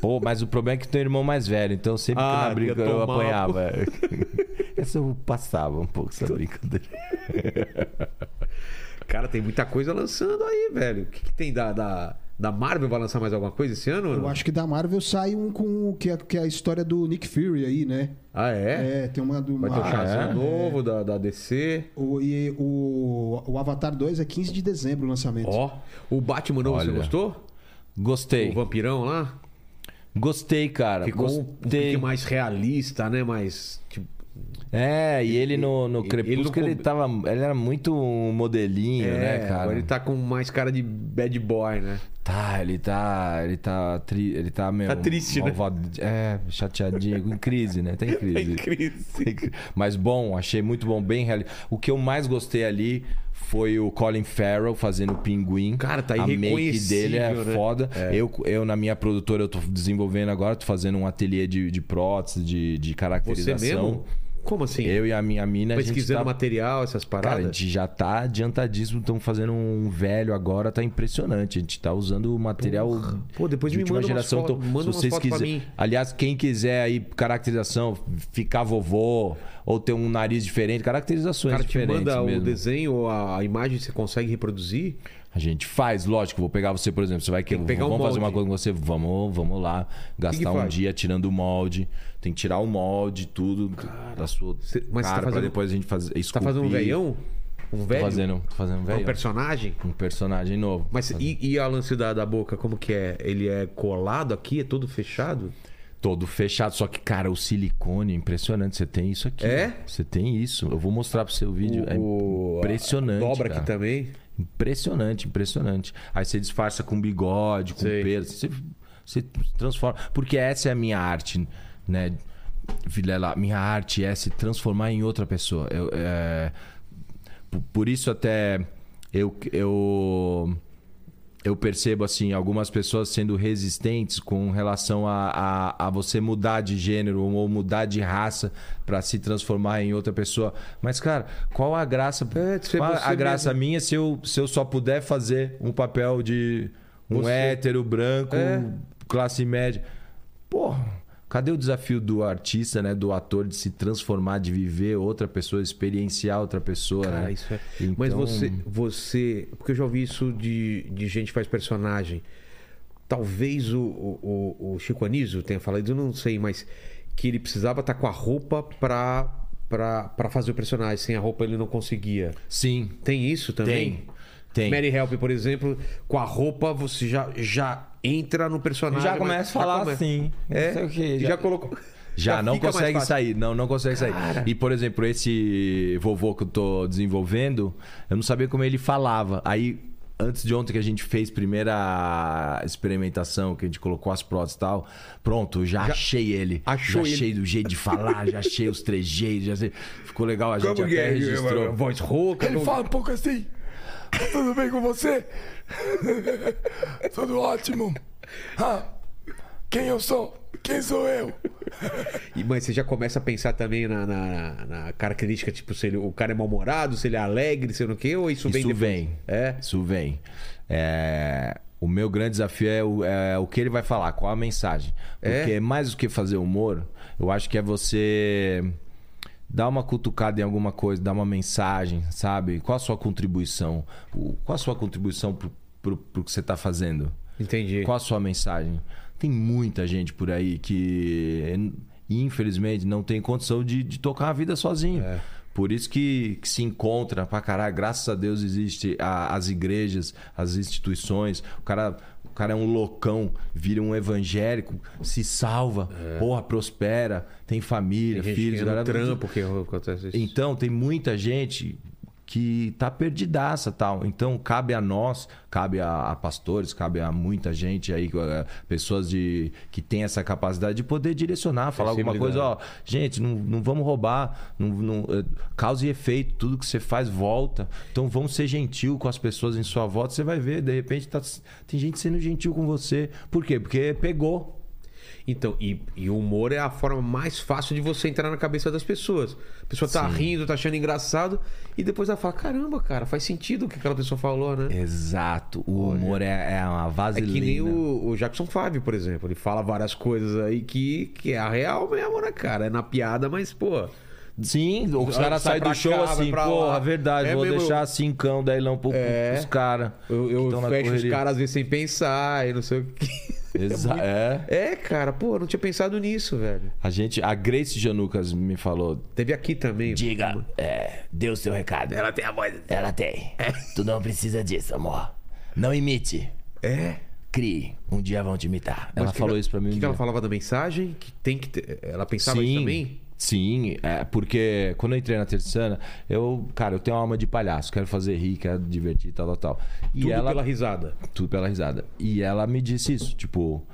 Speaker 3: Pô, mas o problema é que tu tem um irmão mais velho, então sempre
Speaker 1: Ah,
Speaker 3: que na briga
Speaker 1: ia
Speaker 3: eu
Speaker 1: tomar
Speaker 3: apanhava. Essa eu passava um pouco, essa brincadeira.
Speaker 1: Cara, tem muita coisa lançando aí, velho. O que, que tem da, da, da Marvel? Vai lançar mais alguma coisa esse ano?
Speaker 2: Eu acho que da Marvel sai um com o que é, que é a história do Nick Fury aí, né?
Speaker 1: Ah, é?
Speaker 2: É, tem uma do.
Speaker 1: Vai né? ter o
Speaker 3: Ah,
Speaker 1: Shazam
Speaker 3: é?
Speaker 1: novo da, da DC.
Speaker 2: O, e o, o Avatar 2 é 15 de dezembro o lançamento.
Speaker 1: Ó. O Batman novo, você
Speaker 3: Olha.
Speaker 1: gostou? O
Speaker 3: Gostei.
Speaker 1: vampirão lá?
Speaker 3: Gostei, cara.
Speaker 1: Ficou um, um
Speaker 3: Gostei.
Speaker 1: pouquinho mais realista, né? Mais. Tipo,
Speaker 3: É, e ele no, no
Speaker 1: ele
Speaker 3: Crepúsculo,
Speaker 1: não
Speaker 3: ele,
Speaker 1: combi-
Speaker 3: tava. Ele era muito um modelinho, né, cara?
Speaker 1: Agora ele tá com mais cara de bad boy, né?
Speaker 3: Tá, ele tá. Ele tá. Tri... Ele tá meio.
Speaker 1: Tá triste, né? Tá
Speaker 3: malvado- É, chateadinho. em crise, né? Tem crise.
Speaker 1: Crise.
Speaker 3: Tem cri- Mas bom, achei muito bom, bem real. O que eu mais gostei ali foi o Colin Farrell fazendo o pinguim.
Speaker 1: Cara, tá
Speaker 3: A make
Speaker 1: irreconhecível,
Speaker 3: dele é
Speaker 1: né?
Speaker 3: foda. Eu, eu, na minha produtora, eu tô desenvolvendo agora, tô fazendo um ateliê de, de prótese, de, de
Speaker 1: Você
Speaker 3: caracterização.
Speaker 1: mesmo? Como assim?
Speaker 3: Eu e a minha mina, a gente
Speaker 1: Pesquisando
Speaker 3: tá...
Speaker 1: material, essas paradas?
Speaker 3: Cara, a gente já tá adiantadíssimo, estamos fazendo um velho agora, tá impressionante. A gente tá usando o material.
Speaker 1: Pô, depois
Speaker 3: de
Speaker 1: me
Speaker 3: última
Speaker 1: manda umas
Speaker 3: geração.
Speaker 1: fotos-
Speaker 3: então,
Speaker 1: manda
Speaker 3: se
Speaker 1: umas
Speaker 3: vocês
Speaker 1: fotos pra
Speaker 3: quiserem.
Speaker 1: mim.
Speaker 3: Aliás, quem quiser aí caracterização, ficar vovô, ou ter um nariz diferente, caracterizações
Speaker 1: cara te
Speaker 3: diferentes.
Speaker 1: manda o
Speaker 3: mesmo.
Speaker 1: desenho ou a a imagem você consegue reproduzir? Tá
Speaker 3: A gente faz, lógico. Vou pegar você, por exemplo. Você vai que
Speaker 1: que pegar um
Speaker 3: vamos fazer uma
Speaker 1: molde.
Speaker 3: coisa com você. Vamos, vamos lá. Gastar um
Speaker 1: faz?
Speaker 3: dia tirando o molde. Tem que tirar o molde, tudo da sua.
Speaker 1: cê- mas você tá
Speaker 3: cara, pra
Speaker 1: fazendo-
Speaker 3: depois a gente fazer.
Speaker 1: Tá fazendo um veião? Um
Speaker 3: Tô
Speaker 1: velho?
Speaker 3: fazendo, tô fazendo um
Speaker 1: É Um
Speaker 3: velho.
Speaker 1: personagem?
Speaker 3: Um personagem novo.
Speaker 1: Mas e, e a lance da, da boca, como que é? Ele é colado aqui? É todo fechado?
Speaker 3: Todo fechado, só que, cara, o silicone, impressionante. Você tem isso aqui.
Speaker 1: É?
Speaker 3: né? Você tem isso. Eu vou mostrar pro seu vídeo.
Speaker 1: O-
Speaker 3: é impressionante.
Speaker 1: Dobra tá-
Speaker 3: cara.
Speaker 1: aqui também?
Speaker 3: Impressionante, impressionante. Aí você disfarça com bigode, com
Speaker 1: Sei.
Speaker 3: pelo. Você, você transforma. Porque essa é a minha arte, né? Vilela, minha arte é se transformar em outra pessoa. Eu, é, por- Por isso até eu, eu, eu percebo assim algumas pessoas sendo resistentes com relação a, a, a você mudar de gênero ou mudar de raça pra se transformar em outra pessoa. Mas, cara, qual a graça?
Speaker 1: É, de ser
Speaker 3: qual
Speaker 1: você
Speaker 3: a graça minha se eu, se eu só puder fazer um papel de um
Speaker 1: Você.
Speaker 3: hétero, branco,
Speaker 1: É.
Speaker 3: classe média. Porra, cadê o desafio do artista, né? Do ator de se transformar, de viver outra pessoa, experienciar outra pessoa,
Speaker 1: Cara,
Speaker 3: né?
Speaker 1: isso é.
Speaker 3: Então-
Speaker 1: Mas você, você. Porque eu já ouvi isso de, de gente que faz personagem. Talvez o, o, o- o Chico Anísio tenha falado, eu não sei, mas que ele precisava estar com a roupa pra, pra, pra fazer o personagem. Sem a roupa ele não conseguia.
Speaker 3: Sim,
Speaker 1: Tem isso também?
Speaker 3: tem. Tem.
Speaker 1: Mary Help, por exemplo, com a roupa você já, já entra no personagem.
Speaker 3: Já
Speaker 1: mas-
Speaker 3: começa a falar
Speaker 1: começa.
Speaker 3: assim.
Speaker 1: É,
Speaker 3: Não sei o quê,
Speaker 1: já,
Speaker 3: já-
Speaker 1: colocou.
Speaker 3: Já, não
Speaker 1: fica mais
Speaker 3: consegue
Speaker 1: fácil.
Speaker 3: sair, não, não consegue sair. E, por exemplo, esse vovô que eu tô desenvolvendo, eu não sabia como ele falava. Aí, antes de ontem que a gente fez primeira experimentação, que a gente colocou as próteses e tal, pronto, já, achei ele.
Speaker 1: achou
Speaker 3: já achei do jeito de falar, já achei os trejeitos, já sei. Ficou legal, a gente
Speaker 1: Como que
Speaker 3: até
Speaker 1: é?
Speaker 3: registrou.
Speaker 1: Voz rouca.
Speaker 3: Ele
Speaker 1: como-
Speaker 3: fala um pouco assim. Tudo bem com você? Tudo ótimo. Ah, quem eu sou? Quem sou eu?
Speaker 1: E, Mas você já começa a pensar também na, na- na característica, tipo, se ele- o cara é mal-humorado, se ele é alegre, sei lá o quê, ou isso vem
Speaker 3: Isso
Speaker 1: depois?
Speaker 3: vem.
Speaker 1: É.
Speaker 3: Isso vem. É, O meu grande desafio é o, é o que ele vai falar, qual a mensagem.
Speaker 1: É?
Speaker 3: Porque mais do que fazer humor, eu acho que é você dar uma cutucada em alguma coisa, dar uma mensagem, sabe? Qual a sua contribuição? O- Qual a sua contribuição pro, pro, pro que você tá fazendo?
Speaker 1: Entendi.
Speaker 3: Qual a sua mensagem? Tem muita gente por aí que, infelizmente, não tem condição de, de tocar a vida sozinho.
Speaker 1: É.
Speaker 3: Por isso que, que se encontra pra caralho. Graças a Deus existe a- as igrejas, as instituições. O cara, o cara é um loucão, vira um evangélico, se salva, porra, prospera, tem família,
Speaker 1: É. Tem gente
Speaker 3: filhos.
Speaker 1: que é
Speaker 3: galera-
Speaker 1: no trampo que acontece isso.
Speaker 3: então, tem muita gente que tá perdidaça tal. Então, cabe a nós, cabe a, a pastores, cabe a muita gente aí, eh, pessoas de, que tem essa capacidade de poder direcionar, falar alguma coisa, ó, gente, não, não vamos roubar, não, não, eh, causa e efeito, tudo que você faz volta. Então, vamos ser gentil com as pessoas em sua volta, você vai ver, de repente tá- tem gente sendo gentil com você. Por quê? Porque pegou.
Speaker 1: Então, e, e o humor é a forma mais fácil de você entrar na cabeça das pessoas. A pessoa tá rindo, tá achando engraçado, e depois ela fala: caramba, cara, faz sentido o que aquela pessoa falou, né?
Speaker 3: Exato. O humor é, é uma
Speaker 1: É
Speaker 3: vaselina.
Speaker 1: que nem o, o Jackson Five, por exemplo. Ele fala várias coisas aí que, que é a real mesmo, né, cara? É na piada, mas, pô.
Speaker 3: Sim, os
Speaker 1: Sai
Speaker 3: caras saem
Speaker 1: pra
Speaker 3: do show
Speaker 1: cá, vai
Speaker 3: assim,
Speaker 1: pra lá.
Speaker 3: porra, verdade,
Speaker 1: É
Speaker 3: vou
Speaker 1: mesmo,
Speaker 3: deixar
Speaker 1: eu-
Speaker 3: cincão, dailão pro,
Speaker 1: É.
Speaker 3: pros caras.
Speaker 1: Eu,
Speaker 3: que
Speaker 1: eu
Speaker 3: tão na
Speaker 1: fecho os
Speaker 3: correria.
Speaker 1: caras às vezes sem pensar e não sei o que.
Speaker 3: Exa é.
Speaker 1: É, cara, pô, eu não tinha pensado nisso, velho.
Speaker 3: A gente, a Grace Janucas me falou.
Speaker 1: Teve aqui também.
Speaker 3: Diga, é, dê o seu recado. Ela tem a voz. É. Ela tem. Tu não precisa disso, amor. Não imite.
Speaker 1: É.
Speaker 3: Crie. Um dia vão te imitar.
Speaker 1: Mas
Speaker 3: Ela
Speaker 1: que
Speaker 3: falou
Speaker 1: que-
Speaker 3: isso pra mim.
Speaker 1: que,
Speaker 3: um
Speaker 1: que ela
Speaker 3: dia.
Speaker 1: falava da mensagem? Que tem que ter... Ela pensava isso também?
Speaker 3: Sim, é, porque quando eu entrei na terceira, eu, cara, eu tenho uma alma de palhaço, quero fazer rir, quero divertir, tal, tal, tal. E
Speaker 1: Tudo
Speaker 3: ela,
Speaker 1: pela risada.
Speaker 3: tudo pela risada. E ela me disse isso, tipo,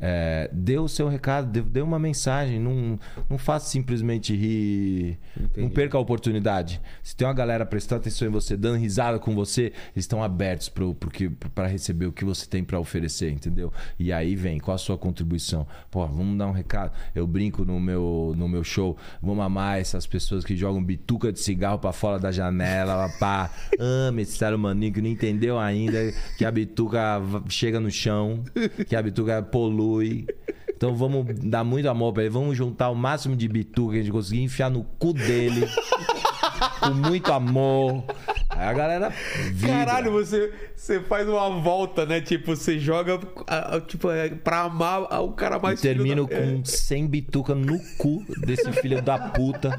Speaker 3: é, dê o seu recado, dê, dê uma mensagem, não, não faça simplesmente rir, não perca a oportunidade. Se tem uma galera prestando atenção em você, dando risada com você, eles estão abertos pro, pro que- pra receber o que você tem pra oferecer, entendeu? E aí vem, qual a sua contribuição? Pô, vamos dar um recado. Eu brinco no meu, no meu show, vamos amar essas pessoas que jogam bituca de cigarro pra fora da janela, pá. Ama esse ser humaninho que não entendeu ainda que a bituca v- chega no chão, que a bituca polui. Então vamos dar muito amor pra ele, vamos juntar o máximo de bituca que a gente conseguir enfiar no cu dele. com muito amor. Aí a galera vibra.
Speaker 1: Caralho, você, você faz uma volta, né? Tipo, você joga ah, ah, tipo, é, pra amar ah, o cara
Speaker 3: E
Speaker 1: mais filho
Speaker 3: termino
Speaker 1: da- É.
Speaker 3: com 100 bituca no cu desse filho da puta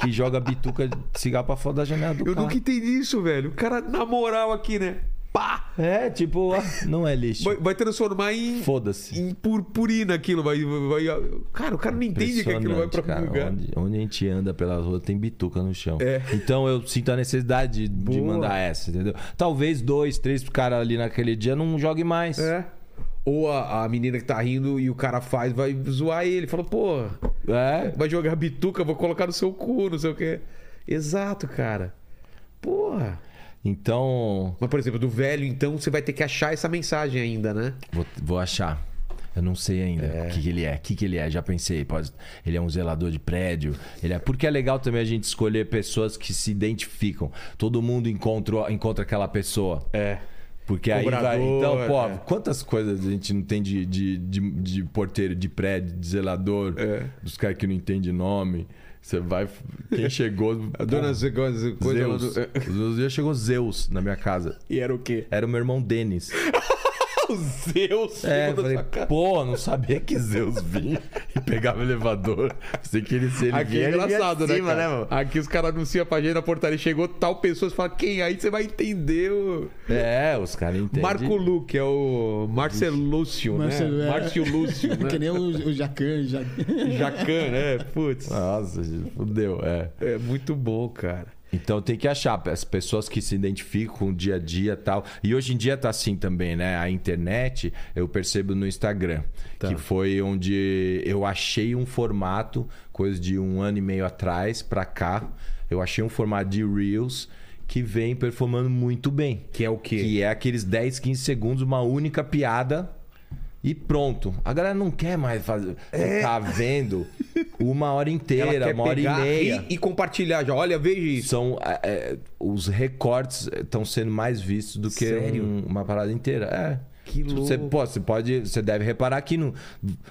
Speaker 3: que joga bituca de cigarro pra fora da janela do
Speaker 1: Eu
Speaker 3: carro.
Speaker 1: nunca entendi isso, velho. O cara, na moral aqui, né? Pá!
Speaker 3: É, tipo, ó, não é lixo.
Speaker 1: Vai, vai transformar em,
Speaker 3: Foda-se.
Speaker 1: em purpurina aquilo. Vai, vai, cara, o cara não entende que aquilo vai pra
Speaker 3: Impressionante,
Speaker 1: algum
Speaker 3: cara.
Speaker 1: lugar.
Speaker 3: Onde, onde a gente anda pela rua tem bituca no chão.
Speaker 1: É.
Speaker 3: Então eu sinto a necessidade de- de
Speaker 1: Boa.
Speaker 3: mandar essa, entendeu? Talvez dois, três caras ali naquele dia não jogue mais.
Speaker 1: É. Ou a, a menina que tá rindo e o cara faz, vai zoar ele. Fala, pô,
Speaker 3: É.
Speaker 1: vai jogar bituca, vou colocar no seu cu, não sei o quê. Exato, cara. Porra.
Speaker 3: Então,
Speaker 1: Mas, por exemplo, do velho, então, você vai ter que achar essa mensagem ainda, né?
Speaker 3: Vou, vou achar. Eu não sei ainda o que, que ele é. O que, que ele é? Já pensei. Pode... Ele é um zelador de prédio. Ele é... Porque é legal também a gente escolher pessoas que se identificam. Todo mundo encontra, encontra aquela pessoa.
Speaker 1: É.
Speaker 3: Porque aí
Speaker 1: Cobrador,
Speaker 3: vai. Então, pô,
Speaker 1: é.
Speaker 3: quantas coisas a gente não tem de, de, de, de porteiro, de prédio, de zelador,
Speaker 1: É.
Speaker 3: dos caras que não entendem nome. Você vai. Quem chegou.
Speaker 1: A dona
Speaker 3: Zeus.
Speaker 1: Zegosa, coisa lá
Speaker 3: Zeus.
Speaker 1: do...
Speaker 3: Zeus. Já chegou Zeus na minha casa.
Speaker 1: E era o quê?
Speaker 3: Era o meu irmão Denis.
Speaker 1: O Zeus.
Speaker 3: É,
Speaker 1: chegou na
Speaker 3: eu falei,
Speaker 1: sua casa.
Speaker 3: pô, não sabia que Zeus vinha e pegava o elevador. Sei que ele, se ele
Speaker 1: Aqui
Speaker 3: vinha,
Speaker 1: é
Speaker 3: ele vinha de
Speaker 1: engraçado, né,
Speaker 3: cima,
Speaker 1: cara?
Speaker 3: mano?
Speaker 1: Aqui os caras anunciam pra gente na portaria, chegou tal pessoa, você fala, quem? Aí você vai entender o...
Speaker 3: É, os caras entendem.
Speaker 1: Marco Luque, é o Marcelúcio, né?
Speaker 2: Marcelo- é.
Speaker 1: Márcio Lúcio, né?
Speaker 2: Que nem o, o Jacan. Já...
Speaker 1: Jacan, né? Putz,
Speaker 3: Nossa, gente, fudeu, é.
Speaker 1: é muito bom, cara.
Speaker 3: Então tem que achar as pessoas que se identificam com o dia a dia e tal. E hoje em dia tá assim também, né? A internet, eu percebo no Instagram,
Speaker 1: Tá.
Speaker 3: que foi onde eu achei um formato, coisa de um ano e meio atrás pra cá, eu achei um formato de Reels que vem performando muito bem.
Speaker 1: Que é o quê?
Speaker 3: Que é aqueles 10, 15 segundos, uma única piada e pronto. A galera não quer mais fazer, ficar vendo uma hora
Speaker 1: É. Ela
Speaker 3: inteira,
Speaker 1: quer
Speaker 3: uma hora e
Speaker 1: pegar,
Speaker 3: meia
Speaker 1: rir E, compartilhar já. Olha, veja isso.
Speaker 3: são é, é, os recortes estão sendo mais vistos do que
Speaker 1: Sério?
Speaker 3: um- uma parada inteira. É.
Speaker 1: Que
Speaker 3: Tipo, Você,
Speaker 1: louco.
Speaker 3: pô, você pode, você deve reparar que não.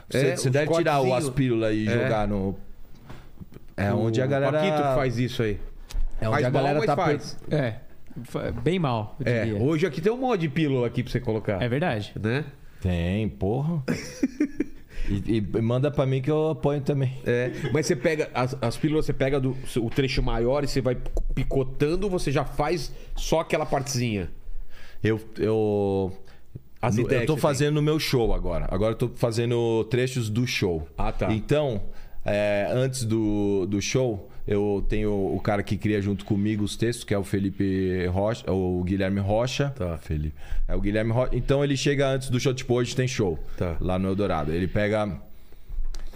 Speaker 3: Você,
Speaker 1: É,
Speaker 3: você
Speaker 1: os
Speaker 3: deve tirar o
Speaker 1: cortezinho.
Speaker 3: aspírula e
Speaker 1: É.
Speaker 3: jogar no. É onde a galera.
Speaker 1: O Paquito que faz isso aí.
Speaker 3: É onde
Speaker 1: faz
Speaker 3: a
Speaker 1: mal,
Speaker 3: galera
Speaker 1: mas
Speaker 3: tá. per-
Speaker 1: faz.
Speaker 4: É. fa- Bem mal, eu
Speaker 1: É,
Speaker 4: diria.
Speaker 1: hoje aqui tem um monte de pílula aqui pra você colocar.
Speaker 4: É, verdade.
Speaker 1: Né?
Speaker 3: Tem, porra. e, e manda pra mim que eu apoio também.
Speaker 1: É, mas você pega as, as pílulas, você pega do, o trecho maior e você vai picotando, você já faz só aquela partezinha.
Speaker 3: Eu. eu...
Speaker 1: As
Speaker 3: no-
Speaker 1: ideias
Speaker 3: eu
Speaker 1: que
Speaker 3: tô
Speaker 1: você
Speaker 3: fazendo o meu show agora. Agora eu tô fazendo trechos do show.
Speaker 1: Ah, tá.
Speaker 3: Então, é, antes do, do show, eu tenho o cara que cria junto comigo os textos, que é o Felipe Rocha, o Guilherme Rocha.
Speaker 1: Tá.
Speaker 3: Felipe. É o Guilherme Rocha. Então ele chega antes do show, tipo, hoje tem show.
Speaker 1: Tá.
Speaker 3: Lá no Eldorado. Ele pega.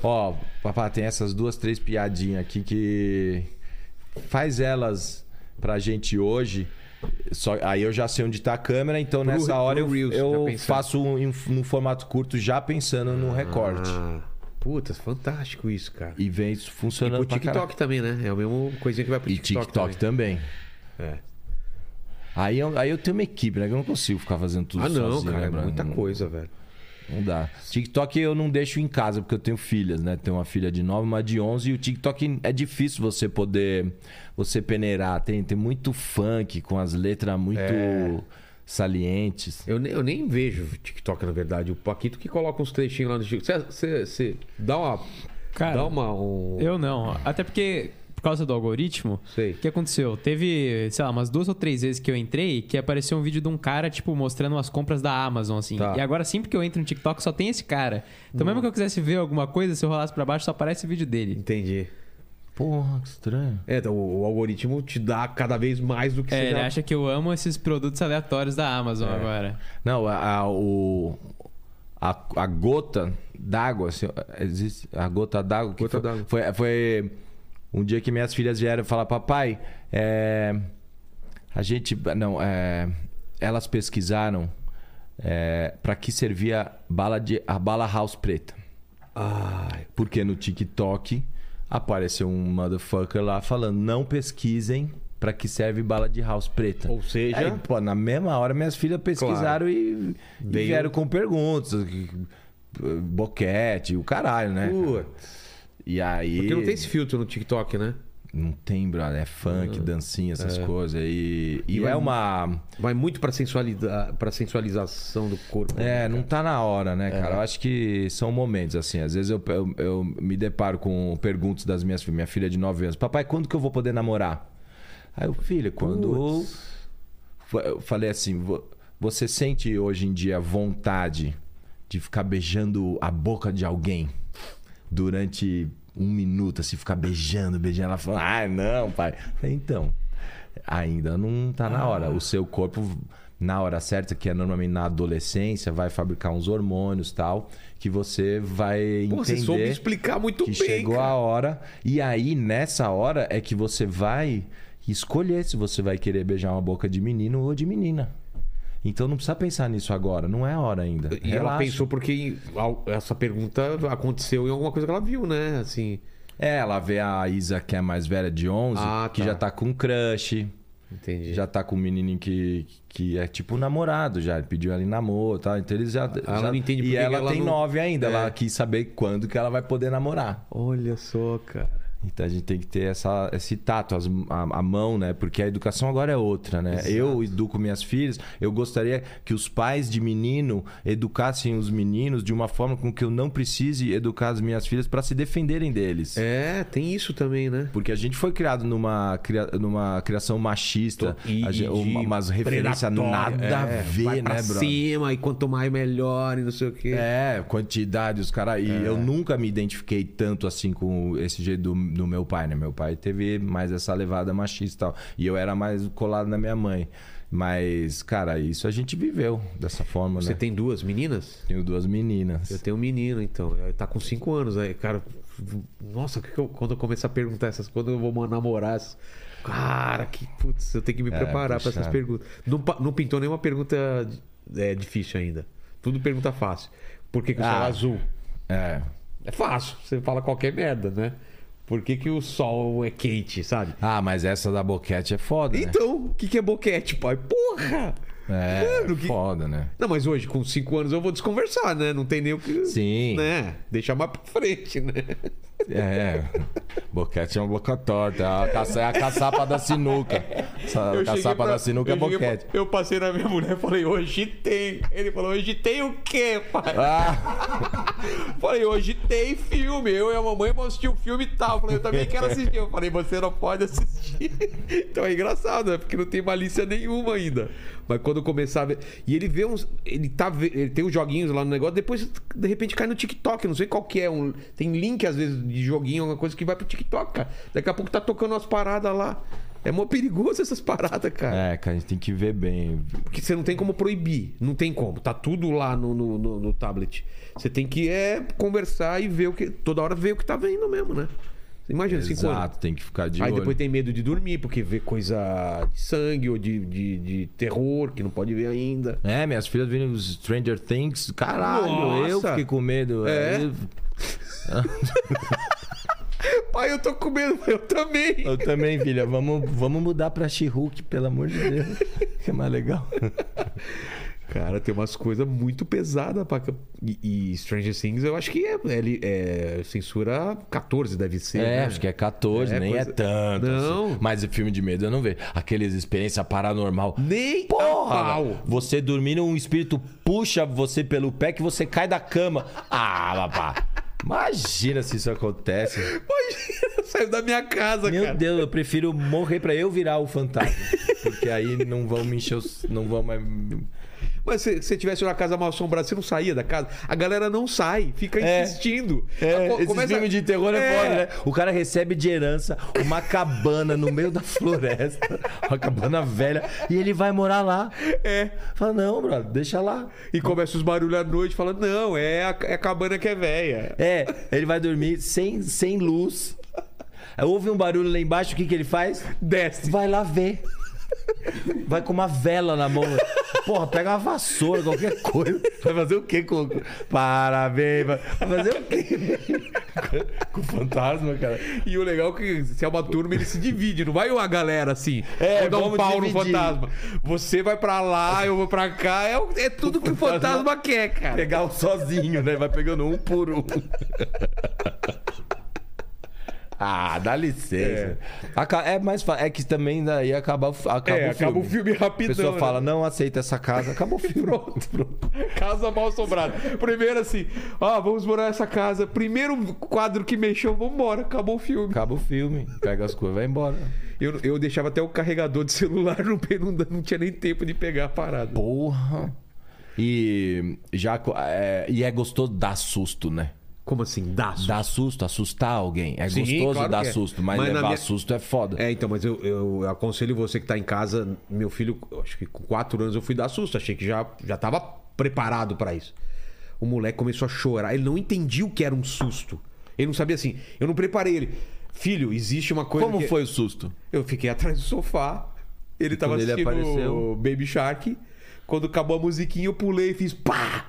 Speaker 3: Ó, papá, tem essas duas, três piadinhas aqui que. Faz elas pra gente hoje. Só, aí eu já sei onde tá a câmera, então nessa hora
Speaker 1: pro
Speaker 3: eu,
Speaker 1: Reels, já
Speaker 3: eu
Speaker 1: pensando.
Speaker 3: faço um, em um- num formato curto já pensando no recorte.
Speaker 1: Ah. Puta, fantástico isso, cara.
Speaker 3: E vem isso funcionando
Speaker 1: o
Speaker 3: pra caralho.
Speaker 1: TikTok também, né? É a mesma coisinha que vai pro
Speaker 3: E
Speaker 1: TikTok.
Speaker 3: TikTok tá também.
Speaker 1: também. É.
Speaker 3: Aí eu, aí eu tenho uma equipe, né? que Eu não consigo ficar fazendo tudo
Speaker 1: Ah, não,
Speaker 3: sozinho,
Speaker 1: cara.
Speaker 3: né,
Speaker 1: É
Speaker 3: Bruno?
Speaker 1: muita
Speaker 3: Não-
Speaker 1: coisa, velho.
Speaker 3: Não dá. TikTok eu não deixo em casa, porque eu tenho filhas, né? Tenho uma filha de 9, uma de 11. E o TikTok é difícil você poder... Você peneirar. Tem, tem muito funk com as letras muito salientes.
Speaker 1: Eu, ne- eu nem vejo TikTok, na verdade. O Paquito que coloca uns trechinhos lá no TikTok. Você- Você você dá uma.
Speaker 4: Cara,
Speaker 1: dá uma. Um...
Speaker 4: Eu não. Até porque, por causa do algoritmo,
Speaker 1: Sei.
Speaker 4: o que aconteceu? Teve, sei lá, umas duas ou três vezes que eu entrei que apareceu um vídeo de um cara, tipo, mostrando as compras da Amazon, assim.
Speaker 1: Tá. Hum.
Speaker 4: E agora, sempre que eu entro no TikTok, só tem esse cara. Então, mesmo que eu quisesse ver alguma coisa, se eu rolasse pra baixo, só aparece o vídeo dele.
Speaker 1: Entendi.
Speaker 3: Porra, que estranho.
Speaker 1: É, então, o, o algoritmo te dá cada vez mais do que É.
Speaker 4: É,
Speaker 1: você
Speaker 4: ele
Speaker 1: já...
Speaker 4: acha que eu amo esses produtos aleatórios da Amazon agora.
Speaker 3: Não, a, a- o, a, a gota d'água, assim, existe a gota d'água que
Speaker 1: Gota
Speaker 3: foi,
Speaker 1: d'água.
Speaker 3: foi, foi um dia que minhas filhas vieram falar, papai, é, a gente, não, é, elas pesquisaram é, para que servia bala de, a bala house preta.
Speaker 1: Ai,
Speaker 3: Porque no TikTok apareceu um motherfucker lá falando: não pesquisem pra que serve bala de house preta.
Speaker 1: Ou seja-
Speaker 3: Aí, pô, na mesma hora minhas filhas pesquisaram e, e
Speaker 1: Dei
Speaker 3: vieram
Speaker 1: um-
Speaker 3: com perguntas. que- Boquete, o caralho, né?
Speaker 1: putz.
Speaker 3: E aí.
Speaker 1: Porque é. não tem esse filtro no TikTok, né?
Speaker 3: Não tem, brother. É funk, dancinha, essas coisas. E,
Speaker 1: É.
Speaker 3: e,
Speaker 1: E vai-
Speaker 3: é uma.
Speaker 1: Vai muito pra, sensualida... pra sensualização do corpo.
Speaker 3: É,
Speaker 1: né,
Speaker 3: não
Speaker 1: cara?
Speaker 3: tá na hora, né, cara? Eu acho que são momentos, assim. Às vezes eu, eu, eu me deparo com perguntas das minhas filhas. Minha filha de 9 anos. Papai, quando que eu vou poder namorar? Aí eu, filha, quando... Fa- Eu falei assim, "Vo- você sente hoje em dia vontade de ficar beijando a boca de alguém durante um minuto, assim, ficar beijando, beijando. Ela falou, ah, não, pai. Eu falei, então, ainda não tá na
Speaker 1: Ah.
Speaker 3: hora. O seu corpo, na hora certa, que é normalmente na adolescência, vai fabricar uns hormônios tal, que você vai
Speaker 1: Pô, você
Speaker 3: entender
Speaker 1: soube explicar muito
Speaker 3: que
Speaker 1: bem.
Speaker 3: chegou
Speaker 1: cara.
Speaker 3: a hora. E aí, nessa hora, é que você vai escolher se você vai querer beijar uma boca de menino ou de menina. Então não precisa pensar nisso agora, não é a hora ainda.
Speaker 1: E ela pensou porque al- essa pergunta aconteceu em alguma coisa que ela viu, né? Assim,
Speaker 3: É, ela vê a Isa, que é a mais velha de 11,
Speaker 1: Ah,
Speaker 3: que
Speaker 1: tá.
Speaker 3: já tá com crush,
Speaker 1: entendi.
Speaker 3: já tá com um menininho que, que é tipo namorado já, ele pediu ela em namoro e tal. Então eles já.
Speaker 1: Ah, Ela
Speaker 3: já-
Speaker 1: não entende por
Speaker 3: E
Speaker 1: que
Speaker 3: ela,
Speaker 1: ela
Speaker 3: tem
Speaker 1: não-
Speaker 3: nove ainda,
Speaker 1: É.
Speaker 3: ela quis saber quando que ela vai poder namorar.
Speaker 1: Olha só, cara.
Speaker 3: Então a gente tem que ter essa, esse tato, as- a, a mão, né? Porque a educação agora é outra, né? Eu educo minhas filhas, eu gostaria que os pais de menino educassem os meninos de uma forma com que eu não precise educar as minhas filhas para se defenderem deles.
Speaker 1: É, tem isso também, né?
Speaker 3: Porque a gente foi criado numa, cria- numa criação machista,
Speaker 1: E-
Speaker 3: a
Speaker 1: e
Speaker 3: gente,
Speaker 1: de
Speaker 3: uma, umas referências
Speaker 1: predatório,
Speaker 3: nada
Speaker 1: é,
Speaker 3: a ver,
Speaker 1: vai pra
Speaker 3: né, brother?
Speaker 1: cima, e quanto mais melhor, e não sei o quê.
Speaker 3: É, quantidade, os caras. E
Speaker 1: É.
Speaker 3: eu nunca me identifiquei tanto assim com esse jeito do, do meu pai, né? Meu pai teve mais essa levada machista e tal. E eu era mais colado na minha mãe. Mas, cara, isso a gente viveu dessa forma,
Speaker 1: Você
Speaker 3: né?
Speaker 1: tem duas meninas?
Speaker 3: Tenho duas meninas.
Speaker 1: Eu tenho um menino, então. Ele tá com cinco anos aí, cara. Nossa, o que que eu- quando eu começo a perguntar essas quando eu vou namorar. essas- Cara, que putz, eu tenho que me preparar pra essas
Speaker 3: É, puxado.
Speaker 1: perguntas. Não, pa- não pintou nenhuma pergunta é, difícil ainda. Tudo pergunta fácil. Por que, que o
Speaker 3: Ah.
Speaker 1: sol é azul?
Speaker 3: É.
Speaker 1: É fácil, você fala qualquer merda, né? Por que, que o sol é quente, sabe?
Speaker 3: Ah, mas essa da boquete é foda, né?
Speaker 1: Então, o que, que é boquete, pai? Porra!
Speaker 3: É,
Speaker 1: Mano, que-
Speaker 3: foda, né?
Speaker 1: Não, mas hoje, com cinco anos, eu vou desconversar, né? Não tem nem o que.
Speaker 3: Sim.
Speaker 1: Né? Deixar mais pra frente, né?
Speaker 3: É. Boquete é uma boca torta. É a, caça, é a caçapa da sinuca. Essa
Speaker 1: Eu cheguei
Speaker 3: caçapa
Speaker 1: pra-
Speaker 3: da sinuca é
Speaker 1: eu cheguei
Speaker 3: boquete.
Speaker 1: pra- Eu passei na minha mulher e falei, hoje tem. Ele falou, hoje tem o quê, pai?
Speaker 3: Ah,
Speaker 1: Falei, hoje tem filme. Eu e a mamãe vamos assistir o filme e tal. Falei, eu também quero assistir. Eu falei, você não pode assistir. Então é engraçado, né? Porque não tem malícia nenhuma ainda. Mas quando começar a ver. E ele vê uns. Ele, tá... ve- ele tem uns joguinhos lá no negócio, depois de repente cai no TikTok. Não sei qual que é. Um... Tem link, às vezes, de joguinho, alguma coisa que vai pro TikTok, cara. Daqui a pouco tá tocando umas paradas lá. É mó perigoso essas paradas, cara.
Speaker 3: é, cara, a gente tem que ver bem.
Speaker 1: Porque você não tem como proibir. Não tem como. Tá tudo lá no, no, no- no tablet. Você tem que é conversar e ver o que. Toda hora ver o que tá vendo mesmo, né? Você imagina, cinco anos.
Speaker 3: Exato, tem que ficar de
Speaker 1: Aí
Speaker 3: olho.
Speaker 1: depois tem medo de dormir, porque vê coisa de sangue ou de, de, de terror que não pode ver ainda.
Speaker 3: É, minhas filhas viram os Stranger Things. Caralho,
Speaker 1: Nossa!
Speaker 3: eu fiquei com medo.
Speaker 1: É?
Speaker 3: Aí-
Speaker 1: Pai, eu tô com medo, eu também.
Speaker 3: Eu também, filha. Vamos, vamos mudar pra She-Hulk, pelo amor de Deus. Que é mais legal.
Speaker 1: Cara, tem umas coisas muito pesadas. Pra... E, e Stranger Things, eu acho que é, é- é censura 14, deve ser.
Speaker 3: É,
Speaker 1: né?
Speaker 3: acho que é 14,
Speaker 1: É,
Speaker 3: nem
Speaker 1: coisa-
Speaker 3: é tanto.
Speaker 1: Não.
Speaker 3: assim. Mas o filme de medo eu não vejo. Aqueles experiência paranormal.
Speaker 1: Nem a
Speaker 3: Porra!
Speaker 1: pau.
Speaker 3: Você dormindo, um espírito puxa você pelo pé que você cai da cama. Ah, babá. Imagina se isso acontece.
Speaker 1: Imagina, saiu da minha casa,
Speaker 3: Meu
Speaker 1: cara.
Speaker 3: Deus, eu prefiro morrer pra eu virar o fantasma. Porque aí não vão me encher os... Não vão mais...
Speaker 1: Mas se você tivesse uma casa mal assombrada, você não saía da casa. A galera não sai, fica
Speaker 3: É.
Speaker 1: insistindo.
Speaker 3: É,
Speaker 1: A co-
Speaker 3: esse
Speaker 1: começa-
Speaker 3: filme de terror é, foda, né? O cara recebe de herança uma cabana no meio da floresta, uma cabana velha, e ele vai morar lá. É. Fala, não, brother, deixa lá.
Speaker 1: E começa os barulhos à noite, falando, não, é a, é a cabana que é velha.
Speaker 3: É, ele vai dormir sem, sem luz. Aí Ouve um barulho lá embaixo, o que, que ele faz?
Speaker 1: Desce.
Speaker 3: Vai lá ver. Vai com uma vela na mão. Porra, pega uma vassoura, qualquer coisa. Vai fazer o quê com. Parabéns. Vai vai fazer o quê? Com o fantasma, cara.
Speaker 1: E o legal é que se é uma turma, ele se divide, não vai uma galera assim.
Speaker 3: É,
Speaker 1: vou dar um
Speaker 3: vamos
Speaker 1: pau no
Speaker 3: dividir.
Speaker 1: fantasma. Você vai pra lá, eu vou pra cá. É, o- é tudo que o
Speaker 3: fantasma- É,
Speaker 1: fantasma quer, cara.
Speaker 3: Pegar o sozinho, né? Vai pegando um por um. Ah, dá licença. Aca- É, mais fa- é que também daí acaba, o- acaba
Speaker 1: É,
Speaker 3: o filme.
Speaker 1: acaba o filme
Speaker 3: A
Speaker 1: rapidão.
Speaker 3: pessoa
Speaker 1: né?
Speaker 3: fala, não aceita essa casa, acabou o filme.
Speaker 1: Pronto, pronto. Casa mal assombrada. Primeiro assim, ó, vamos morar nessa casa. Primeiro quadro que mexeu, vamos embora. Acabou o filme.
Speaker 3: Acaba o filme, pega as coisas, vai embora.
Speaker 1: Eu, eu deixava até o carregador de celular, não, pe- não, não tinha nem tempo de pegar a parada.
Speaker 3: Porra. E já co- é, e é gostoso dar susto, né?
Speaker 1: Como assim? Daço?
Speaker 3: Dar susto, assustar alguém. É
Speaker 1: Sim,
Speaker 3: gostoso
Speaker 1: claro
Speaker 3: dar
Speaker 1: que é.
Speaker 3: susto, mas,
Speaker 1: Mas na
Speaker 3: levar
Speaker 1: minha-
Speaker 3: susto é foda.
Speaker 1: É, então, mas eu, eu aconselho você que tá em casa. Meu filho, eu acho que com 4 anos eu fui dar susto. Achei que já, já tava preparado pra isso. O moleque começou a chorar. Ele não entendia o que era um susto. Ele não sabia assim. Eu não preparei ele. Filho, existe uma coisa.
Speaker 3: Como
Speaker 1: que-
Speaker 3: foi o susto?
Speaker 1: Eu fiquei atrás do sofá. Ele tava
Speaker 3: quando ele
Speaker 1: assistindo
Speaker 3: apareceu?
Speaker 1: o Baby Shark. Quando acabou a musiquinha, eu pulei e fiz pá!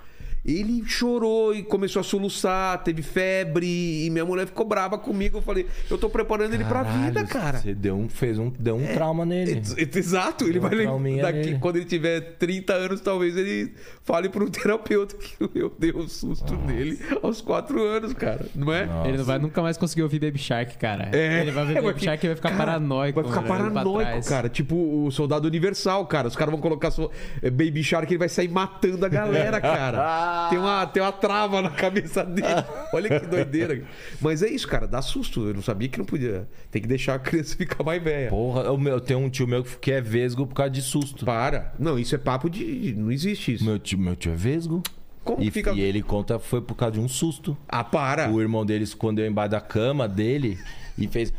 Speaker 1: Ele chorou e começou a soluçar, teve febre, e minha mulher ficou brava comigo. Eu falei, eu tô preparando ele pra vida,
Speaker 3: Caralho,
Speaker 1: cara. É,
Speaker 3: Você deu um, fez um, deu um trauma nele.
Speaker 1: Ex- ex- Exato, ele
Speaker 3: Uma
Speaker 1: vai
Speaker 3: trauminha
Speaker 1: lembrar daqui
Speaker 3: nele.
Speaker 1: quando ele tiver 30 anos, talvez ele fale para um terapeuta que eu dei um susto nele aos 4 anos, cara, não é?
Speaker 4: Ele não vai nunca mais conseguir ouvir Baby Shark, cara.
Speaker 1: É.
Speaker 4: Ele vai ver
Speaker 1: Vai
Speaker 4: Baby
Speaker 1: fi-
Speaker 4: Shark e vai ficar
Speaker 1: Cara,
Speaker 4: paranoico. né,
Speaker 1: Vai ficar
Speaker 4: olhando pra
Speaker 1: paranoico,
Speaker 4: trás.
Speaker 1: cara. Tipo o Soldado Universal, cara. Os caras vão colocar so- eh, Baby Shark ele vai sair matando a galera, cara. tem, uma, tem uma trava na cabeça dele. Olha que doideira. Mas é isso, cara. Dá susto. Eu não sabia que não podia. Tem que deixar a criança ficar mais velha.
Speaker 3: Porra, eu, eu tenho um tio meu que é vesgo por causa de susto.
Speaker 1: Para. Não, isso é papo de. Não existe isso.
Speaker 3: Meu tio, meu tio é vesgo.
Speaker 1: Como
Speaker 3: e,
Speaker 1: que fica-
Speaker 3: e ele conta foi por causa de um susto.
Speaker 1: Ah, para.
Speaker 3: O irmão dele escondeu embaixo da cama dele e fez.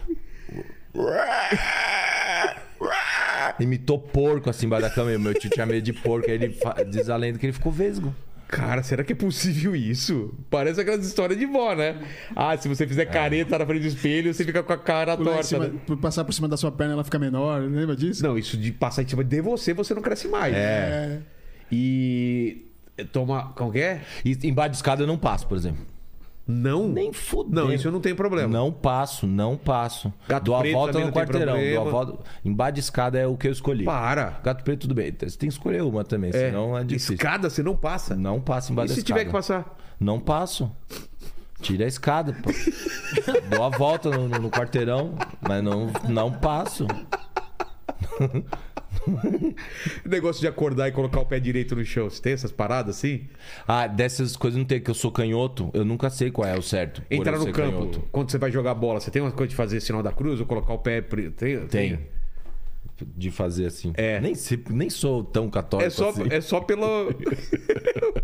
Speaker 3: Imitou porco assim embaixo da cama. E o meu tio tinha medo de porco. Aí ele fa- diz a lenda que ele ficou vesgo.
Speaker 1: Cara, será que é possível isso? Parece aquelas histórias de vó, né? Ah, se você fizer careta na frente do espelho, você fica com a cara
Speaker 2: Pular em
Speaker 1: torta.
Speaker 2: cima-
Speaker 1: né?
Speaker 2: por passar por cima da sua perna, ela fica menor. Lembra disso?
Speaker 1: Não, isso de passar em cima de você, você não cresce mais.
Speaker 2: É.
Speaker 1: E. Toma. Como que é?
Speaker 3: E embaixo de escada eu não passo, por exemplo.
Speaker 1: Não.
Speaker 3: Nem fudendo.
Speaker 1: Não, isso eu não tenho problema.
Speaker 3: Não passo, não passo.
Speaker 1: Gato
Speaker 3: Dou a
Speaker 1: preto
Speaker 3: volta
Speaker 1: também não
Speaker 3: no
Speaker 1: tem
Speaker 3: quarteirão. Dou
Speaker 1: problema.
Speaker 3: a volta... Embaixo de escada é o que eu escolhi.
Speaker 1: Para.
Speaker 3: Gato preto, tudo bem. Você tem que escolher uma também,
Speaker 1: É.
Speaker 3: senão é difícil.
Speaker 1: Escada, você não passa.
Speaker 3: Não
Speaker 1: E
Speaker 3: passo embaixo
Speaker 1: se
Speaker 3: da
Speaker 1: tiver
Speaker 3: escada.
Speaker 1: que passar?
Speaker 3: Não passo. Tira a escada, pô. Dou a volta no, no- no quarteirão, mas não, não passo.
Speaker 1: O negócio de acordar e colocar o pé direito no chão. Você tem essas paradas assim?
Speaker 3: Ah, dessas coisas não tem, que eu sou canhoto, eu nunca sei qual é o certo. por
Speaker 1: Entrar
Speaker 3: eu
Speaker 1: no
Speaker 3: ser
Speaker 1: campo.
Speaker 3: canhoto.
Speaker 1: Quando você vai jogar bola, você tem uma coisa de fazer sinal da cruz ou colocar o pé. pre- Tem.
Speaker 3: Tem. De fazer assim.
Speaker 1: É.
Speaker 3: Nem, sei- nem sou tão católico
Speaker 1: É só,
Speaker 3: assim.
Speaker 1: é só pelo.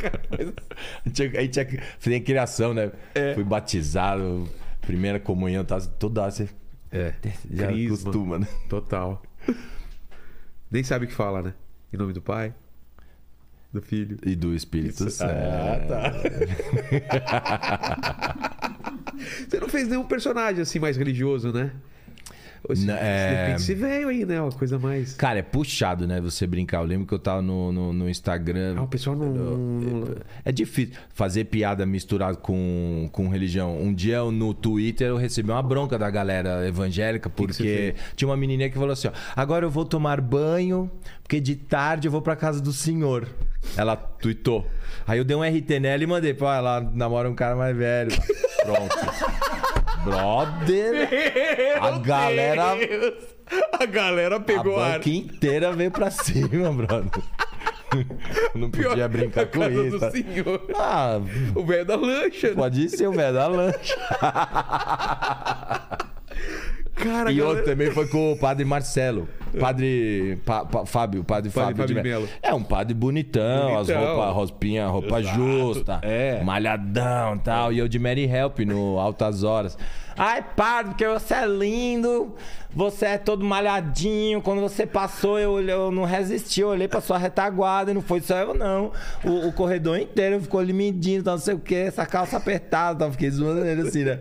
Speaker 3: Tinha- Aí tinha que- tem criação, né?
Speaker 1: É.
Speaker 3: Fui batizado, primeira comunhão, tá, toda você
Speaker 1: É.
Speaker 3: já
Speaker 1: Crisma.
Speaker 3: acostuma, né?
Speaker 1: Total. Nem sabe o que fala, né? Em nome do pai? Do filho.
Speaker 3: E do Espírito Santo.
Speaker 1: Você não fez nenhum personagem assim mais religioso, né? Esse,
Speaker 3: Não, é-
Speaker 1: esse Pix veio aí, né? Uma coisa mais.
Speaker 3: Cara, é puxado, né? Você brincar. Eu lembro que eu tava no, no, no Instagram.
Speaker 1: Ah, um o pessoal não. não-
Speaker 3: É difícil fazer piada misturada com, com religião. Um dia eu, no Twitter eu recebi uma bronca da galera evangélica, porque tinha uma menininha que falou assim: ó, agora eu vou tomar banho, porque de tarde eu vou pra casa do senhor. Ela tweetou. Aí eu dei um RT nela e mandei, pô, ela namora um cara mais velho. Pronto. Brother! A galera.
Speaker 1: A galera pegou
Speaker 3: a
Speaker 1: ar.
Speaker 3: banca inteira veio pra cima, brother. Não podia
Speaker 1: Pior-
Speaker 3: brincar
Speaker 1: a
Speaker 3: com
Speaker 1: casa
Speaker 3: isso. tá?
Speaker 1: do senhor.
Speaker 3: Ah,
Speaker 1: O velho da lancha. né?
Speaker 3: pode ser o velho da lancha.
Speaker 1: Cara,
Speaker 3: E
Speaker 1: galera-
Speaker 3: outro também foi com o padre Marcelo. Padre Pa- Pa- Fábio, padre, Fábio,
Speaker 1: Fábio
Speaker 3: de
Speaker 1: Melo.
Speaker 3: É um padre bonitão, as
Speaker 1: Bonitão.
Speaker 3: roupas, roupinha, roupa justa,
Speaker 1: É.
Speaker 3: malhadão e tal. E eu de Mary Help no Altas Horas. Ai, padre, porque você é lindo, você é todo malhadinho. Quando você passou, eu, olhei- eu não resisti, eu olhei pra sua retaguarda e não foi só eu, não. O, o corredor inteiro ficou lhe medindo, tal, não sei o que, essa calça apertada, tal. fiquei zoando ele assim, né?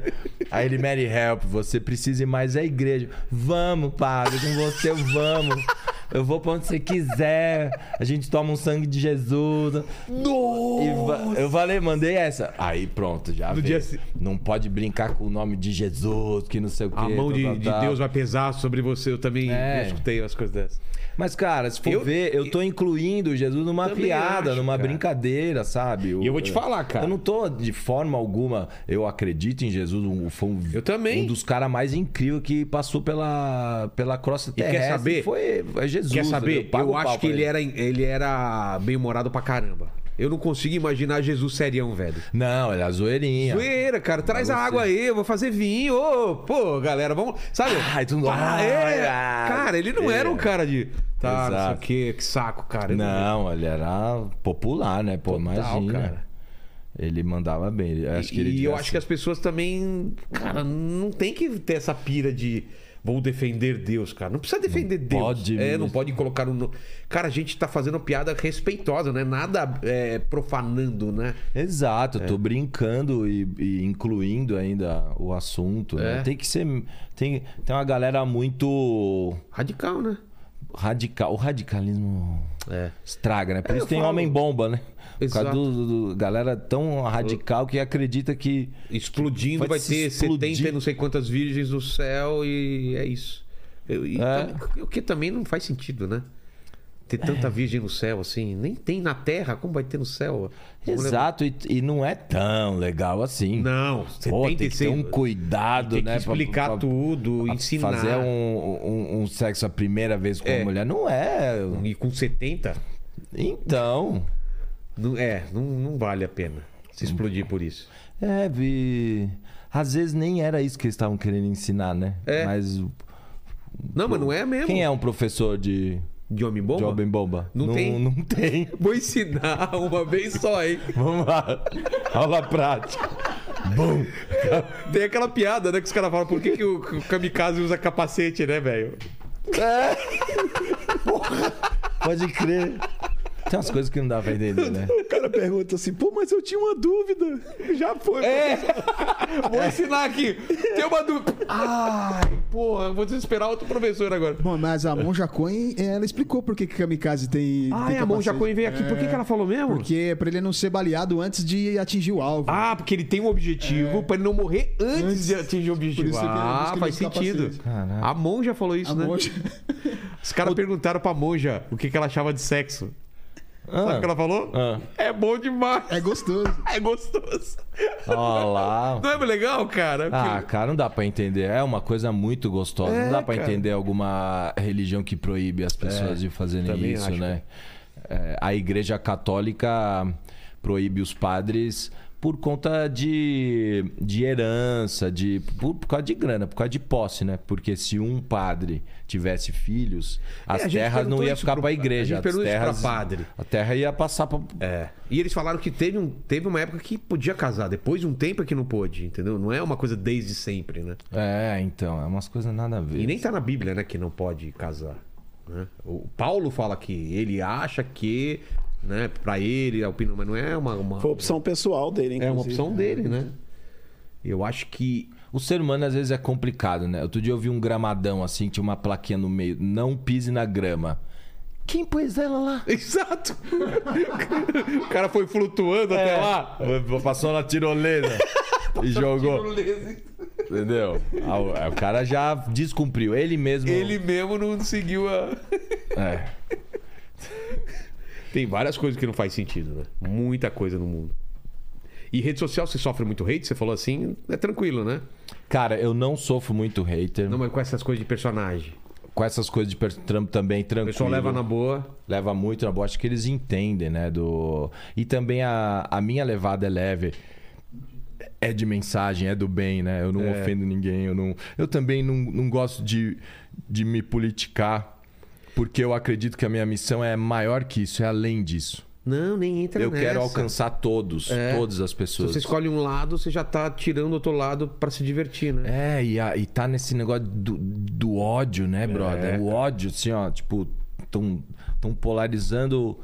Speaker 3: Aí ele, Mary Help, você precisa ir mais à igreja. Vamos, padre, com você eu vamos. Eu vou pra onde você quiser. A gente toma um sangue de Jesus. E va- eu falei, mandei essa. Aí pronto, já. veio.
Speaker 1: dia se-
Speaker 3: Não pode brincar com o nome de Jesus, que não sei o quê.
Speaker 1: A mão
Speaker 3: tal,
Speaker 1: de,
Speaker 3: tal,
Speaker 1: de
Speaker 3: tal.
Speaker 1: Deus vai pesar sobre você. Eu também
Speaker 3: É.
Speaker 1: eu escutei umas coisas dessas.
Speaker 3: Mas, cara, se for
Speaker 1: Eu-
Speaker 3: ver, eu tô incluindo Jesus numa
Speaker 1: Também
Speaker 3: piada,
Speaker 1: acho,
Speaker 3: numa
Speaker 1: cara.
Speaker 3: brincadeira, sabe?
Speaker 6: E eu vou te falar, cara.
Speaker 3: Eu não tô de forma alguma. Eu acredito em Jesus. Um, foi um,
Speaker 1: Eu também.
Speaker 3: Um dos caras mais incríveis que passou pela, pela crosta
Speaker 1: quer
Speaker 3: terrestre.
Speaker 1: saber?
Speaker 3: Foi é Jesus.
Speaker 1: Quer saber?
Speaker 3: pago
Speaker 1: Eu
Speaker 3: o
Speaker 1: acho
Speaker 3: pau
Speaker 1: que
Speaker 3: pra
Speaker 1: ele era, ele era bem-humorado pra caramba. Eu não consigo imaginar Jesus serião, velho.
Speaker 3: Não, ele é zoeirinha.
Speaker 1: Zoeira, cara. Traz a água aí, eu vou fazer vinho. Ô, pô, galera, vamos. Sabe?
Speaker 3: Ai, tu não-
Speaker 1: Ah, é.
Speaker 3: Ah,
Speaker 1: Cara, ele não
Speaker 3: é.
Speaker 1: era um cara de. Tá, não sei o
Speaker 3: Exato.
Speaker 1: quê, que saco, cara. Eu
Speaker 3: Não, ele era popular, né? Pô, imagina.
Speaker 1: cara.
Speaker 3: Ele mandava bem. ele- Acho que ele
Speaker 1: e eu
Speaker 3: tivesse-
Speaker 1: acho que as pessoas também, cara, não tem que ter essa pira de vou defender Deus, cara. Não precisa defender Deus.
Speaker 3: pode
Speaker 1: é,
Speaker 3: mesmo.
Speaker 1: não pode colocar um. no- Cara, a gente tá fazendo piada respeitosa, né? Nada é, profanando, né?
Speaker 3: Exato, tô brincando e, e incluindo ainda o assunto. né?
Speaker 1: É.
Speaker 3: Tem que ser. Tem, tem uma galera muito
Speaker 1: Radical, né?
Speaker 3: radical. O radicalismo
Speaker 1: É.
Speaker 3: estraga, né? Por
Speaker 1: É,
Speaker 3: isso
Speaker 1: eu
Speaker 3: tem
Speaker 1: falo.
Speaker 3: homem-bomba, né? Por causa
Speaker 1: Exato.
Speaker 3: do, do- do- galera tão radical que acredita que.
Speaker 1: Explodindo, vai,
Speaker 3: Vai se
Speaker 1: ter
Speaker 3: explodir.
Speaker 1: 70 e não sei quantas virgens no céu e é isso. Eu- e
Speaker 3: É.
Speaker 1: também- o que também não faz sentido, né? Ter tanta virgem no céu, assim. Nem tem na terra, como vai ter no céu?
Speaker 3: Exato, e, e não é tão legal assim.
Speaker 1: Não,
Speaker 3: Pô, tem que ter
Speaker 1: 76.
Speaker 3: um cuidado,
Speaker 1: Tem que
Speaker 3: né? pra-
Speaker 1: explicar
Speaker 3: pra-
Speaker 1: tudo,
Speaker 3: pra
Speaker 1: ensinar.
Speaker 3: Fazer um, um- um sexo a primeira vez com
Speaker 1: É.
Speaker 3: uma mulher não é.
Speaker 1: E com 70,
Speaker 3: Então.
Speaker 1: não, é, não, não vale a pena se explodir por isso.
Speaker 3: É, vi. Às vezes nem era isso que eles estavam querendo ensinar, né?
Speaker 1: É.
Speaker 3: Mas o-
Speaker 1: Não, mas não é mesmo.
Speaker 3: quem é um professor de,
Speaker 1: De homem bomba?
Speaker 3: de homem bomba?
Speaker 1: Não tem.
Speaker 3: Não tem.
Speaker 1: Vou ensinar uma vez só, hein?
Speaker 3: Vamos lá. Aula prática. Bum.
Speaker 1: Tem aquela piada, né? Que os caras falam, por que, que o, que o kamikaze usa capacete, né, velho?
Speaker 3: Pode crer. Tem umas coisas que não dá pra entender, né?
Speaker 5: O cara pergunta assim, pô, mas eu tinha uma dúvida. Já foi.
Speaker 1: É! Vou ensinar aqui. Tem uma dúvida. Ai, porra, vou desesperar outro professor agora.
Speaker 2: Bom, mas a Monja Coen, eh, ela explicou por que que Kamikaze tem.
Speaker 1: Ah,
Speaker 2: tem
Speaker 1: é, a mão
Speaker 2: capacete. É,
Speaker 1: Jacoin veio aqui. Por que, que ela falou mesmo?
Speaker 2: Porque é pra ele não ser baleado antes de atingir o alvo.
Speaker 1: Ah, porque ele tem um objetivo pra ele não morrer antes,
Speaker 2: Antes.
Speaker 1: de atingir o objetivo.
Speaker 2: Por isso que ele- por
Speaker 1: ah,
Speaker 2: isso que ele
Speaker 1: faz
Speaker 2: usa
Speaker 1: sentido.
Speaker 2: capacete.
Speaker 1: A Mon já falou isso,
Speaker 2: a
Speaker 1: né?
Speaker 2: monja.
Speaker 1: Os caras perguntaram pra Monja o que, que ela achava de sexo. Sabe o que ela falou?
Speaker 3: Ah.
Speaker 1: É bom demais.
Speaker 2: É gostoso.
Speaker 1: É gostoso.
Speaker 3: Ah, Olha lá.
Speaker 1: Não é legal, cara?
Speaker 3: Ah,
Speaker 1: Porque-
Speaker 3: cara, não dá pra entender. É uma coisa muito gostosa.
Speaker 1: É,
Speaker 3: não dá pra
Speaker 1: cara. É,
Speaker 3: entender alguma religião que proíbe as pessoas de fazerem
Speaker 1: também
Speaker 3: isso,
Speaker 1: acho.
Speaker 3: né? É, a Igreja Católica proíbe os padres por conta de, de herança, de por, por causa de grana, por causa de posse, né? Porque se um padre tivesse filhos, as
Speaker 1: É, a gente
Speaker 3: terras não
Speaker 1: perguntou
Speaker 3: ia
Speaker 1: isso
Speaker 3: ficar
Speaker 1: pro-
Speaker 3: pra
Speaker 1: a
Speaker 3: igreja.
Speaker 1: gente
Speaker 3: As
Speaker 1: perguntou isso pra
Speaker 3: terras,
Speaker 1: padre.
Speaker 3: A terra ia passar pra.
Speaker 1: É. E eles falaram que teve, um, teve uma época que podia casar, depois de um tempo é que não pôde, entendeu? Não é uma coisa desde sempre, né?
Speaker 3: É, então, é umas coisas nada a ver.
Speaker 1: E nem tá na Bíblia, né, que não pode casar. né? O Paulo fala que ele acha que, né, pra ele, a opinião, mas não é uma. uma-
Speaker 5: Foi opção pessoal dele,
Speaker 1: é
Speaker 5: inclusive.
Speaker 1: uma opção dele, né? Eu acho que
Speaker 3: O ser humano às vezes é complicado, né? Outro dia eu vi um gramadão assim, tinha uma plaquinha no meio. Não pise na grama. Quem pôs ela lá?
Speaker 1: Exato! o cara foi flutuando
Speaker 3: É.
Speaker 1: até lá.
Speaker 3: Passou na tirolesa e jogou. Entendeu? Ah, o- é, O cara já descumpriu. Ele mesmo.
Speaker 1: Ele mesmo não seguiu a.
Speaker 3: É.
Speaker 1: Tem várias coisas que não faz sentido, né? Muita coisa no mundo. E rede social, você sofre muito hate? Você falou assim, é tranquilo, né?
Speaker 3: Cara, eu não sofro muito hater.
Speaker 1: Não, mas com essas coisas de personagem.
Speaker 3: Com essas coisas de per- trampo também,
Speaker 1: O
Speaker 3: tranquilo.
Speaker 1: pessoal leva na boa.
Speaker 3: leva muito na boa. Acho que eles entendem, né? Do... E também a, a minha levada é leve. É de mensagem, é do bem, né? Eu não ofendo ninguém. Eu, não... eu também não, não gosto de, de me politicar, porque eu acredito que a minha missão é maior que isso, é além disso.
Speaker 1: Não, nem entra
Speaker 3: Eu
Speaker 1: nessa.
Speaker 3: quero alcançar todos, todas as
Speaker 1: É. Se
Speaker 3: pessoas.
Speaker 1: você escolhe um lado, você já tá tirando outro lado pra se divertir, né?
Speaker 3: É, e, a- e tá nesse negócio do, do ódio, né,
Speaker 1: É.
Speaker 3: brother? O ódio, assim, ó, tipo, tão, tão polarizando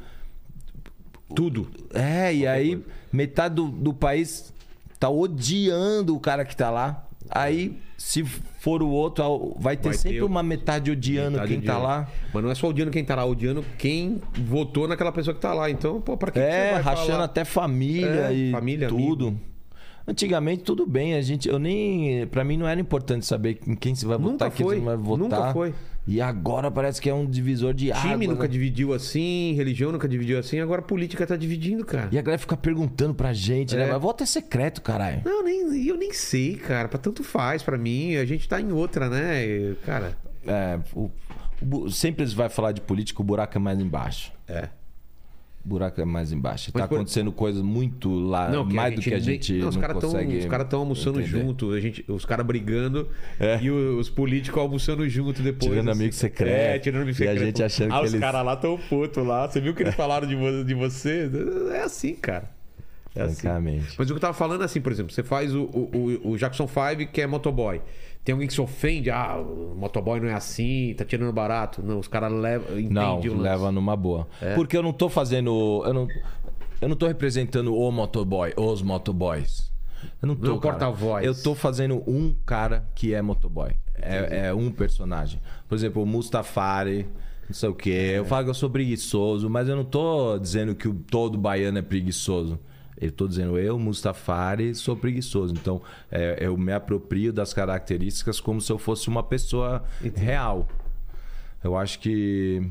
Speaker 3: tudo. É, e aí metade do, do país tá odiando o cara que tá lá. Aí, se for o outro, ao- vai ter
Speaker 1: Vai ter
Speaker 3: sempre
Speaker 1: o-
Speaker 3: uma metade odiando
Speaker 1: Tá
Speaker 3: quem tá
Speaker 1: odiando.
Speaker 3: lá.
Speaker 1: Mas não é só odiando quem tá lá, odiando quem votou naquela pessoa que tá lá. Então, pô, pra que, que você
Speaker 3: É,
Speaker 1: vai
Speaker 3: rachando
Speaker 1: falar?
Speaker 3: até família
Speaker 1: É,
Speaker 3: e
Speaker 1: família,
Speaker 3: tudo. Antigamente tudo bem, a gente, eu nem, Pra mim não era importante saber em quem se vai
Speaker 1: Nunca
Speaker 3: votar, quem
Speaker 1: foi,
Speaker 3: você não vai votar.
Speaker 1: nunca foi.
Speaker 3: E agora parece que é um divisor de água.
Speaker 1: Time nunca
Speaker 3: né?
Speaker 1: dividiu assim, religião nunca dividiu assim, agora a política tá dividindo, cara.
Speaker 3: E a galera fica perguntando pra gente, né? Mas voto é secreto, caralho.
Speaker 1: Não, nem, eu nem sei, cara. Pra tanto faz pra mim. A gente tá em outra, né? E, Cara,
Speaker 3: É, o- o bu- sempre se vai falar de política, o buraco é mais embaixo.
Speaker 1: é.
Speaker 3: O buraco é mais embaixo.
Speaker 1: Mas
Speaker 3: tá
Speaker 1: por-
Speaker 3: acontecendo coisas muito lá, Ah, mais do que a
Speaker 1: nem-
Speaker 3: gente
Speaker 1: Não,
Speaker 3: não,
Speaker 1: os caras tão,
Speaker 3: consegue
Speaker 1: os caras estão almoçando
Speaker 3: entender. É.
Speaker 1: junto, a gente, os caras brigando e o- os políticos almoçando junto depois.
Speaker 3: Tirando amigo secreto.
Speaker 1: É, tirando amigo
Speaker 3: E a
Speaker 1: secreto.
Speaker 3: gente achando
Speaker 1: ah,
Speaker 3: que
Speaker 1: os
Speaker 3: eles- É.
Speaker 1: caras lá tão putos lá. Você viu o que eles falaram de, vo- de você? É assim, cara. É assim.
Speaker 3: Francamente.
Speaker 1: Mas o que eu tava falando é assim, por exemplo, você faz o, o, o- o Jackson 5, que é motoboy. Tem alguém que se ofende, ah, o motoboy não é assim, tá tirando barato. Não, os caras levam,
Speaker 3: Não,
Speaker 1: entendem o lance. É.
Speaker 3: leva numa boa. Porque eu não tô fazendo. Eu não, eu não tô representando o motoboy, os motoboys. Eu não
Speaker 1: Não é
Speaker 3: tô.
Speaker 1: o
Speaker 3: cara.
Speaker 1: porta-voz.
Speaker 3: Eu tô fazendo um cara que é motoboy. É, é um personagem. Por exemplo, o Mustafari. Não sei o quê.
Speaker 1: É.
Speaker 3: Eu falo que eu sou preguiçoso, mas eu não tô dizendo que o- todo baiano é preguiçoso. Eu tô dizendo, eu, Mustafari, sou preguiçoso. Então, é, eu me aproprio das características como se eu fosse uma pessoa real. Eu acho que.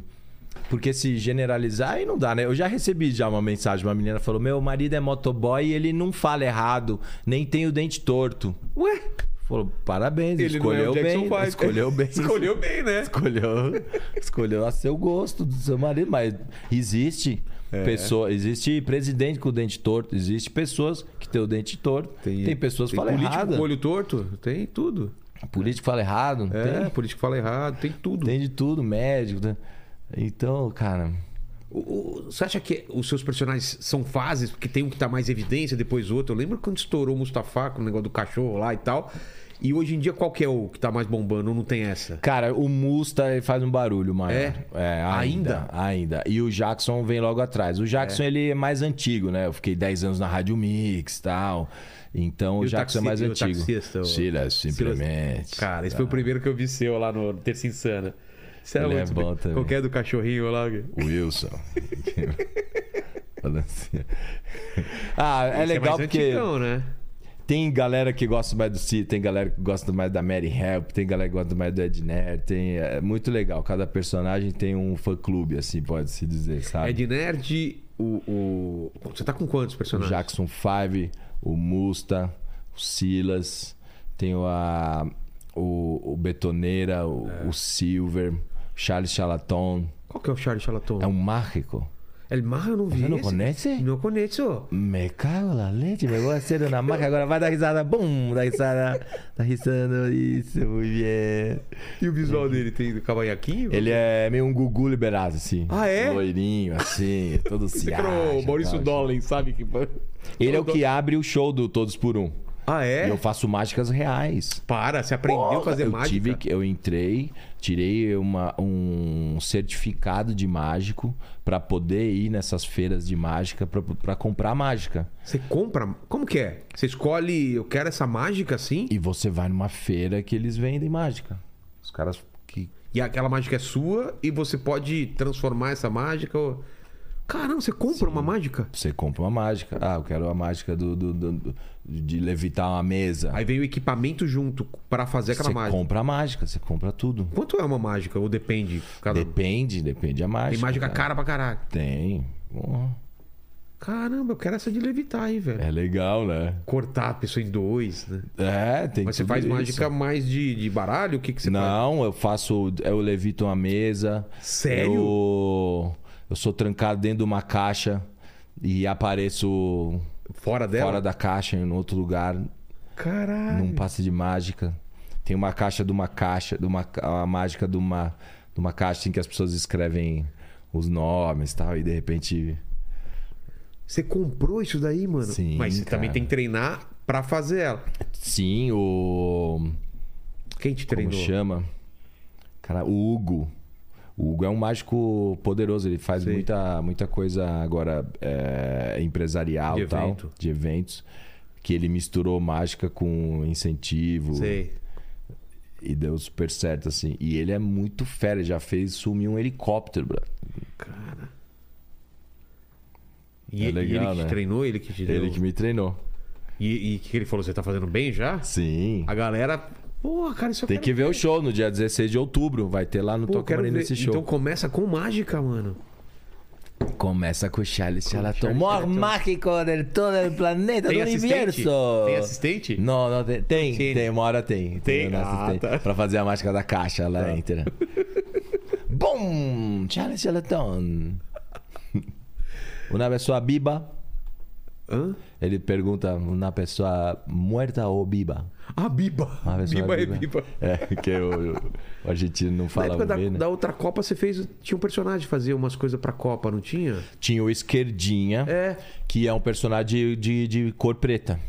Speaker 3: Porque se generalizar, aí não dá, né? Eu já recebi já uma mensagem, uma menina falou: Meu marido é motoboy e ele não fala errado, nem tem o dente torto.
Speaker 1: Ué,
Speaker 3: Falou, parabéns,
Speaker 1: ele
Speaker 3: escolheu
Speaker 1: não é o Jackson
Speaker 3: bem.
Speaker 1: 5.
Speaker 3: Escolheu bem.
Speaker 1: escolheu bem, né?
Speaker 3: Escolheu, escolheu a seu gosto do seu marido, mas existe
Speaker 1: É.
Speaker 3: pessoa, existe presidente com o dente torto, existe pessoas que têm o dente torto, tem, pessoas que falam
Speaker 1: político
Speaker 3: errado.
Speaker 1: com olho torto, tem tudo.
Speaker 3: Político fala errado,
Speaker 1: É,
Speaker 3: tem,
Speaker 1: político fala errado, tem tudo.
Speaker 3: tem de tudo, médico. né? Então, cara,
Speaker 1: O- o- você acha que os seus personagens são fases? Porque tem um que tá mais em evidência, depois outro. Eu lembro quando estourou o Mustafa com o negócio do cachorro lá e tal. E hoje em dia, qual que é o que tá mais bombando? Ou Não tem essa?
Speaker 3: Cara, o Musta ele faz um barulho maior.
Speaker 1: É?
Speaker 3: ainda, ainda. E o Jackson vem logo atrás. O Jackson, ele é mais antigo, né? Eu fiquei 10 anos na Rádio Mix e tal. Então,
Speaker 1: E
Speaker 3: o
Speaker 1: o
Speaker 3: Jackson é mais
Speaker 1: taxi- e o
Speaker 3: antigo.
Speaker 1: taxista, o-
Speaker 3: Silas, simplesmente. Ah.
Speaker 1: Cara, esse foi o primeiro que eu vi seu lá no Terça Insana. Isso era
Speaker 3: Ele é
Speaker 1: muito
Speaker 3: bom
Speaker 1: bem.
Speaker 3: também.
Speaker 1: Qualquer do cachorrinho
Speaker 3: É
Speaker 1: lá.
Speaker 3: Wilson. Falando assim. ah, é
Speaker 1: Esse
Speaker 3: legal
Speaker 1: mais
Speaker 3: porque...
Speaker 1: antigão, né?
Speaker 3: Tem galera que gosta mais do Cid, tem galera que gosta mais da Mary Help, tem galera que gosta mais do Edner, tem. É muito legal. Cada personagem tem um fã clube, assim, pode-se dizer, sabe?
Speaker 1: É de nerd o, o- Você tá com quantos
Speaker 3: o
Speaker 1: personagens?
Speaker 3: Jackson Five, o Musta, o Silas, tem o, a, o, o Betoneira, o,
Speaker 1: É.
Speaker 3: o Silver, o Charles Chalaton.
Speaker 1: Qual que é o Charles Charlatan?
Speaker 3: É um mágico.
Speaker 1: El Mar, eu não vi.
Speaker 3: Você não
Speaker 1: esse.
Speaker 3: conhece?
Speaker 1: Não conheço.
Speaker 3: Me cago na leite, me gosta de ser uma marca. Agora vai dar risada, bum, dá risada, dá risada, isso, mulher.
Speaker 1: E o visual dele tem do cavanhaquinho?
Speaker 3: Ele é meio um Gugu liberado, assim.
Speaker 1: Ah, é?
Speaker 3: Loirinho, assim, todo se
Speaker 1: Você que era
Speaker 3: acha,
Speaker 1: o Maurício
Speaker 3: tal.
Speaker 1: Dolan, sabe? Que...
Speaker 3: Ele é o que abre o show do Todos por Um.
Speaker 1: Ah, é?
Speaker 3: E eu faço mágicas reais.
Speaker 1: Para, você aprendeu a fazer
Speaker 3: eu
Speaker 1: mágica.
Speaker 3: Tive, que- eu entrei, tirei uma- um certificado de mágico pra poder ir nessas feiras de mágica pra- pra comprar mágica.
Speaker 1: Você compra. Como que é? Você escolhe, eu quero essa mágica assim?
Speaker 3: E você vai numa feira que eles vendem mágica. Os caras que
Speaker 1: E aquela mágica é sua e você pode transformar essa mágica. ou- Caramba, você compra uma mágica?
Speaker 3: você compra uma mágica. Ah, eu quero a mágica do, do- do- do- de levitar uma mesa.
Speaker 1: Aí vem o equipamento junto pra fazer aquela
Speaker 3: você
Speaker 1: mágica.
Speaker 3: compra a mágica, você compra tudo.
Speaker 1: Quanto é uma mágica? Ou depende? Cada... um.
Speaker 3: Depende, é. depende da mágica.
Speaker 1: Tem mágica
Speaker 3: cara.
Speaker 1: cara pra caralho.
Speaker 3: Tem. Porra,
Speaker 1: Caramba, eu quero essa de levitar aí, velho.
Speaker 3: é legal, né?
Speaker 1: Cortar a pessoa em dois, né?
Speaker 3: É, tem
Speaker 1: Mas você
Speaker 3: tudo
Speaker 1: faz
Speaker 3: isso.
Speaker 1: mágica mais de, de baralho? O que, que você faz?
Speaker 3: Não, eu faço. Eu levito uma mesa.
Speaker 1: Sério?
Speaker 3: Eu, eu sou trancado dentro de uma caixa e apareço
Speaker 1: Fora dela?
Speaker 3: fora da caixa em outro lugar,
Speaker 1: Caralho.
Speaker 3: num passe de mágica. Tem uma caixa de uma caixa, de uma, ca- a mágica de uma, de uma caixa em que as pessoas escrevem os nomes e tal, e de repente.
Speaker 1: Você comprou isso daí, mano?
Speaker 3: Sim,
Speaker 1: Mas você
Speaker 3: cara.
Speaker 1: também tem que treinar pra fazer ela.
Speaker 3: Sim, o.
Speaker 1: Quem te
Speaker 3: Como
Speaker 1: treinou?
Speaker 3: chama? Cara, o Hugo. O Hugo é um mágico poderoso, ele faz
Speaker 1: Sei.
Speaker 3: muita, muita coisa agora é, empresarial
Speaker 1: De
Speaker 3: e tal,
Speaker 1: evento.
Speaker 3: de eventos, que ele misturou mágica com incentivo
Speaker 1: Sei.
Speaker 3: e deu super certo, assim. E ele é muito fera, ele já fez sumir um helicóptero, bro.
Speaker 1: E, e
Speaker 3: É
Speaker 1: ele
Speaker 3: legal,
Speaker 1: que te
Speaker 3: né?
Speaker 1: treinou, ele que te deu.
Speaker 3: Ele que me treinou.
Speaker 1: E e o que ele falou? Você tá fazendo bem já?
Speaker 3: Sim.
Speaker 1: A galera. Pô, cara, isso eu
Speaker 3: Tem
Speaker 1: quero
Speaker 3: que ver o show no dia 16 de outubro, vai ter lá no
Speaker 1: Pô, eu quero
Speaker 3: Tocamarine
Speaker 1: ver.
Speaker 3: nesse show.
Speaker 1: Então começa com mágica, mano.
Speaker 3: Começa com o Charles Charlatão.
Speaker 1: Charles
Speaker 3: Mor
Speaker 1: Charlatão.
Speaker 3: mágico de todo o planeta,
Speaker 1: Tem
Speaker 3: do
Speaker 1: assistente?
Speaker 3: universo.
Speaker 1: Tem assistente?
Speaker 3: Não, não tem. Tem,
Speaker 1: Sim.
Speaker 3: tem uma hora tem.
Speaker 1: Tem?
Speaker 3: uma
Speaker 1: Ah,
Speaker 3: assistente
Speaker 1: tá. Ah.
Speaker 3: Pra fazer a mágica da caixa lá inteira. Bom, Charles Charlatão. Uma pessoa biba,
Speaker 1: Hã?
Speaker 3: ele pergunta, uma pessoa morta ou biba?
Speaker 1: Ah, biba.
Speaker 3: Uma pessoa
Speaker 1: Biba é biba.
Speaker 3: É, que o, o argentino não
Speaker 1: Na
Speaker 3: fala
Speaker 1: época da,
Speaker 3: bem, né?
Speaker 1: da outra Copa, você fez. Tinha um personagem que fazia umas coisas pra Copa, não tinha?
Speaker 3: Tinha o Esquerdinha,
Speaker 1: É.
Speaker 3: que é um personagem de, de, de cor preta.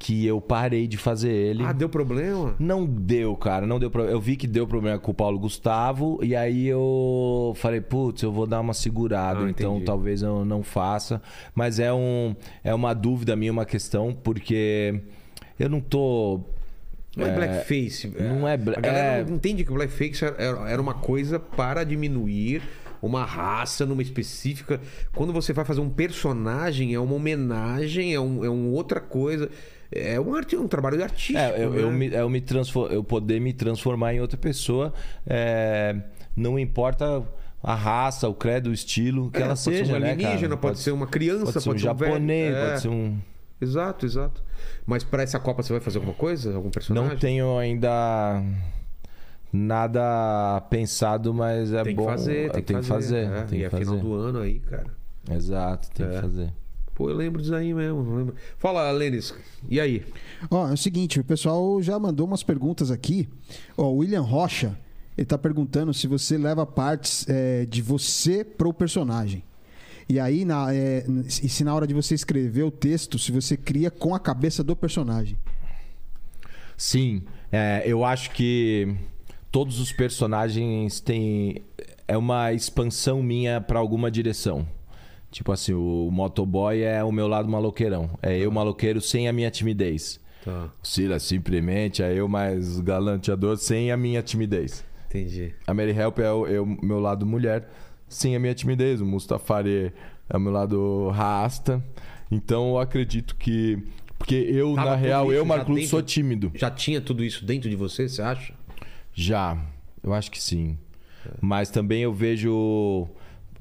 Speaker 3: Que eu parei de fazer ele.
Speaker 1: Ah, deu problema?
Speaker 3: Não deu, cara, não deu problema. Eu vi que deu problema com o Paulo Gustavo, e aí eu falei, putz, eu vou dar uma segurada,
Speaker 1: Ah,
Speaker 3: então
Speaker 1: entendi.
Speaker 3: talvez eu não faça. Mas é, um, é uma dúvida minha, uma questão, porque eu não tô.
Speaker 1: Não é, blackface.
Speaker 3: não é bla-
Speaker 1: A galera
Speaker 3: é.
Speaker 1: não entende que o blackface era era uma coisa para diminuir uma raça numa específica. Quando você vai fazer um personagem, é uma homenagem, é, um, é uma outra coisa. É um, arte, um trabalho artístico.
Speaker 3: É, eu,
Speaker 1: né?
Speaker 3: eu, me, eu, me transfor- eu poder me transformar em outra pessoa, é, não importa a raça, o credo, o estilo que
Speaker 1: É,
Speaker 3: ela
Speaker 1: pode
Speaker 3: seja,
Speaker 1: ser um
Speaker 3: né,
Speaker 1: alienígena,
Speaker 3: cara?
Speaker 1: pode, ser uma criança,
Speaker 3: pode ser um
Speaker 1: velho.
Speaker 3: japonês,
Speaker 1: É,
Speaker 3: pode ser um...
Speaker 1: Exato, exato. Mas para essa Copa você vai fazer alguma coisa? Algum personagem?
Speaker 3: Não tenho ainda nada pensado, mas é
Speaker 1: Tem que
Speaker 3: bom.
Speaker 1: fazer,
Speaker 3: eu
Speaker 1: tem que
Speaker 3: tenho
Speaker 1: fazer. é.
Speaker 3: tem
Speaker 1: e
Speaker 3: que
Speaker 1: é final
Speaker 3: fazer.
Speaker 1: do ano aí, cara.
Speaker 3: Exato, tem
Speaker 1: É.
Speaker 3: que fazer.
Speaker 1: Pô, eu lembro disso aí mesmo. eu Lembro. Fala, Lênis. E aí?
Speaker 2: Ó, é o seguinte, o pessoal já mandou umas perguntas aqui. Ó, o William Rocha, ele tá perguntando se você leva partes é, de você pro personagem. E aí, na, é, e se na hora de você escrever o texto, se você cria com a cabeça do personagem.
Speaker 3: Sim, é, eu acho que todos os personagens têm. É uma expansão minha pra alguma direção. Tipo assim, o motoboy é o meu lado maloqueirão. É eu maloqueiro sem a minha timidez.
Speaker 1: Tá,
Speaker 3: O Silas simplesmente é eu mais galanteador sem a minha timidez.
Speaker 1: entendi.
Speaker 3: A Mary Help é o é o meu lado mulher, sem a minha timidez. O Mustafari é o meu lado rasta. Então eu acredito que. Porque eu,
Speaker 1: Tava
Speaker 3: na
Speaker 1: tudo
Speaker 3: real,
Speaker 1: isso
Speaker 3: eu,
Speaker 1: já
Speaker 3: Marcos,
Speaker 1: dentro-
Speaker 3: sou tímido.
Speaker 1: Já tinha tudo isso dentro de você, você acha?
Speaker 3: Já, eu acho que sim. Mas também eu vejo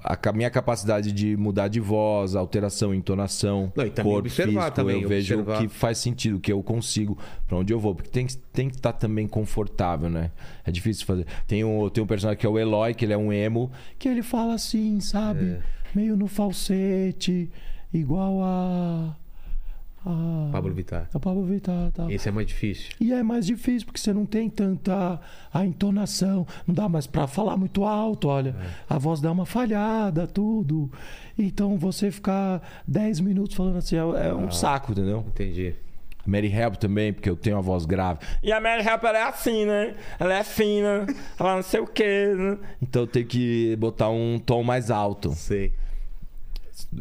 Speaker 3: a ca- minha capacidade de mudar de voz, alteração, entonação,
Speaker 1: Não, e também
Speaker 3: corpo
Speaker 1: observar
Speaker 3: físico.
Speaker 1: também,
Speaker 3: eu vejo
Speaker 1: observar.
Speaker 3: o que faz sentido, o que eu consigo, pra onde eu vou. Porque tem que estar tem que tá também confortável, né? É difícil fazer. Tem um, tem um personagem que é o Eloy, que ele é um emo, que ele fala assim, sabe?
Speaker 1: É.
Speaker 3: Meio no falsete, igual a... a...
Speaker 1: Pablo Vittar.
Speaker 3: A Pablo Vittar, tá?
Speaker 1: Esse é mais difícil.
Speaker 3: E é mais difícil porque você não tem tanta a entonação, não dá mais pra falar muito alto, olha, a voz dá uma falhada, tudo. Então você ficar 10 minutos falando assim é, é um saco, entendeu?
Speaker 1: Entendi.
Speaker 3: Ah. Mary Help também, porque eu tenho uma voz grave. E a Mary Help, ela é assim, né? Ela é fina, ela não sei o quê. né? Então eu tenho que botar um tom mais alto.
Speaker 1: Sei.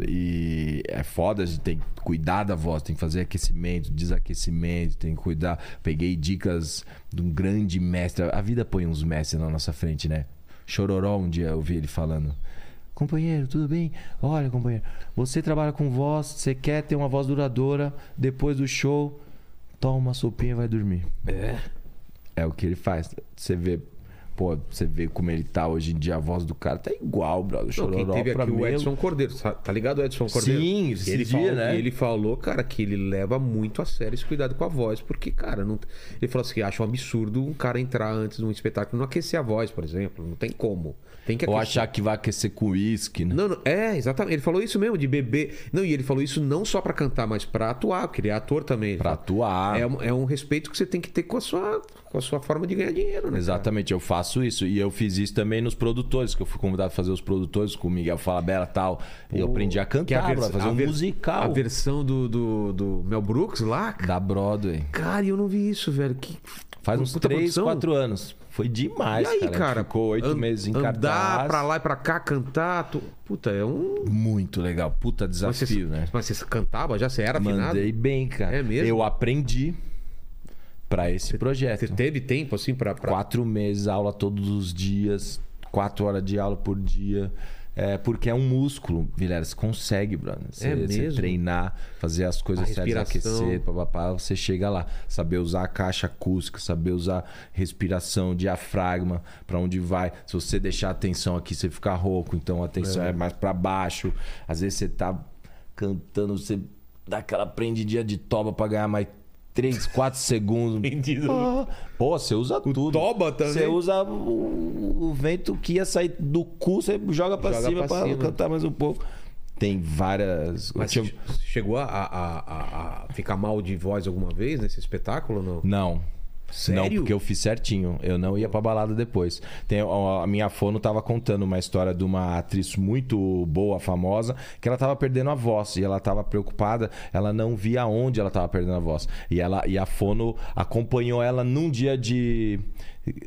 Speaker 3: E é foda, a gente tem que cuidar da voz, tem que fazer aquecimento, desaquecimento, tem que cuidar. Peguei dicas de um grande mestre. A vida põe uns mestres na nossa frente, né? Chororó, um dia eu vi ele falando. Companheiro, tudo bem? Olha, companheiro, você trabalha com voz, você quer ter uma voz duradoura, depois do show, toma uma sopinha e vai dormir. É o que ele faz. Você vê, pô, você vê como ele tá hoje em dia, a voz do cara tá igual, brother.
Speaker 1: Não,
Speaker 3: Chororó
Speaker 1: quem teve
Speaker 3: pra
Speaker 1: aqui
Speaker 3: mim. é
Speaker 1: o
Speaker 3: eu-
Speaker 1: Edson Cordeiro, sa- tá ligado o Edson Cordeiro?
Speaker 3: Sim, esse
Speaker 1: ele
Speaker 3: dia,
Speaker 1: falou,
Speaker 3: né?
Speaker 1: e ele falou, cara, que ele leva muito a sério esse cuidado com a voz, porque, cara, não- ele falou assim, acha um absurdo um cara entrar antes de um espetáculo e não aquecer a voz, por exemplo, não tem como. Tem que
Speaker 3: Ou
Speaker 1: aquecer.
Speaker 3: achar que vai aquecer com uísque, né?
Speaker 1: Não, não, é, exatamente. Ele falou isso mesmo, de beber. Não, e ele falou isso não só pra cantar, mas pra atuar, porque ele é ator também. Ele
Speaker 3: Pra
Speaker 1: fala,
Speaker 3: atuar.
Speaker 1: É, um- é um respeito que você tem que ter com a sua, com a sua forma de ganhar dinheiro, né?
Speaker 3: Exatamente, eu faço isso. E eu fiz isso também nos produtores, que eu fui convidado a fazer os produtores com o Miguel Falabella e tal. E eu aprendi a
Speaker 1: Que é
Speaker 3: cantar,
Speaker 1: vers-
Speaker 3: bro, a fazer
Speaker 1: a
Speaker 3: um
Speaker 1: ver- A
Speaker 3: musical
Speaker 1: versão do, do, do Mel Brooks lá, cara.
Speaker 3: da Broadway.
Speaker 1: Cara, eu não vi isso, velho. Que...
Speaker 3: Faz
Speaker 1: uma
Speaker 3: uns
Speaker 1: puta
Speaker 3: 3,
Speaker 1: produção.
Speaker 3: 4 anos. Foi demais,
Speaker 1: E aí,
Speaker 3: cara. A
Speaker 1: cara?
Speaker 3: gente Ficou oito
Speaker 1: an-
Speaker 3: meses em
Speaker 1: Andar
Speaker 3: cartaz.
Speaker 1: pra lá e pra cá, cantar. tu- Puta, é um.
Speaker 3: Muito legal. Puta
Speaker 1: Mas você,
Speaker 3: desafio, né?
Speaker 1: mas você cantava já? Você era afinado?
Speaker 3: Mandei bem, cara.
Speaker 1: É mesmo?
Speaker 3: Eu aprendi pra esse projeto.
Speaker 1: Você teve tempo, assim, pra. pra...
Speaker 3: Quatro meses, aula todos os dias, quatro horas de aula por dia. É, porque é um músculo, Vilera, você consegue, brother. Você, você
Speaker 1: É mesmo?
Speaker 3: treinar, fazer as coisas
Speaker 1: A
Speaker 3: certas,
Speaker 1: respiração.
Speaker 3: aquecer, papapá, você chega lá. Saber usar a caixa acústica, saber usar respiração, diafragma, pra onde vai. Se você deixar a tensão aqui, você fica rouco, então a tensão é, mais pra baixo. Às vezes você tá cantando, você dá aquela prendidinha de toba pra ganhar mais 3, 4 segundos. Ah, Pô, você usa tudo.
Speaker 1: toba também?
Speaker 3: Você usa o, o vento que ia sair do cu, você joga pra
Speaker 1: Joga
Speaker 3: cima
Speaker 1: pra
Speaker 3: pra
Speaker 1: cima.
Speaker 3: cantar mais um pouco. Tem várias. eu
Speaker 1: Mas
Speaker 3: tinha-
Speaker 1: che- chegou a, a- a- a ficar mal de voz alguma vez nesse espetáculo ou não?
Speaker 3: Não. Não,
Speaker 1: Sério?
Speaker 3: porque eu fiz certinho. Eu não ia pra balada depois. Tem, a, a minha fono tava contando uma história de uma atriz muito boa, famosa, que ela tava perdendo a voz. E ela tava preocupada, ela não via onde ela tava perdendo a voz. E, ela, e a fono acompanhou ela num dia de,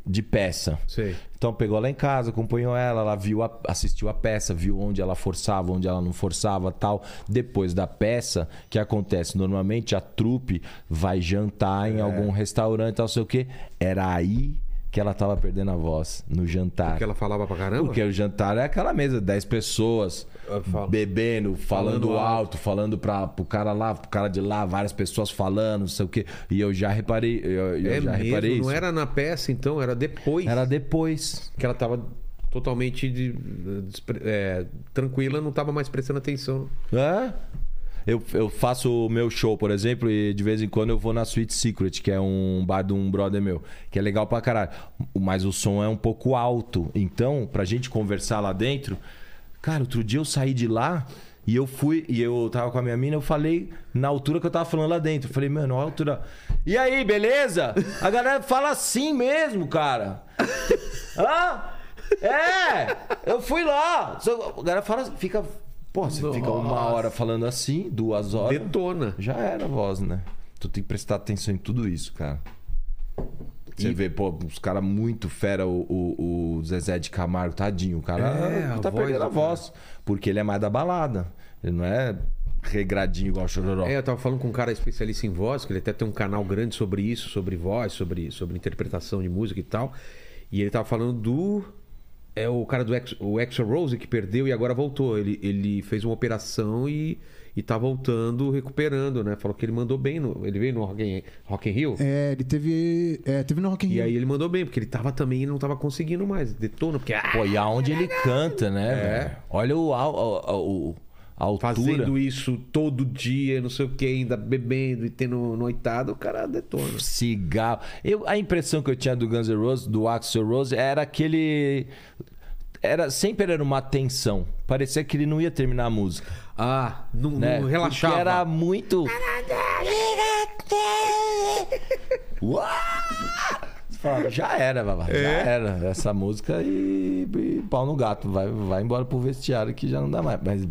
Speaker 3: de peça.
Speaker 1: Sei.
Speaker 3: Então pegou lá em casa, acompanhou ela, ela viu, a- assistiu a peça, viu onde ela forçava, onde ela não forçava, tal. Depois da peça, o que acontece? Normalmente a trupe vai jantar
Speaker 1: É.
Speaker 3: em algum restaurante, tal, sei o quê. Era aí que ela tava perdendo a voz no jantar.
Speaker 1: Porque ela falava pra caramba?
Speaker 3: Porque o jantar é aquela mesa, 10 pessoas bebendo, falando,
Speaker 1: Falando
Speaker 3: alto,
Speaker 1: alto.
Speaker 3: falando pra, pro cara lá, pro cara de lá, várias pessoas falando, não sei o quê. E eu já reparei, eu, eu
Speaker 1: é
Speaker 3: já
Speaker 1: mesmo,
Speaker 3: reparei
Speaker 1: não
Speaker 3: isso.
Speaker 1: era na peça então, era depois
Speaker 3: Era depois.
Speaker 1: que ela tava totalmente de- despre- é, tranquila, não tava mais prestando atenção.
Speaker 3: É? Eu, eu faço o meu show, por exemplo, e de vez em quando eu vou na Sweet Secret, que é um bar de um brother meu, que é legal pra caralho. Mas o som é um pouco alto. Então, pra gente conversar lá dentro, cara, outro dia eu saí de lá e eu fui, e eu tava com a minha mina, eu falei na altura que eu tava falando lá dentro. Eu falei, mano, olha a altura. E aí, beleza? A galera fala assim mesmo, cara. Hã? É! Eu fui lá! Só- A galera fala, fica. Pô, você fica uma hora falando assim, duas horas.
Speaker 1: Detona.
Speaker 3: Já era a voz, né? Tu tem que prestar atenção em tudo isso, cara. Você vê, pô, os caras muito fera, o, o, o Zezé de Camargo, tadinho. O cara
Speaker 1: É, a
Speaker 3: tá
Speaker 1: voz
Speaker 3: perdendo a
Speaker 1: do cara.
Speaker 3: voz. Porque ele é mais da balada. Ele não é regradinho igual o Chororó.
Speaker 1: É, eu tava falando com um cara especialista em voz, que ele até tem um canal grande sobre isso, sobre voz, sobre, sobre interpretação de música e tal. E ele tava falando do. É o cara do Ex, o Exo Rose que perdeu e agora voltou. Ele, ele fez uma operação e, e tá voltando, recuperando, né? Falou que ele mandou bem. No, ele veio no Rock in, Rock in Rio.
Speaker 2: É, ele teve. É, teve no Rock in
Speaker 1: E
Speaker 2: Rio.
Speaker 1: aí ele mandou bem, porque ele tava também, ele não tava conseguindo mais. Detona, porque. ah,
Speaker 3: Pô, e aonde ele canta, né, velho? Olha o, al- o- o- a altura.
Speaker 1: Fazendo isso todo dia, não sei o que, ainda bebendo e tendo noitado, o cara detona.
Speaker 3: cigarro. Eu, a impressão que eu tinha do Guns N' Roses, do Axl Rose, era aquele. Era, sempre era uma tensão. Parecia que ele não ia terminar a música.
Speaker 1: Ah, não,
Speaker 3: Né?
Speaker 1: não relaxava.
Speaker 3: Porque era muito. Uau! Você fala, Já era, babá.
Speaker 1: É.
Speaker 3: Já era. Essa música e, e pau no gato. Vai, vai embora pro vestiário que já não dá mais. Mas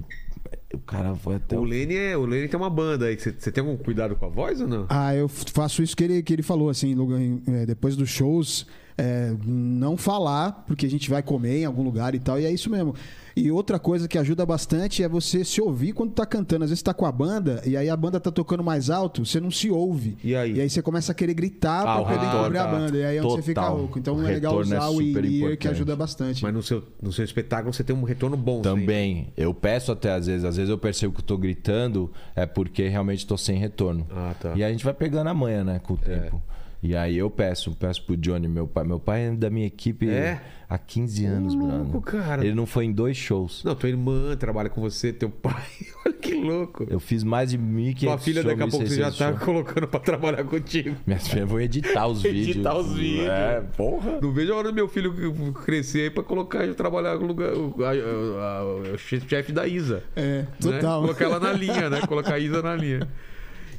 Speaker 3: O cara foi até.
Speaker 1: O
Speaker 3: o-
Speaker 1: Lene, é, o Lene tem uma banda aí. que Você você tem algum cuidado com a voz ou não?
Speaker 2: Ah, eu f- faço isso que ele, que ele falou, assim, logo em- eh, depois dos shows, eh, não falar, porque a gente vai comer em algum lugar e tal, e é isso mesmo. E outra coisa que ajuda bastante é você se ouvir quando tá cantando. Às vezes tá com a banda, e aí a banda tá tocando mais alto, você não se ouve.
Speaker 1: E aí?
Speaker 2: E aí você começa a querer gritar
Speaker 3: Ah, o
Speaker 2: pra poder
Speaker 3: retorno,
Speaker 2: encobrir a
Speaker 3: tá.
Speaker 2: banda, e aí é onde você fica
Speaker 3: Total.
Speaker 2: rouco. Então
Speaker 3: O
Speaker 2: é legal
Speaker 3: retorno é
Speaker 2: usar o
Speaker 3: super
Speaker 2: in-ear, que
Speaker 3: importante.
Speaker 2: ajuda bastante.
Speaker 1: Mas no seu, no seu espetáculo você tem um retorno bom. sim.
Speaker 3: Também. Eu peço até às vezes. Às vezes eu percebo que eu tô gritando, é porque realmente tô sem retorno.
Speaker 1: Ah, tá. É.
Speaker 3: E a gente vai pegando a manha, né, com o tempo. E aí eu peço, peço pro Johnny, meu pai. Meu pai é da minha equipe
Speaker 1: É?
Speaker 3: há 15 anos,
Speaker 1: louco,
Speaker 3: Bruno.
Speaker 1: cara.
Speaker 3: Ele não foi em dois shows.
Speaker 1: Não, tua irmã trabalha com você, teu pai. Olha que louco.
Speaker 3: Eu fiz mais de 1.500
Speaker 1: Tua filha
Speaker 3: shows,
Speaker 1: daqui a pouco você já
Speaker 3: 1.600
Speaker 1: tá
Speaker 3: shows.
Speaker 1: colocando pra trabalhar contigo.
Speaker 3: Minhas filhas vão editar os vídeos.
Speaker 1: Editar os vídeos.
Speaker 3: É, porra.
Speaker 1: Não vejo a hora do meu filho crescer aí pra colocar eu trabalhar com o lugar- o- a- a- a- o chefe da Isa.
Speaker 2: É,
Speaker 1: né?
Speaker 2: total.
Speaker 1: Colocar ela na linha, né? Colocar a Isa na linha.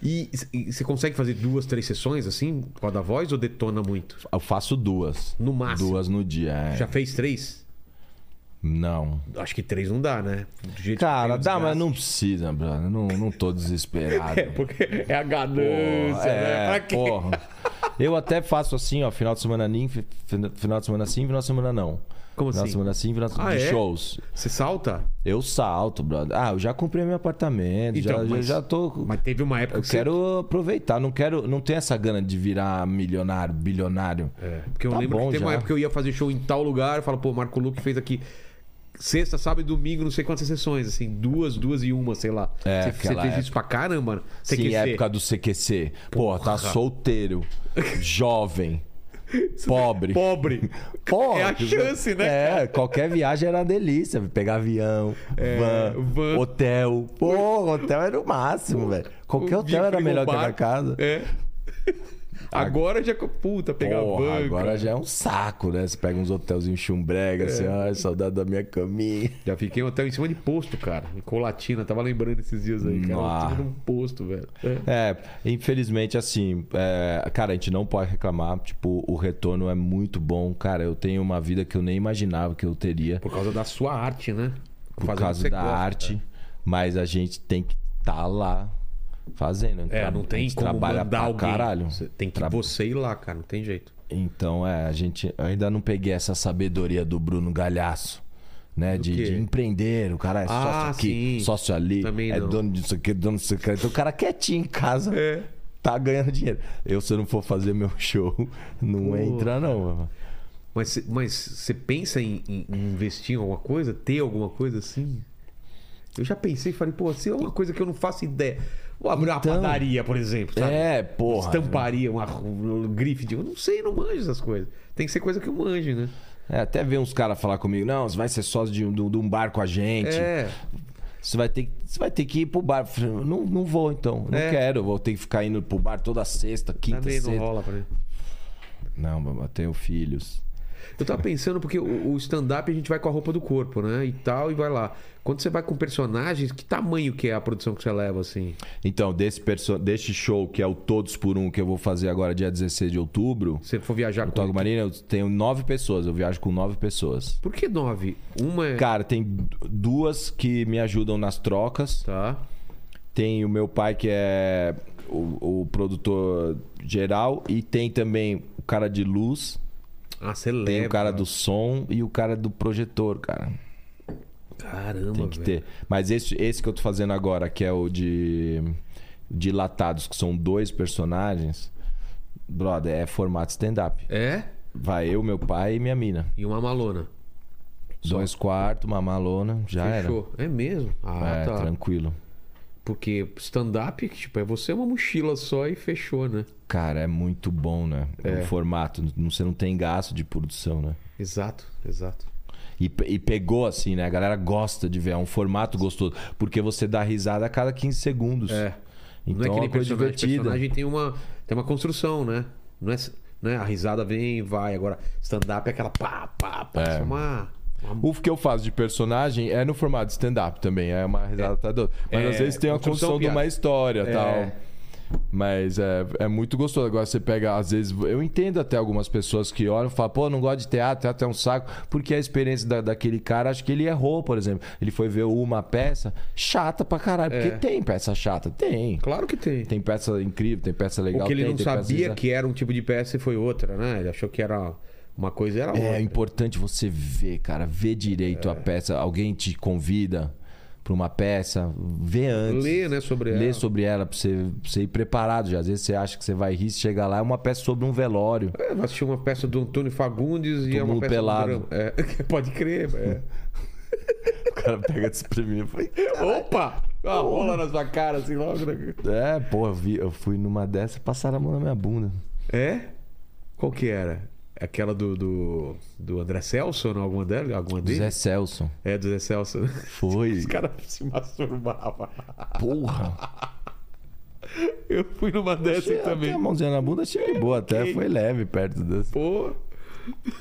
Speaker 1: E e você consegue fazer duas, três sessões assim, com a da voz, ou detona muito?
Speaker 3: Eu faço duas.
Speaker 1: No máximo.
Speaker 3: Duas no dia. é.
Speaker 1: Já fez três?
Speaker 3: Não. um
Speaker 1: Acho que três não dá, né? Do jeito que
Speaker 3: Cara,
Speaker 1: tem o
Speaker 3: dá,
Speaker 1: desgaste.
Speaker 3: mas não precisa, Bruno. Não, não tô desesperado.
Speaker 1: Porque é a ganância,
Speaker 3: Porra,
Speaker 1: né?
Speaker 3: é,
Speaker 1: Pra quê?
Speaker 3: porra. Eu até faço assim, ó, final de semana sim, fi- final de semana sim, final de semana não.
Speaker 1: Como
Speaker 3: final
Speaker 1: assim?
Speaker 3: de semana sim, final de
Speaker 1: Ah,
Speaker 3: semana de
Speaker 1: é?
Speaker 3: shows.
Speaker 1: Você salta?
Speaker 3: Eu salto, brother. Ah, eu já comprei meu apartamento,
Speaker 1: Então,
Speaker 3: já,
Speaker 1: mas-
Speaker 3: já tô.
Speaker 1: Mas teve uma época
Speaker 3: eu
Speaker 1: que
Speaker 3: quero aproveitar, não quero, não tenho essa gana de virar milionário, bilionário.
Speaker 1: você... É, porque eu
Speaker 3: Tá
Speaker 1: lembro que
Speaker 3: bom
Speaker 1: teve uma
Speaker 3: já.
Speaker 1: época que eu ia fazer show em tal lugar, eu falo, pô, Marco Luque fez aqui sexta, sábado e domingo, não sei quantas sessões, assim, duas, duas e uma, sei lá.
Speaker 3: É,
Speaker 1: você, você
Speaker 3: aquela
Speaker 1: fez
Speaker 3: época.
Speaker 1: isso pra caramba? né? Você
Speaker 3: Sim, é
Speaker 1: quer ser-
Speaker 3: época do CQC. Pô, tá solteiro, jovem, pobre.
Speaker 1: Pobre.
Speaker 3: Pobre.
Speaker 1: É a chance, né, É,
Speaker 3: É, qualquer viagem era uma delícia. Pegar avião, van,
Speaker 1: van.
Speaker 3: hotel. Pô, hotel era o máximo, velho. Qualquer
Speaker 1: Um dia
Speaker 3: hotel era
Speaker 1: frigobar.
Speaker 3: melhor que a minha casa.
Speaker 1: É. Agora já. Puta, pegar
Speaker 3: Porra,
Speaker 1: banco.
Speaker 3: agora já é um saco, né? Você pega uns hotelzinhos chumbrega,
Speaker 1: É.
Speaker 3: assim, ai, saudade da minha caminha.
Speaker 1: Já fiquei até em cima de posto, cara. Em Colatina, tava lembrando esses dias aí, cara.
Speaker 3: Nossa.
Speaker 1: Em cima de um posto, velho. É.
Speaker 3: É, infelizmente, assim, é, cara, a gente não pode reclamar. Tipo, o retorno é muito bom. Cara, eu tenho uma vida que eu nem imaginava que eu teria.
Speaker 1: Por causa da sua arte, né?
Speaker 3: por
Speaker 1: Fazendo o que
Speaker 3: causa
Speaker 1: você
Speaker 3: da
Speaker 1: gosta. é.
Speaker 3: arte, mas a gente tem que estar lá fazendo.
Speaker 1: É,
Speaker 3: Tra-
Speaker 1: não
Speaker 3: a
Speaker 1: tem
Speaker 3: gente
Speaker 1: como
Speaker 3: trabalha
Speaker 1: mandar
Speaker 3: pra
Speaker 1: alguém.
Speaker 3: caralho.
Speaker 1: Você tem que
Speaker 3: Tra-
Speaker 1: você ir lá, cara. Não tem jeito.
Speaker 3: Então, é, a gente eu ainda não peguei essa sabedoria do Bruno Galhaço. Né, de,
Speaker 1: quê?
Speaker 3: de empreender, o cara é sócio
Speaker 1: Ah,
Speaker 3: aqui,
Speaker 1: sim.
Speaker 3: sócio ali,
Speaker 1: Também
Speaker 3: é
Speaker 1: não. É.
Speaker 3: dono disso aqui, dono disso aqui. Então o cara quietinho em casa tá ganhando dinheiro. Eu, se eu não for fazer meu show, não entra, não. mano.
Speaker 1: Mas, cê- mas você pensa em, em- em investir em alguma coisa? Ter alguma coisa assim? Eu já pensei e falei, pô, se é uma coisa que eu não faço ideia. Vou abrir uma
Speaker 3: Então.
Speaker 1: padaria, por exemplo. Sabe?
Speaker 3: É, porra.
Speaker 1: Estamparia, uma um grife. de- Eu não sei, não manjo essas coisas. Tem que ser coisa que eu manje, né?
Speaker 3: É, até ver uns caras falar comigo, não, você vai ser sócio de um, de um- de um bar com a gente.
Speaker 1: É.
Speaker 3: Você vai, ter, que- você vai ter que ir pro bar. Eu falei, Não, não vou, então. Não
Speaker 1: É. Tá
Speaker 3: quero. Vou ter que ficar indo pro bar toda sexta, quinta,
Speaker 1: Também não
Speaker 3: sexta.
Speaker 1: rola pra mim.
Speaker 3: Não, mas eu tenho filhos.
Speaker 1: Eu tava pensando, porque o, o stand-up a gente vai com a roupa do corpo, né? E tal, e vai lá. Quando você vai com personagens, que tamanho que é a produção que você leva, assim?
Speaker 3: Então, desse, perso- deste show que é o Todos por Um, que eu vou fazer agora dia 16 de outubro,
Speaker 1: Se você for viajar
Speaker 3: no
Speaker 1: com.
Speaker 3: Togo Marina, eu tenho nove pessoas. Eu viajo com nove pessoas.
Speaker 1: Por que nove? Uma é.
Speaker 3: Cara, tem du- duas que me ajudam nas trocas.
Speaker 1: Tá.
Speaker 3: Tem o meu pai, que é o, o produtor geral, e tem também o cara de luz,
Speaker 1: Ah, você leva.
Speaker 3: tem o cara do som e o cara do projetor, cara.
Speaker 1: Caramba,
Speaker 3: Tem que
Speaker 1: velho.
Speaker 3: ter. Mas esse, esse que eu tô fazendo agora, que é o de Dilatados, que são dois personagens, brother, é formato stand-up.
Speaker 1: É?
Speaker 3: Vai eu, meu pai e minha mina.
Speaker 1: E uma malona.
Speaker 3: Dois quartos, uma malona, já
Speaker 1: Fechou. É mesmo? Ah,
Speaker 3: era. é,
Speaker 1: tá.
Speaker 3: tranquilo.
Speaker 1: Porque stand-up, tipo, é você uma mochila só e fechou, né?
Speaker 3: Cara, é muito bom, né?
Speaker 1: É.
Speaker 3: O formato. não- Você não tem gasto de produção, né?
Speaker 1: Exato, exato.
Speaker 3: E, pe- e pegou assim, né? A galera gosta de ver, é um formato gostoso. Porque você dá risada a cada 15 segundos.
Speaker 1: É.
Speaker 3: Então
Speaker 1: não é
Speaker 3: é,
Speaker 1: que nem
Speaker 3: uma coisa
Speaker 1: personagem.
Speaker 3: divertida.
Speaker 1: Personagem tem uma, tem uma construção, né? Não é, não é a risada vem e vai. Agora, stand-up é aquela pá, pá, pá. Isso É. Uma, uma-
Speaker 3: O que eu faço de personagem é no formato de stand-up também. É uma risada até do... Mas
Speaker 1: É,
Speaker 3: às vezes tem uma
Speaker 1: construção
Speaker 3: construção de uma
Speaker 1: piada.
Speaker 3: história
Speaker 1: É.
Speaker 3: tal. Mas é, é muito gostoso. Agora você pega, às vezes, eu entendo até algumas pessoas que olham e falam, pô, não gosto de teatro, teatro é um saco, porque a experiência da- daquele cara, acho que ele errou, por exemplo. Ele foi ver uma peça chata pra caralho,
Speaker 1: É.
Speaker 3: porque tem peça chata, tem.
Speaker 1: Claro que tem.
Speaker 3: Tem peça incrível, tem peça legal.
Speaker 1: O que ele
Speaker 3: tem,
Speaker 1: não
Speaker 3: tem peça
Speaker 1: sabia
Speaker 3: exa-
Speaker 1: que era um tipo de peça e foi outra, né? Ele achou que era uma coisa e era outra.
Speaker 3: É importante você ver, cara, ver direito a peça. Alguém te convida pra uma peça, vê antes.
Speaker 1: Lê, né, sobre
Speaker 3: Lê é.
Speaker 1: ela.
Speaker 3: sobre ela pra você, pra você ir preparado já. Às vezes você acha que você vai rir, você chega lá, é uma peça sobre um velório.
Speaker 1: É, vai assistir uma peça do Antônio Fagundes e é uma
Speaker 3: mundo
Speaker 1: peça do
Speaker 3: pelado.
Speaker 1: drama. É, pode crer. É.
Speaker 3: O cara pega de espremir.
Speaker 1: Opa! Uma rola na sua cara, assim, logo. né?
Speaker 3: É, pô, eu, vi- eu fui numa dessa e passaram a mão na minha bunda.
Speaker 1: É? Qual que era? Aquela do, do, do André Celso ou não? Alguma dela? Alguma
Speaker 3: Do
Speaker 1: dele?
Speaker 3: Zé Celso.
Speaker 1: É, do Zé Celso.
Speaker 3: Foi.
Speaker 1: Os caras se masturbavam.
Speaker 3: Porra.
Speaker 1: Eu fui numa dessa
Speaker 3: Achei
Speaker 1: também.
Speaker 3: Até Ah, é, a mãozinha na bunda achei de boa, até foi leve perto dessa.
Speaker 1: Pô.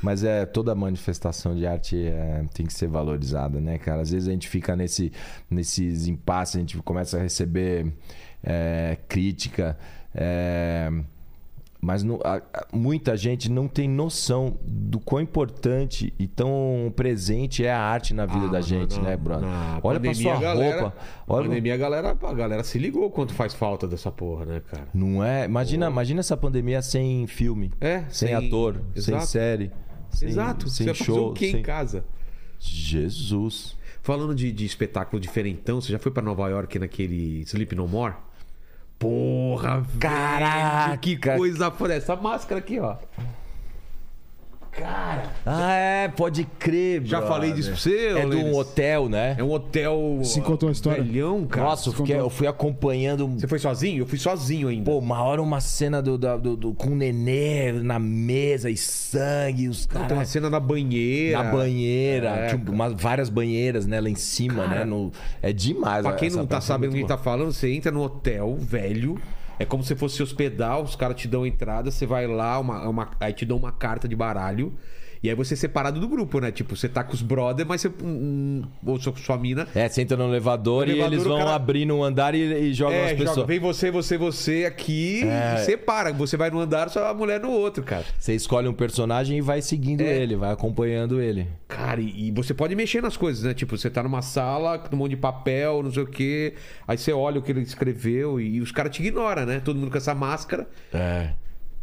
Speaker 3: Mas é toda manifestação de arte é, tem que ser valorizada, né, cara? Às vezes a gente fica nesse, nesses impasses, a gente começa a receber é, crítica. é, mas não- a- a- muita gente não tem noção do quão importante e tão presente é a arte na vida
Speaker 1: Ah,
Speaker 3: da
Speaker 1: mano,
Speaker 3: gente,
Speaker 1: na-
Speaker 3: né, brother?
Speaker 1: na
Speaker 3: Olha pra
Speaker 1: pandemia,
Speaker 3: sua
Speaker 1: a galera,
Speaker 3: roupa.
Speaker 1: Na
Speaker 3: Olha,
Speaker 1: pandemia, a galera, a galera se ligou quanto faz falta dessa porra, né, cara?
Speaker 3: Não é? Imagina, imagina essa pandemia sem filme,
Speaker 1: É,
Speaker 3: sem,
Speaker 1: sem-
Speaker 3: ator, sem
Speaker 1: Exato.
Speaker 3: série, sem,
Speaker 1: Exato.
Speaker 3: sem
Speaker 1: você vai fazer
Speaker 3: show.
Speaker 1: o quê
Speaker 3: sem-
Speaker 1: em casa?
Speaker 3: Jesus.
Speaker 1: Falando de, de espetáculo diferentão, você já foi pra Nova York naquele Sleep No More? Porra,
Speaker 3: Caraca!
Speaker 1: velho, que coisa foda. Essa máscara aqui, ó.
Speaker 3: Ah, é, pode crer,
Speaker 1: Já
Speaker 3: brother.
Speaker 1: falei disso pra você,
Speaker 3: É de um
Speaker 1: Lênis?
Speaker 3: hotel, né?
Speaker 1: É um hotel.
Speaker 2: Se contou a história.
Speaker 1: Velhão, cara.
Speaker 3: Nossa, eu, fiquei- eu fui acompanhando. um-
Speaker 1: Você foi sozinho? Eu fui sozinho ainda.
Speaker 3: Pô, uma hora uma cena do, da- do- do- com o nenê na mesa e sangue, os
Speaker 1: Tem uma
Speaker 3: caras.
Speaker 1: cena na banheira.
Speaker 3: Na banheira,
Speaker 1: É,
Speaker 3: tinha umas- várias banheiras, né? Lá em cima, né? no- é demais.
Speaker 1: Pra quem
Speaker 3: essa
Speaker 1: não tá
Speaker 3: peça é
Speaker 1: sabendo o
Speaker 3: muito
Speaker 1: que
Speaker 3: boa.
Speaker 1: tá falando, você entra no hotel velho. É como se fosse se hospedar, os caras te dão a entrada, você vai lá, uma, uma- aí te dão uma carta de baralho. E aí você é separado do grupo, né? Tipo, você tá com os brother, mas você. hum, ou só com sua mina.
Speaker 3: É, você entra no elevador,
Speaker 1: No
Speaker 3: e
Speaker 1: elevador,
Speaker 3: eles
Speaker 1: o
Speaker 3: vão
Speaker 1: cara-
Speaker 3: abrindo um andar e, e jogam as
Speaker 1: É,
Speaker 3: pessoas. É.
Speaker 1: joga, vem você, você, você aqui e separa. Você vai no andar, só a mulher no outro, cara.
Speaker 3: Você escolhe um personagem e vai seguindo
Speaker 1: É.
Speaker 3: ele, vai acompanhando ele.
Speaker 1: Cara, e e você pode mexer nas coisas, né? Tipo, você tá numa sala com um monte de papel, não sei o quê. Aí você olha o que ele escreveu e, e os caras te ignoram, né? Todo mundo com essa máscara.
Speaker 3: É.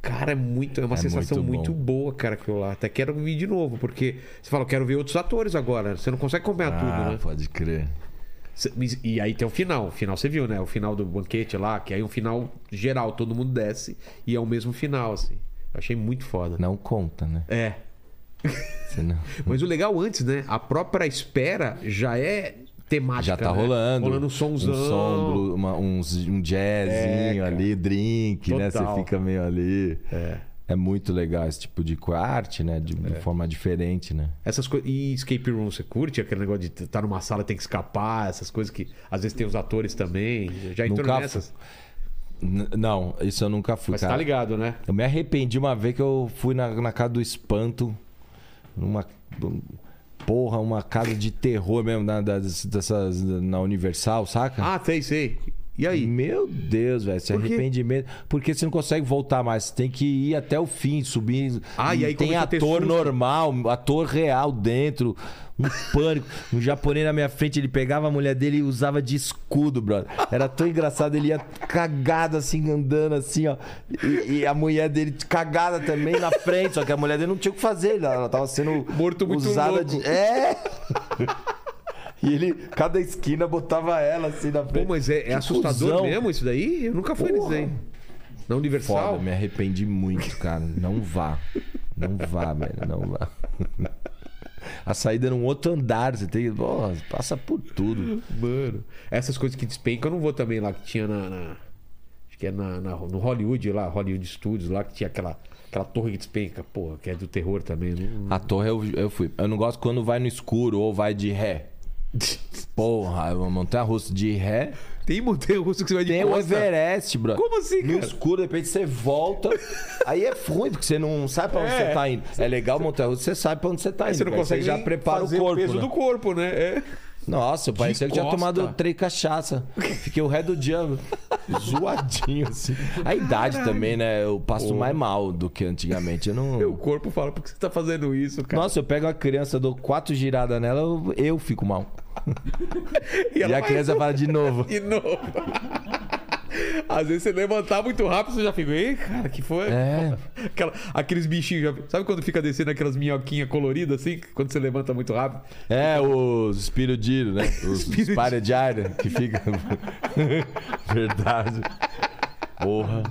Speaker 1: Cara, é muito, é uma
Speaker 3: É
Speaker 1: sensação
Speaker 3: muito
Speaker 1: muito,
Speaker 3: bom.
Speaker 1: boa, cara, aquilo lá. Até quero vir de novo, porque você fala, eu quero ver outros atores agora. Você não consegue acompanhar
Speaker 3: Ah, Tá
Speaker 1: tudo, né?
Speaker 3: pode crer.
Speaker 1: Cê- E aí tem o final. O final você viu, né? O final do banquete lá, que aí é um final geral, todo mundo desce e é o mesmo final, assim. Eu achei muito foda.
Speaker 3: Não conta, né?
Speaker 1: É.
Speaker 3: Você não-
Speaker 1: Mas o legal antes, né? A própria espera já é temática.
Speaker 3: Já tá
Speaker 1: né?
Speaker 3: rolando.
Speaker 1: Rolando um somzão.
Speaker 3: Um som, blu- uma- uns- um jazzinho ali, drink, né? Você
Speaker 1: É, Total.
Speaker 3: fica meio ali. É. muito legal esse tipo de co- arte, né? De,
Speaker 1: É.
Speaker 3: de forma diferente, né?
Speaker 1: Essas coisas. E escape room, você curte? Aquele negócio de estar numa sala e tem que escapar, essas coisas que às vezes tem os atores também. Já entrou
Speaker 3: Nunca
Speaker 1: nessas.
Speaker 3: N- não, isso eu nunca fui,
Speaker 1: Mas
Speaker 3: cara.
Speaker 1: tá ligado, né?
Speaker 3: Eu me arrependi uma vez que eu fui na, na casa do espanto, numa. um- Porra, uma casa de terror mesmo, na, das- dessas, na Universal, saca?
Speaker 1: Ah, sei, sei. E aí?
Speaker 3: Meu Deus, velho, esse
Speaker 1: quê?
Speaker 3: arrependimento. Porque você não consegue voltar mais, você tem que ir até o fim, subir.
Speaker 1: Ah, e aí
Speaker 3: tem
Speaker 1: começa a ter
Speaker 3: ator
Speaker 1: susto.
Speaker 3: normal, ator real dentro, um pânico. Um japonês na minha frente, ele pegava a mulher dele e usava de escudo, brother. Era tão engraçado, ele ia cagado assim, andando assim, ó. E, e a mulher dele cagada também na frente, só que a mulher dele não tinha o que fazer, ela ela tava sendo
Speaker 1: Morto muito
Speaker 3: usada
Speaker 1: louco.
Speaker 3: de. É! E ele, cada esquina, botava ela assim na
Speaker 1: Pô,
Speaker 3: frente.
Speaker 1: mas é, é
Speaker 3: Que
Speaker 1: assustador
Speaker 3: cuzão.
Speaker 1: mesmo isso daí? Eu nunca fui nisso
Speaker 3: Porra.
Speaker 1: daí. Na Universal?
Speaker 3: Foda, me arrependi muito, cara. Não vá. Não vá, velho. Não vá. A saída era um outro andar. Você tem que. Pô, passa por tudo.
Speaker 1: Mano. Essas coisas que despencam, eu não vou também lá que tinha na. na- acho que é na, na- no Hollywood lá, Hollywood Studios lá, que tinha aquela, aquela torre que despenca, porra, que é do terror também. Não...
Speaker 3: A torre eu, eu fui. Eu não gosto quando vai no escuro ou vai de ré. Porra, é uma montanha russa de ré.
Speaker 1: Tem montanha russa que você vai de
Speaker 3: Tem o
Speaker 1: costa?
Speaker 3: Everest, bro.
Speaker 1: Como assim,
Speaker 3: No
Speaker 1: cara?
Speaker 3: escuro, de repente você volta. Aí é ruim, porque você não sabe pra onde você tá indo. É legal montanha russa, você sabe pra onde você tá
Speaker 1: Aí
Speaker 3: indo.
Speaker 1: você não
Speaker 3: porque aí
Speaker 1: consegue
Speaker 3: já
Speaker 1: nem
Speaker 3: prepara o
Speaker 1: fazer
Speaker 3: corpo.
Speaker 1: peso
Speaker 3: né?
Speaker 1: do corpo, né? É.
Speaker 3: Nossa, parecia que, tinha
Speaker 4: costa.
Speaker 3: tomado três cachaça. Fiquei o ré do diabo. Zoadinho, assim. A idade também, né? Eu passo mais mal do que antigamente. Eu não.
Speaker 1: Meu corpo fala, por que você tá fazendo isso, cara?
Speaker 3: Nossa, eu pego uma criança, dou quatro giradas nela, eu, eu fico mal. e
Speaker 1: ela
Speaker 3: a
Speaker 1: vai-
Speaker 3: criança fala de novo.
Speaker 1: De novo. Às vezes você levantar muito rápido, você já fica, ei, cara, que foi?
Speaker 3: É.
Speaker 1: Aquela- aqueles bichinhos, já- sabe quando fica descendo aquelas minhoquinhas coloridas assim? Quando você levanta muito rápido?
Speaker 3: É, os espirodiro, né? Os espalha de ar né? que fica. Verdade. Porra.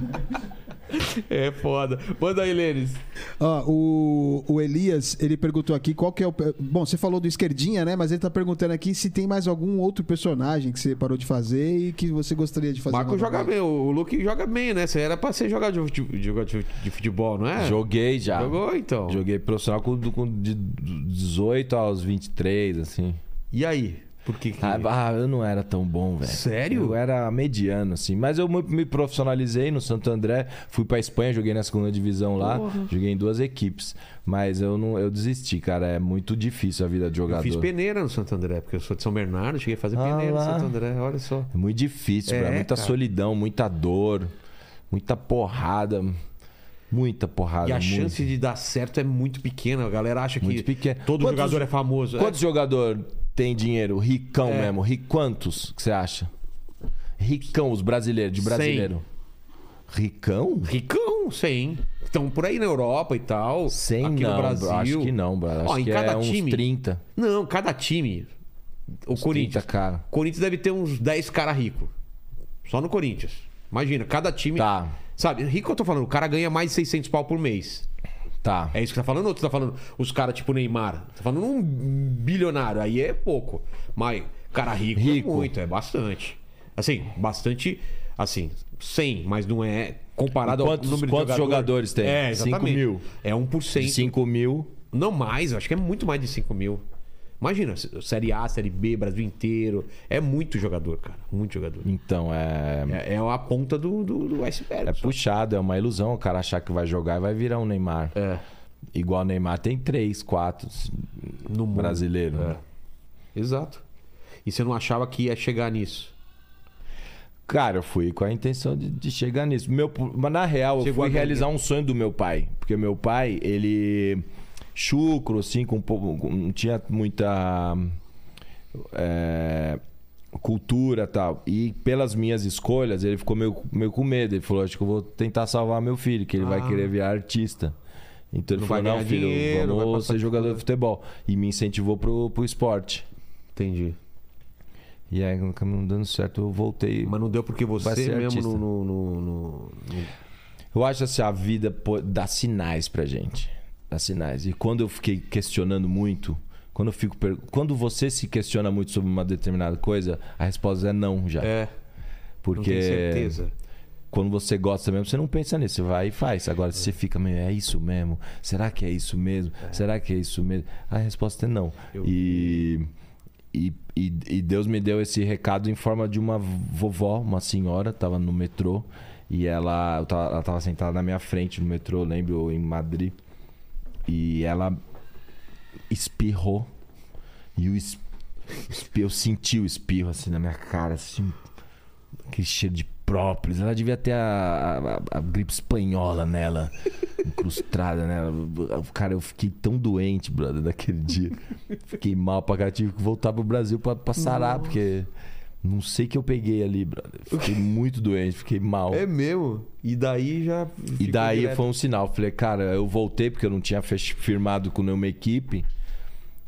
Speaker 1: É foda. Manda aí, Lênis.
Speaker 2: Ó, o, o Elias, ele perguntou aqui qual que é o. pe- Bom, você falou do esquerdinha, né? Mas ele tá perguntando aqui se tem mais algum outro personagem que você parou de fazer e que você gostaria de fazer.
Speaker 1: Marco joga
Speaker 2: novamente.
Speaker 1: bem, o Luke joga bem, né? Você era pra ser jogar de, fute- jogar de- de futebol, não é?
Speaker 3: Joguei já.
Speaker 1: Jogou, então.
Speaker 3: Joguei profissional com, com de 18 aos 23, assim.
Speaker 1: E aí? Por que que...
Speaker 3: Ah, ah, eu não era tão bom, velho.
Speaker 1: Sério?
Speaker 3: Eu era mediano, assim. Mas eu me- me profissionalizei no Santo André, fui pra Espanha, joguei na segunda divisão lá, joguei em duas equipes. Mas eu não, eu desisti, cara. É muito difícil a vida de
Speaker 1: eu
Speaker 3: jogador.
Speaker 1: fiz peneira no Santo André, porque eu sou de São Bernardo, cheguei a fazer
Speaker 3: Ah,
Speaker 1: peneira no
Speaker 3: lá.
Speaker 1: Santo André, olha só.
Speaker 3: É muito difícil,
Speaker 1: É,
Speaker 3: é, muita
Speaker 1: cara.
Speaker 3: solidão, muita dor, muita porrada. Muita porrada.
Speaker 1: E a
Speaker 3: é muito.
Speaker 1: chance de dar certo é muito pequena. A galera acha que
Speaker 3: Muito pequena.
Speaker 1: todo
Speaker 3: Quantos-
Speaker 1: jogador é famoso.
Speaker 3: Quantos jogador tem dinheiro? Ricão mesmo. Ri, quantos que você acha? Ricão, os brasileiros, de
Speaker 1: Cem.
Speaker 3: brasileiro. Ricão?
Speaker 1: É. Ricão, 100. Estão por aí na Europa e tal.
Speaker 3: 100
Speaker 1: aqui
Speaker 3: não,
Speaker 1: no Brasil.
Speaker 3: bro, acho que não, bro. Acho
Speaker 1: Ó, em
Speaker 3: que
Speaker 1: cada
Speaker 3: é uns
Speaker 1: time.
Speaker 3: 30.
Speaker 1: Não, cada time. O
Speaker 3: Uns
Speaker 1: Corinthians.
Speaker 3: 30, cara.
Speaker 1: Corinthians deve ter uns 10 cara rico. Só no Corinthians. Imagina, cada time.
Speaker 3: Tá.
Speaker 1: Sabe, rico eu tô falando, o cara ganha mais de 600 pau por mês.
Speaker 3: Tá.
Speaker 1: É isso que tá falando? Ou tu tá falando os caras tipo Neymar? Tá falando um bilionário, aí é pouco. Mas cara rico,
Speaker 3: Rico.
Speaker 1: é muito, é bastante. Assim, bastante, assim, 100, mas não é comparado
Speaker 3: E quantos-
Speaker 1: ao número
Speaker 3: quantos
Speaker 1: de jogador.
Speaker 3: jogadores tem?
Speaker 1: É,
Speaker 3: Cinco
Speaker 1: exatamente.
Speaker 3: mil.
Speaker 1: É 1%.
Speaker 3: 5 mil.
Speaker 1: Não mais, eu acho que é muito mais de 5 mil. Imagina, Série A, Série B, Brasil inteiro. É muito jogador, cara. Muito jogador.
Speaker 3: Então, é.
Speaker 1: É,
Speaker 3: É,
Speaker 1: é a ponta do, do, do iceberg. só.
Speaker 3: puxado, é uma ilusão o cara achar que vai jogar e vai virar um Neymar.
Speaker 1: É.
Speaker 3: Igual o Neymar tem 3, 4
Speaker 1: No mundo.
Speaker 3: brasileiro. né?
Speaker 1: É. Exato. E você não achava que ia chegar nisso?
Speaker 3: Cara, eu fui com a intenção de, de chegar nisso. Meu, mas na real, eu
Speaker 1: Chegou a
Speaker 3: fui
Speaker 1: ganhar.
Speaker 3: realizar um sonho do meu pai. Porque meu pai, ele. Chucro, assim, com um pouco. com- Não tinha muita. é, cultura e tal. E pelas minhas escolhas, ele ficou meio, meio com medo. Ele falou: Acho que eu vou tentar salvar meu filho, que ele vai querer virar artista. Então ele
Speaker 1: Ah. Não vai
Speaker 3: falou: Não,
Speaker 1: ganhar
Speaker 3: filho,
Speaker 1: dinheiro, não vai
Speaker 3: vamos
Speaker 1: passar
Speaker 3: ser
Speaker 1: de
Speaker 3: jogador de futebol. E me incentivou pro, pro esporte.
Speaker 1: Entendi.
Speaker 3: E aí, acabou não dando certo, eu voltei.
Speaker 1: Mas não deu porque
Speaker 3: Vai
Speaker 1: você
Speaker 3: ser
Speaker 1: mesmo
Speaker 3: artista.
Speaker 1: no, no, no- no- no-
Speaker 3: Eu acho assim, a vida pô- dá sinais pra gente. Dá sinais. E quando eu fiquei questionando muito, quando eu fico per- quando você se questiona muito sobre uma determinada coisa, a resposta é não já.
Speaker 1: É, não
Speaker 3: Porque
Speaker 1: tenho certeza.
Speaker 3: quando você gosta mesmo, você não pensa nisso, você vai e faz. Agora, se você fica meio, é isso mesmo? Será que é isso mesmo? Será que é isso mesmo? A resposta é não. E, e, e, e Deus me deu esse recado em forma de uma vovó, uma senhora, estava no metrô e ela, eu tava- ela estava sentada na minha frente no metrô, eu lembro, em Madrid. E ela espirrou. E o es- espi- eu senti o espirro assim na minha cara, assim. Aquele cheiro de própolis. Ela devia ter a, a- a- a gripe espanhola nela, incrustada nela. Cara, eu fiquei tão doente, brother, daquele dia. Fiquei mal pra cá, tive que voltar pro Brasil pra, pra sarar, porque não sei o que eu peguei ali, brother. Fiquei muito doente, fiquei mal.
Speaker 1: É mesmo. E daí já.
Speaker 3: E
Speaker 1: ficou
Speaker 3: daí
Speaker 1: direto.
Speaker 3: foi um sinal. Falei, cara, eu voltei porque eu não tinha fech- firmado com nenhuma equipe.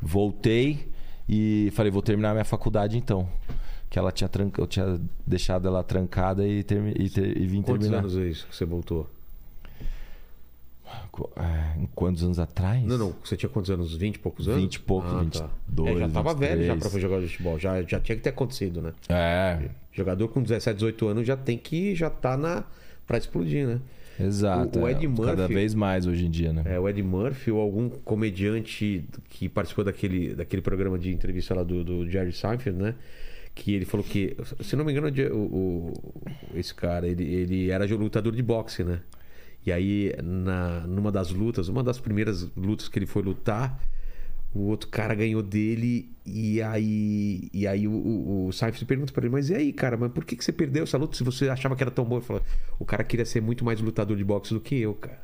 Speaker 3: Voltei e falei, vou terminar minha faculdade então. Que ela tinha tranca... eu tinha deixado ela trancada e, termi... e, ter- e vim
Speaker 1: Quantos
Speaker 3: terminar.
Speaker 1: anos é isso que você voltou?
Speaker 3: Co- é, quantos anos atrás?
Speaker 1: Não, não. Você tinha quantos anos? 20 e poucos anos? Ah,
Speaker 3: 20 e poucos, 22,
Speaker 1: É, já tava
Speaker 3: 23.
Speaker 1: velho já pra jogar futebol. Já, já tinha que ter acontecido, né?
Speaker 3: É,
Speaker 1: Jogador com 17, 18 anos já tem que. Já tá na. Pra explodir, né?
Speaker 3: exato.
Speaker 1: O- o Ed
Speaker 3: é. Cada
Speaker 1: Murphy-
Speaker 3: vez mais hoje em dia, né?
Speaker 1: É, o Ed Murphy ou algum comediante que participou daquele, daquele programa de entrevista lá do, do Jerry Seinfeld, né? Que ele falou que, se não me engano, o- o- esse cara, ele, ele era lutador de boxe, né? E aí, na, numa das lutas, uma das primeiras lutas que ele foi lutar, o outro cara ganhou dele e aí e aí o, o, o Seinfeld pergunta pra ele, mas e aí, cara, mas por que, que você perdeu essa luta se você achava que era tão boa? Ele fala, o cara queria ser muito mais lutador de boxe do que eu, cara.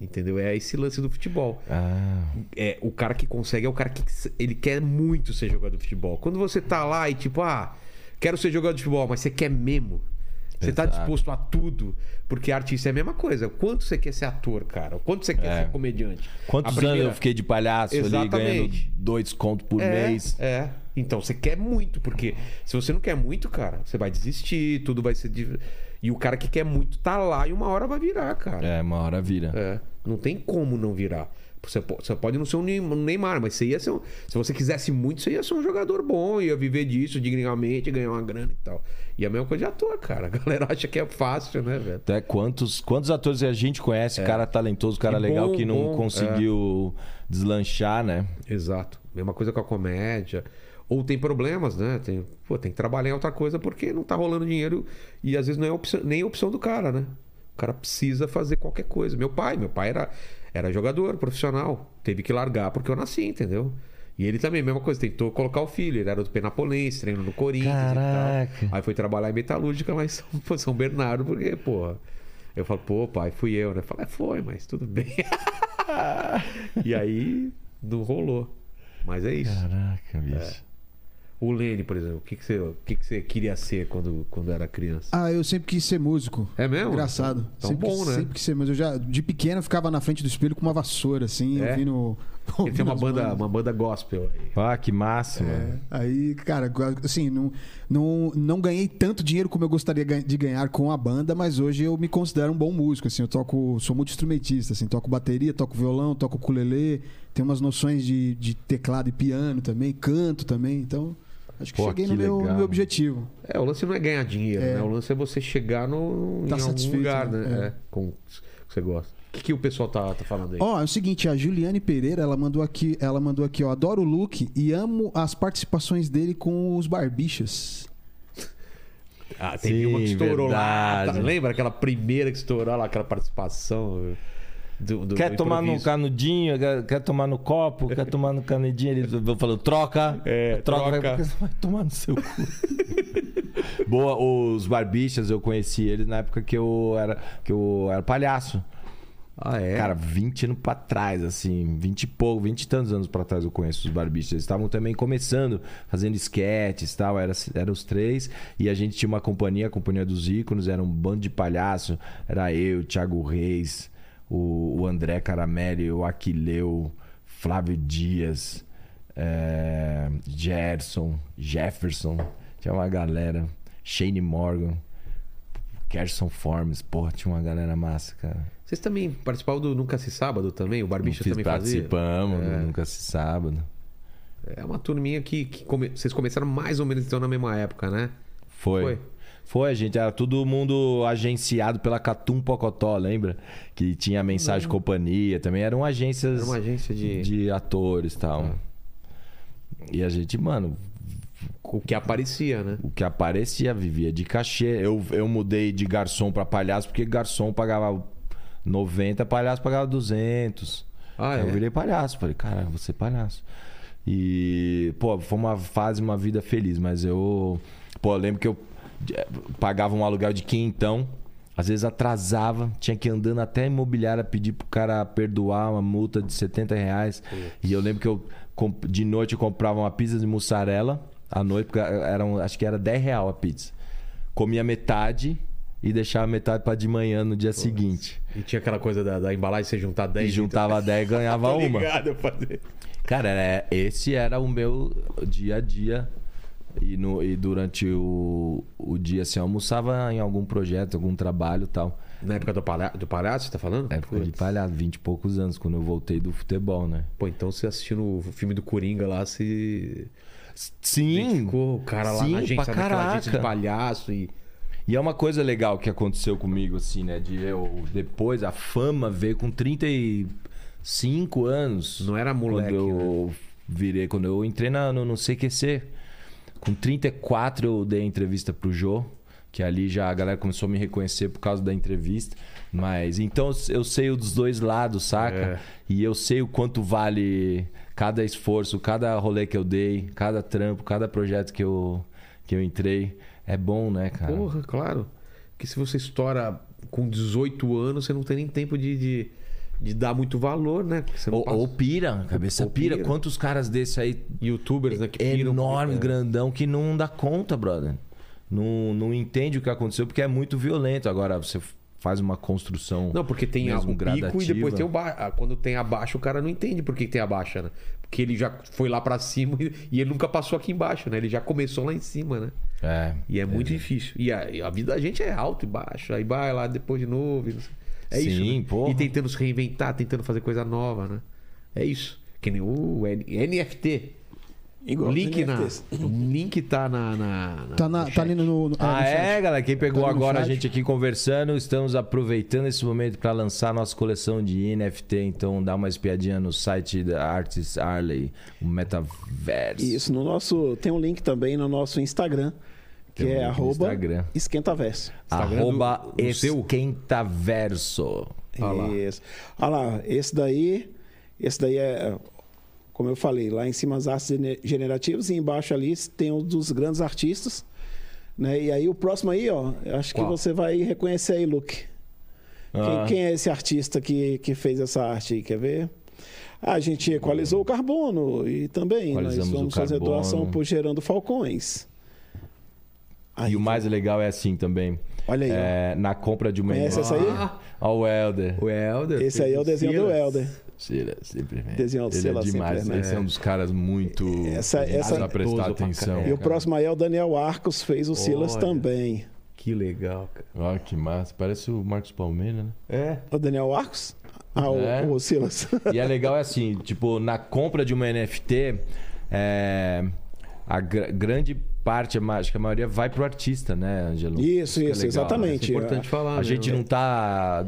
Speaker 1: Entendeu? É esse lance do futebol.
Speaker 3: Ah,
Speaker 1: É, o cara que consegue é o cara que se- ele quer muito ser jogador de futebol. Quando você tá lá e tipo, ah, quero ser jogador de futebol, mas você quer mesmo. Você tá
Speaker 3: Exato.
Speaker 1: disposto a tudo, porque artista é a mesma coisa. O Quanto você quer ser ator, cara? O Quanto você quer
Speaker 3: É.
Speaker 1: ser comediante?
Speaker 3: quantos
Speaker 1: A primeira-
Speaker 3: anos eu fiquei de palhaço ali
Speaker 1: Exatamente.
Speaker 3: ganhando dois contos por
Speaker 1: é,
Speaker 3: mês?
Speaker 1: É. Então você quer muito, porque se você não quer muito, cara, você vai desistir, tudo vai ser. de- E o cara que quer muito tá lá e uma hora vai virar, cara.
Speaker 3: É, uma hora vira.
Speaker 1: É. Não tem como não virar. Você, po- você pode não ser um Ney- um Neymar, mas você ia ser um- se você quisesse muito, você ia ser um jogador bom, ia viver disso dignamente, ganhar uma grana e tal. E é a mesma coisa de ator, cara. A galera acha que é fácil, né, velho?
Speaker 3: Até quantos, quantos atores a gente conhece, cara talentoso, cara
Speaker 1: E
Speaker 3: legal,
Speaker 1: É. bom,
Speaker 3: que não
Speaker 1: bom,
Speaker 3: conseguiu deslanchar, né?
Speaker 1: Exato. Mesma coisa com a comédia. Ou tem problemas, né? Tem, pô, tem que trabalhar em outra coisa porque não tá rolando dinheiro e às vezes não é opção, nem opção do cara, né? O cara precisa fazer qualquer coisa. Meu pai, meu pai era, era jogador profissional. Teve que largar porque eu nasci, entendeu? E ele também, mesma coisa, tentou colocar o filho. Ele era do Penapolense, treino no Corinthians e
Speaker 3: Caraca.
Speaker 1: tal. Aí foi trabalhar em metalúrgica lá em São, pô, São Bernardo, porque, porra. Eu falo, pô, pai, fui eu, né? Fala, é, foi, mas tudo bem. E aí não rolou. Mas é isso.
Speaker 3: Caraca, bicho.
Speaker 1: O Lene, por exemplo, o que, que, você, o que, que você queria ser quando, quando era criança?
Speaker 2: Ah, eu sempre quis ser músico.
Speaker 1: É mesmo?
Speaker 2: Engraçado.
Speaker 1: Então
Speaker 2: sempre
Speaker 1: bom,
Speaker 2: quis,
Speaker 1: né?
Speaker 2: Sempre quis ser, mas eu já, de pequeno, eu ficava na frente do espelho com uma vassoura, assim,
Speaker 1: É?
Speaker 2: ouvindo.
Speaker 1: Ele tem uma
Speaker 2: Ah, ouvindo as
Speaker 1: banda,
Speaker 2: bandas.
Speaker 1: uma banda gospel aí.
Speaker 3: Ah, que massa,
Speaker 1: É.
Speaker 3: mano.
Speaker 2: É. Aí, cara, assim, não, não, não ganhei tanto dinheiro como eu gostaria gan- de ganhar com a banda, mas hoje eu me considero um bom músico, assim, eu toco, sou multi-instrumentista, assim, toco bateria, toco violão, toco ukulele, tenho umas noções de, de teclado e piano também, canto também, então acho que
Speaker 3: Pô,
Speaker 2: cheguei
Speaker 3: que
Speaker 2: no meu, no
Speaker 3: legal.
Speaker 2: meu objetivo.
Speaker 1: É, o lance não é ganhar dinheiro, né? O lance é você chegar no,
Speaker 2: Tá
Speaker 1: em algum
Speaker 2: satisfeito,
Speaker 1: lugar, né?
Speaker 2: né?
Speaker 1: É, com o que você gosta. O que, que o pessoal tá, tá falando aí?
Speaker 2: Ó, é o seguinte, a Juliane Pereira, ela mandou aqui, ela mandou aqui, ó, adoro o Luke e amo as participações dele com os Barbixas.
Speaker 1: ah, tem
Speaker 3: sim,
Speaker 1: uma que estourou lá.
Speaker 3: verdade.
Speaker 1: tá? Lembra aquela primeira que estourou lá, aquela participação do, do
Speaker 3: Quer
Speaker 1: do
Speaker 3: tomar no
Speaker 1: improviso?
Speaker 3: canudinho, quer, quer tomar no copo, quer tomar no canudinho, ele falou, troca,
Speaker 1: É, troca.
Speaker 3: vai- vai tomar no seu cu. Boa, os barbichas, eu conheci eles na época que eu era, que eu era palhaço.
Speaker 1: Ah, é?
Speaker 3: Cara, 20 anos pra trás, assim, 20 e pouco, 20 e tantos anos pra trás eu conheço os barbichas. Eles estavam também começando, fazendo esquetes e tal, era, era os três. E a gente tinha uma companhia, a Companhia dos Íconos, era um bando de palhaço. Era eu, Thiago Reis, o, o André Caramelli, o Aquileu, Flávio Dias, é, Gerson, Jefferson, tinha uma galera, Shane Morgan. Gerson Forms, porra, tinha uma galera massa, cara.
Speaker 1: Vocês também participavam do Nunca Se Sábado também? O Barbicha
Speaker 3: Fiz-
Speaker 1: também fazia?
Speaker 3: participamos, do nunca se né? sábado.
Speaker 1: É uma turminha que, que come- vocês começaram mais ou menos então na mesma época, né?
Speaker 3: Foi.
Speaker 1: Foi.
Speaker 3: Foi. gente. Era todo mundo agenciado pela Catum Pocotó, lembra? Que tinha mensagem companhia também. Eram agências
Speaker 1: Era uma agência de. É.
Speaker 3: de atores e tal. E a gente, mano,
Speaker 1: O que aparecia, né?
Speaker 3: o que aparecia vivia de cachê. Eu, eu mudei de garçom pra palhaço porque garçom pagava 90, palhaço pagava 200.
Speaker 1: Ah,
Speaker 3: Aí
Speaker 1: é?
Speaker 3: Eu virei palhaço. Falei, cara, eu vou ser palhaço. E, pô, foi uma fase, uma vida feliz, mas eu. Pô, eu lembro que eu eh, pagava um aluguel de quintão. Às vezes atrasava, tinha que ir andando até a imobiliária pedir pro cara perdoar uma multa de 70 reais. E eu lembro que eu comp- de noite eu comprava uma pizza de mussarela à noite, porque era, um- acho que era 10 real a pizza. Comia metade e deixava metade pra de manhã no dia seguinte.
Speaker 1: E tinha aquela coisa da, da embalagem, você juntar 10
Speaker 3: E juntava 10 e ganhava
Speaker 1: então,
Speaker 3: uma.
Speaker 1: Obrigado, eu fazer.
Speaker 3: Cara, é- esse era o meu dia a dia. E, no- e durante o, o dia, assim, eu almoçava em algum projeto, algum trabalho e tal.
Speaker 1: Na época do, palha do palhaço, você tá falando?
Speaker 3: Na época de palhaço, 20 e poucos anos, quando eu voltei do futebol, né?
Speaker 1: Pô, então você assistindo o filme do Coringa lá, você
Speaker 3: Sim!
Speaker 1: identificou o cara lá
Speaker 3: Sim,
Speaker 1: na agência,
Speaker 3: pra
Speaker 1: naquela agência de
Speaker 3: caraca.
Speaker 1: palhaço e.
Speaker 3: E é uma coisa legal que aconteceu comigo, assim, né? De eu, depois, a fama veio com 35 anos.
Speaker 1: Não era moleque, né?
Speaker 3: Quando eu virei, quando eu entrei na, no, no CQC, com 34 eu dei a entrevista pro Jô. Que ali já a galera começou a me reconhecer por causa da entrevista. Mas então eu sei o dos dois lados,
Speaker 1: É.
Speaker 3: saca? E eu sei o quanto vale cada esforço, cada rolê que eu dei, cada trampo, cada projeto que eu, que eu entrei. É bom, né, cara?
Speaker 1: Porra, claro. Porque se você estoura com 18 anos, você não tem nem tempo de, de, de dar muito valor, né? Porque você não
Speaker 3: Ou,
Speaker 1: passa-
Speaker 3: um ou pira, cabeça
Speaker 1: Ou
Speaker 3: pira.
Speaker 1: pira.
Speaker 3: Quantos caras desses aí
Speaker 1: Youtubers, né? Que piram.
Speaker 3: enorme,
Speaker 1: É.
Speaker 3: grandão, que não dá conta, brother. Não, não entende o que aconteceu porque é muito violento. Agora você faz uma construção.
Speaker 1: Não, porque tem a-
Speaker 3: mesmo
Speaker 1: o pico e
Speaker 3: gradativa.
Speaker 1: depois tem o baixo. Quando tem a baixa, o cara não entende por que tem a baixa, né? Porque ele já foi lá pra cima e, e ele nunca passou aqui embaixo, né? Ele já começou lá em cima, né?
Speaker 3: É.
Speaker 1: E é muito difícil. E a, e a vida da gente é alto e baixo. Aí vai lá depois de novo. e não sei. É
Speaker 3: Sim,
Speaker 1: isso. né?
Speaker 3: porra.
Speaker 1: E tentando se reinventar, tentando fazer coisa nova, né? É isso. Que nem o N- NFT.
Speaker 5: Igual
Speaker 1: o
Speaker 5: os
Speaker 1: link na.
Speaker 5: NFTs.
Speaker 1: O link tá na. na- na-
Speaker 2: Tá, na,
Speaker 1: no
Speaker 2: tá
Speaker 1: chat.
Speaker 2: ali no. no-
Speaker 3: Ah,
Speaker 2: no chat.
Speaker 3: é, galera. Quem pegou
Speaker 2: Tá no
Speaker 3: agora a
Speaker 2: chat.
Speaker 3: gente aqui conversando, estamos aproveitando esse momento para lançar nossa coleção de NFT. Então dá uma espiadinha no site da Artist Arley, o Metaverse.
Speaker 5: Isso, no nosso. Tem um link também no nosso Instagram, que
Speaker 3: Tem um link
Speaker 5: é
Speaker 3: no
Speaker 5: arroba
Speaker 3: Instagram.
Speaker 5: esquentaverso.
Speaker 1: Instagram do-
Speaker 3: Arroba
Speaker 1: do seu?
Speaker 3: Esquentaverso.
Speaker 5: Isso. Olha lá, esse daí, esse daí é, como eu falei, lá em cima as artes gene- generativas e embaixo ali tem um dos grandes artistas, né? E aí o próximo aí, ó, eu acho
Speaker 1: Qual?
Speaker 5: que você vai reconhecer aí, Luke.
Speaker 3: Ah.
Speaker 5: Quem, quem é esse artista que, que fez essa arte aí, quer ver? A gente equalizou o carbono e também nós
Speaker 3: Equalizamos o
Speaker 5: vamos fazer
Speaker 3: carbono.
Speaker 5: doação por Gerando Falcões. Aí, então.
Speaker 3: E o mais legal é assim também.
Speaker 5: Olha aí, ó.
Speaker 3: É, na compra de uma
Speaker 5: Conhece essa aí?
Speaker 3: Ó, o Helder.
Speaker 1: O Helder.
Speaker 5: Esse aí é o desenho do Helder.
Speaker 3: Cira, simplesmente.
Speaker 5: Desenhou
Speaker 3: Ele é
Speaker 5: Cira
Speaker 3: demais.
Speaker 5: Simplesmente.
Speaker 3: Esse é um dos caras muito.
Speaker 5: Essa-
Speaker 3: a gente precisa prestar
Speaker 5: essa-
Speaker 1: Talentoso pra
Speaker 3: atenção.
Speaker 1: caramba.
Speaker 5: E o
Speaker 3: cara.
Speaker 5: próximo aí é o Daniel Arcos, fez o Silas
Speaker 1: Olha.
Speaker 5: também.
Speaker 1: Que legal, cara.
Speaker 3: Ó, que massa. Parece o Marcos Palmeira, né?
Speaker 1: É.
Speaker 5: O Daniel Arcos? Ah, o,
Speaker 3: É.
Speaker 5: o Silas.
Speaker 3: E é legal é assim, tipo, na compra de uma NFT, é, a gra- grande parte, ma- acho que a maioria vai pro artista, né, Angelo?
Speaker 5: Isso,
Speaker 3: que é
Speaker 5: isso,
Speaker 3: legal.
Speaker 5: exatamente.
Speaker 1: É importante falar.
Speaker 3: A
Speaker 1: né?
Speaker 3: gente não tá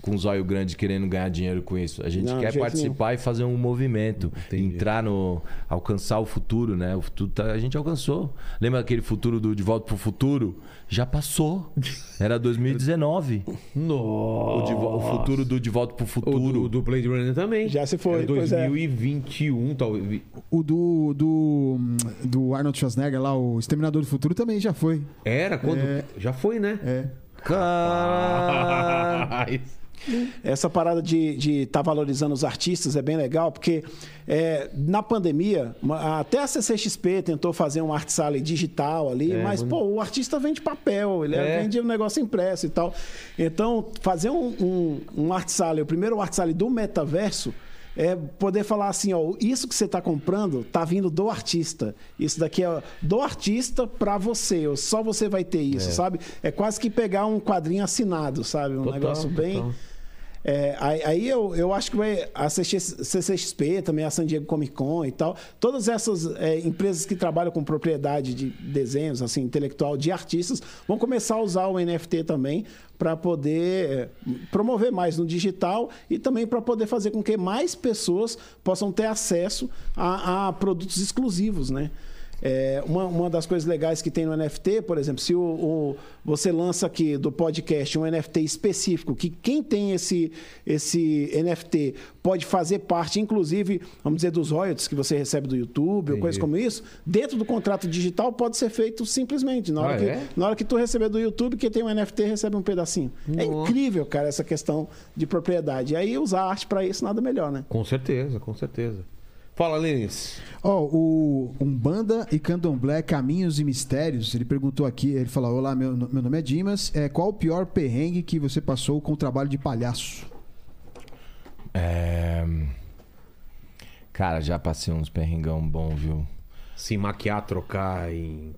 Speaker 3: com os olhos grandes querendo ganhar dinheiro com isso. A gente
Speaker 5: Não, de
Speaker 3: quer
Speaker 5: jeito
Speaker 3: participar e fazer um movimento. Entrar no. alcançar o futuro, né? O futuro tá- a gente alcançou. Lembra aquele futuro do De Volta pro Futuro? Já passou. Era 2019.
Speaker 1: Nossa.
Speaker 3: O, de vo- o futuro do De Volta pro
Speaker 1: O
Speaker 3: Futuro.
Speaker 1: do, do Blade Runner também.
Speaker 5: Já se foi,
Speaker 1: Era
Speaker 5: pois é.
Speaker 1: 2021, talvez.
Speaker 2: O do, do, do Arnold Schwarzenegger lá, o Exterminador do Futuro, também já foi.
Speaker 1: Era quando. Já foi, né?
Speaker 2: É.
Speaker 1: Ah.
Speaker 3: Cara...
Speaker 1: Mas-
Speaker 5: Essa parada de estar de tá valorizando os artistas é bem legal, porque é, na pandemia, uma- até a CCXP tentou fazer um art sale digital ali, É, mas, pô, o artista vende papel, ele
Speaker 1: É.
Speaker 5: vende um negócio impresso e tal. Então, fazer um, um, um art sale, o primeiro art sale do metaverso, é poder falar assim, ó, isso que você está comprando tá vindo do artista. Isso daqui é do artista para você, ou só você vai ter isso, sabe? É quase que pegar um quadrinho assinado, sabe? Um
Speaker 1: Total,
Speaker 5: negócio bem
Speaker 1: total.
Speaker 5: é, aí aí eu, eu acho que vai a CX CCXP, também a San Diego Comic Con e tal. Todas essas é, empresas que trabalham com propriedade de desenhos, assim, intelectual de artistas, vão começar a usar o NFT também para poder é, promover mais no digital e também para poder fazer com que mais pessoas possam ter acesso a, a produtos exclusivos, né? É, uma, uma das coisas legais que tem no NFT, por exemplo, se o, o- você lança aqui do podcast um NFT específico, que quem tem esse, esse NFT pode fazer parte, inclusive, vamos dizer, dos royalties que você recebe do YouTube, ou coisa como isso, dentro do contrato digital pode ser feito simplesmente. Na hora,
Speaker 1: Ah,
Speaker 5: que,
Speaker 1: é?
Speaker 5: na hora que tu receber do YouTube, quem tem um NFT recebe um pedacinho. É incrível, cara, essa questão de propriedade. E aí usar a arte para isso, nada melhor, né?
Speaker 1: Com certeza, com certeza. Fala, Lênis.
Speaker 2: Ó, o Umbanda e Candomblé, Caminhos e Mistérios, ele perguntou aqui, ele falou, olá, meu, no- meu nome é Dimas, é, qual o pior perrengue que você passou com o trabalho de palhaço?
Speaker 3: É... Cara, já passei uns perrengão bom, viu?
Speaker 1: Se maquiar, trocar em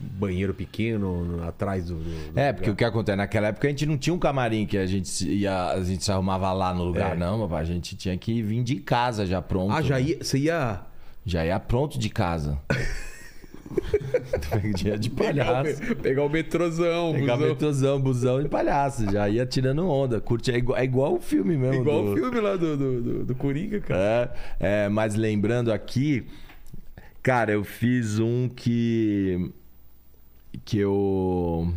Speaker 1: banheiro pequeno, no- atrás do. do- do
Speaker 3: É, porque o
Speaker 1: lugar.
Speaker 3: que acontece? Naquela época a gente não tinha um camarim que a gente se, ia, a gente se arrumava lá no lugar,
Speaker 1: É.
Speaker 3: não, papai. A gente tinha que vir de casa já pronto.
Speaker 1: Ah, já
Speaker 3: né?
Speaker 1: ia. Você ia.
Speaker 3: Já ia pronto de casa. Dia de
Speaker 1: Pegar o,
Speaker 3: palhaço.
Speaker 1: me- pegar o metrozão,
Speaker 3: Pegar
Speaker 1: busão.
Speaker 3: metrozão, busão de palhaço. Já ia tirando onda. Curte, é igual, é igual o filme mesmo.
Speaker 1: Igual
Speaker 3: do-
Speaker 1: o filme lá do, do, do, do Coringa, cara.
Speaker 3: É, é, mas lembrando aqui, cara, eu fiz um que que eu.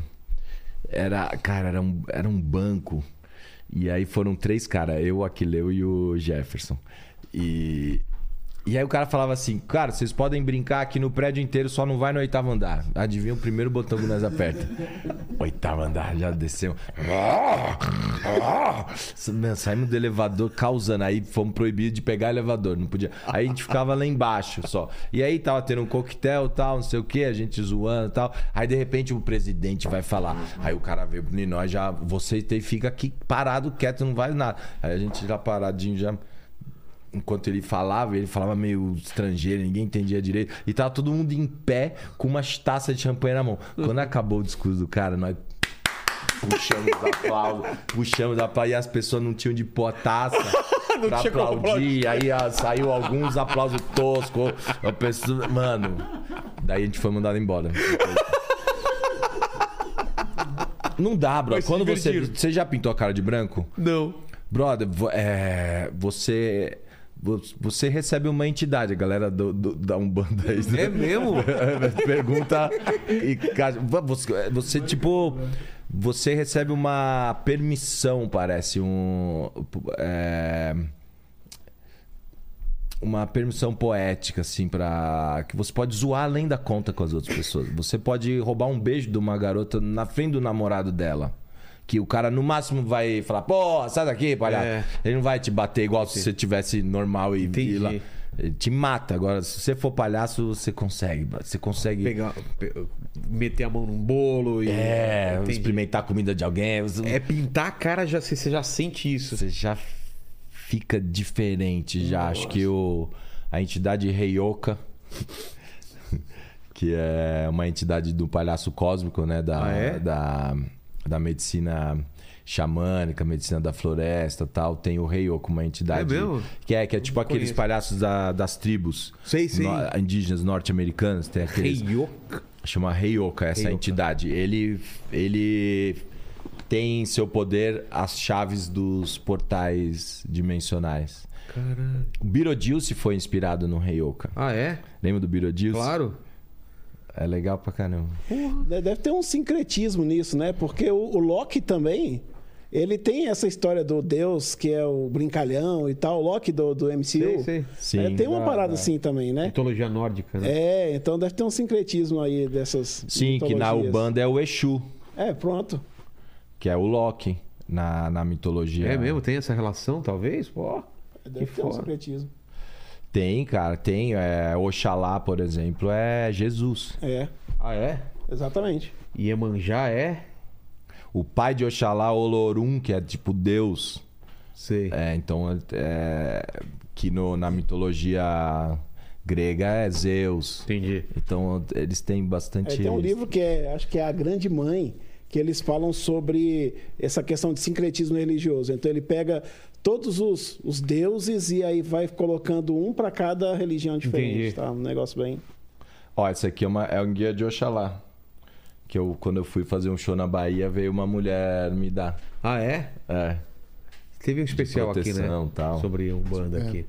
Speaker 3: Era. Cara, era um, era um banco. E aí foram três caras, eu, o Aquileu e o Jefferson. E. E aí o cara falava assim, cara, vocês podem brincar aqui no prédio inteiro, só não vai no oitavo andar. Adivinha o primeiro botão que nós aperta. Oitavo andar, já desceu. Meu, Ah, saímos do elevador causando. Aí fomos proibidos de pegar elevador, não podia. Aí a gente ficava lá embaixo só. E aí tava tendo um coquetel, tal, não sei o que, a gente zoando tal. Aí de repente o presidente vai falar. Aí o cara veio e nós já, você tem- fica aqui parado, quieto, não vai nada. Aí a gente já paradinho, já enquanto ele falava, ele falava meio estrangeiro, ninguém entendia direito. E tava todo mundo em pé com umas taças de champanhe na mão. Quando acabou o discurso do cara, nós puxamos aplausos, puxamos aplausos, e as pessoas não tinham de pôr a taça. pra
Speaker 1: tinha como
Speaker 3: aplaudir, aí ah, saiu alguns aplausos toscos. A pessoa, mano, daí a gente foi mandado embora. Não dá, bro.
Speaker 1: Mas se
Speaker 3: Quando você.
Speaker 1: divertiram.
Speaker 3: Você já pintou a cara de branco?
Speaker 1: Não.
Speaker 3: Brother, vo- é, você. vo- Você recebe uma entidade, a galera do, do- da Umbanda aí. né?
Speaker 1: É mesmo?
Speaker 3: Pergunta. E, ca- va- você, você, tipo. Você recebe uma permissão, parece. Um. é, uma permissão poética, assim, pra. Que você pode zoar além da conta com as outras pessoas. Você pode roubar um beijo de uma garota na frente do namorado dela. Que o cara no máximo vai falar, porra, sai daqui, palhaço.
Speaker 1: É.
Speaker 3: Ele não vai te bater igual se você tivesse normal e,
Speaker 1: Entendi.
Speaker 3: e lá. Ele te mata. Agora, se você for palhaço, você consegue. bro. Você consegue.
Speaker 1: Pegar, pe- meter a mão num bolo e.
Speaker 3: É,
Speaker 1: Entendi.
Speaker 3: experimentar a comida de alguém. Você,
Speaker 1: É pintar a cara, já, você já sente isso.
Speaker 3: você já fica diferente. Já acho que o, a entidade Reioka, que é uma entidade do palhaço cósmico, né? Da,
Speaker 1: Ah, é?
Speaker 3: da, da medicina xamânica, medicina da floresta tal. Tem o Reioka, uma entidade.
Speaker 1: É mesmo?
Speaker 3: Que é, que é tipo aqueles
Speaker 1: conheço.
Speaker 3: palhaços da- das tribos
Speaker 1: Sei, sei.
Speaker 3: no- indígenas norte-americanas. Tem aqueles.
Speaker 1: Reioka.
Speaker 3: Chama Reioka essa
Speaker 1: Heioka.
Speaker 3: entidade. Ele, ele tem em seu poder as chaves dos portais dimensionais.
Speaker 1: Caralho.
Speaker 3: O Beetlejuice foi inspirado no Reioka.
Speaker 1: Ah, é?
Speaker 3: Lembra do Beetlejuice?
Speaker 1: Claro.
Speaker 3: É legal pra caramba.
Speaker 5: De- Deve ter um sincretismo nisso, né? Porque o, o Loki também, ele tem essa história do Deus que é o brincalhão e tal, o Loki do, do MCU.
Speaker 1: Sei, sei.
Speaker 3: Sim,
Speaker 5: É, tem uma
Speaker 3: dá-
Speaker 5: parada
Speaker 3: dá.
Speaker 5: assim também, né?
Speaker 1: Mitologia nórdica, né?
Speaker 5: É, então deve ter um sincretismo aí dessas
Speaker 3: Sim, que na
Speaker 5: mitologias.
Speaker 3: Ubanda é o Exu,
Speaker 5: É, pronto.
Speaker 3: que é o Loki na, na mitologia.
Speaker 1: É mesmo? Tem essa relação, talvez? Pô.
Speaker 5: Deve
Speaker 1: Que
Speaker 5: ter um
Speaker 1: foda.
Speaker 5: sincretismo.
Speaker 3: Tem, cara, tem. É, Oxalá, por exemplo, é Jesus.
Speaker 5: É,
Speaker 1: Ah, é?
Speaker 5: exatamente.
Speaker 1: Iemanjá é?
Speaker 3: O pai de Oxalá, Olorum, que é tipo Deus.
Speaker 1: Sei.
Speaker 3: É, então, é, que no- na mitologia grega é Zeus.
Speaker 1: Entendi.
Speaker 3: Então, eles têm bastante.
Speaker 5: É, tem um livro que é, acho que é A Grande Mãe, que eles falam sobre essa questão de sincretismo religioso. Então ele pega todos os, os deuses e aí vai colocando um para cada religião diferente,
Speaker 1: Entendi.
Speaker 5: tá? Um negócio bem.
Speaker 3: Ó, esse aqui é, uma, é um guia de Oxalá. Que eu, quando eu fui fazer um show na Bahia, veio uma mulher me dar.
Speaker 1: Ah, é?
Speaker 3: É.
Speaker 1: Teve um especial aqui, né?
Speaker 3: proteção, tal.
Speaker 1: Sobre um banda aqui.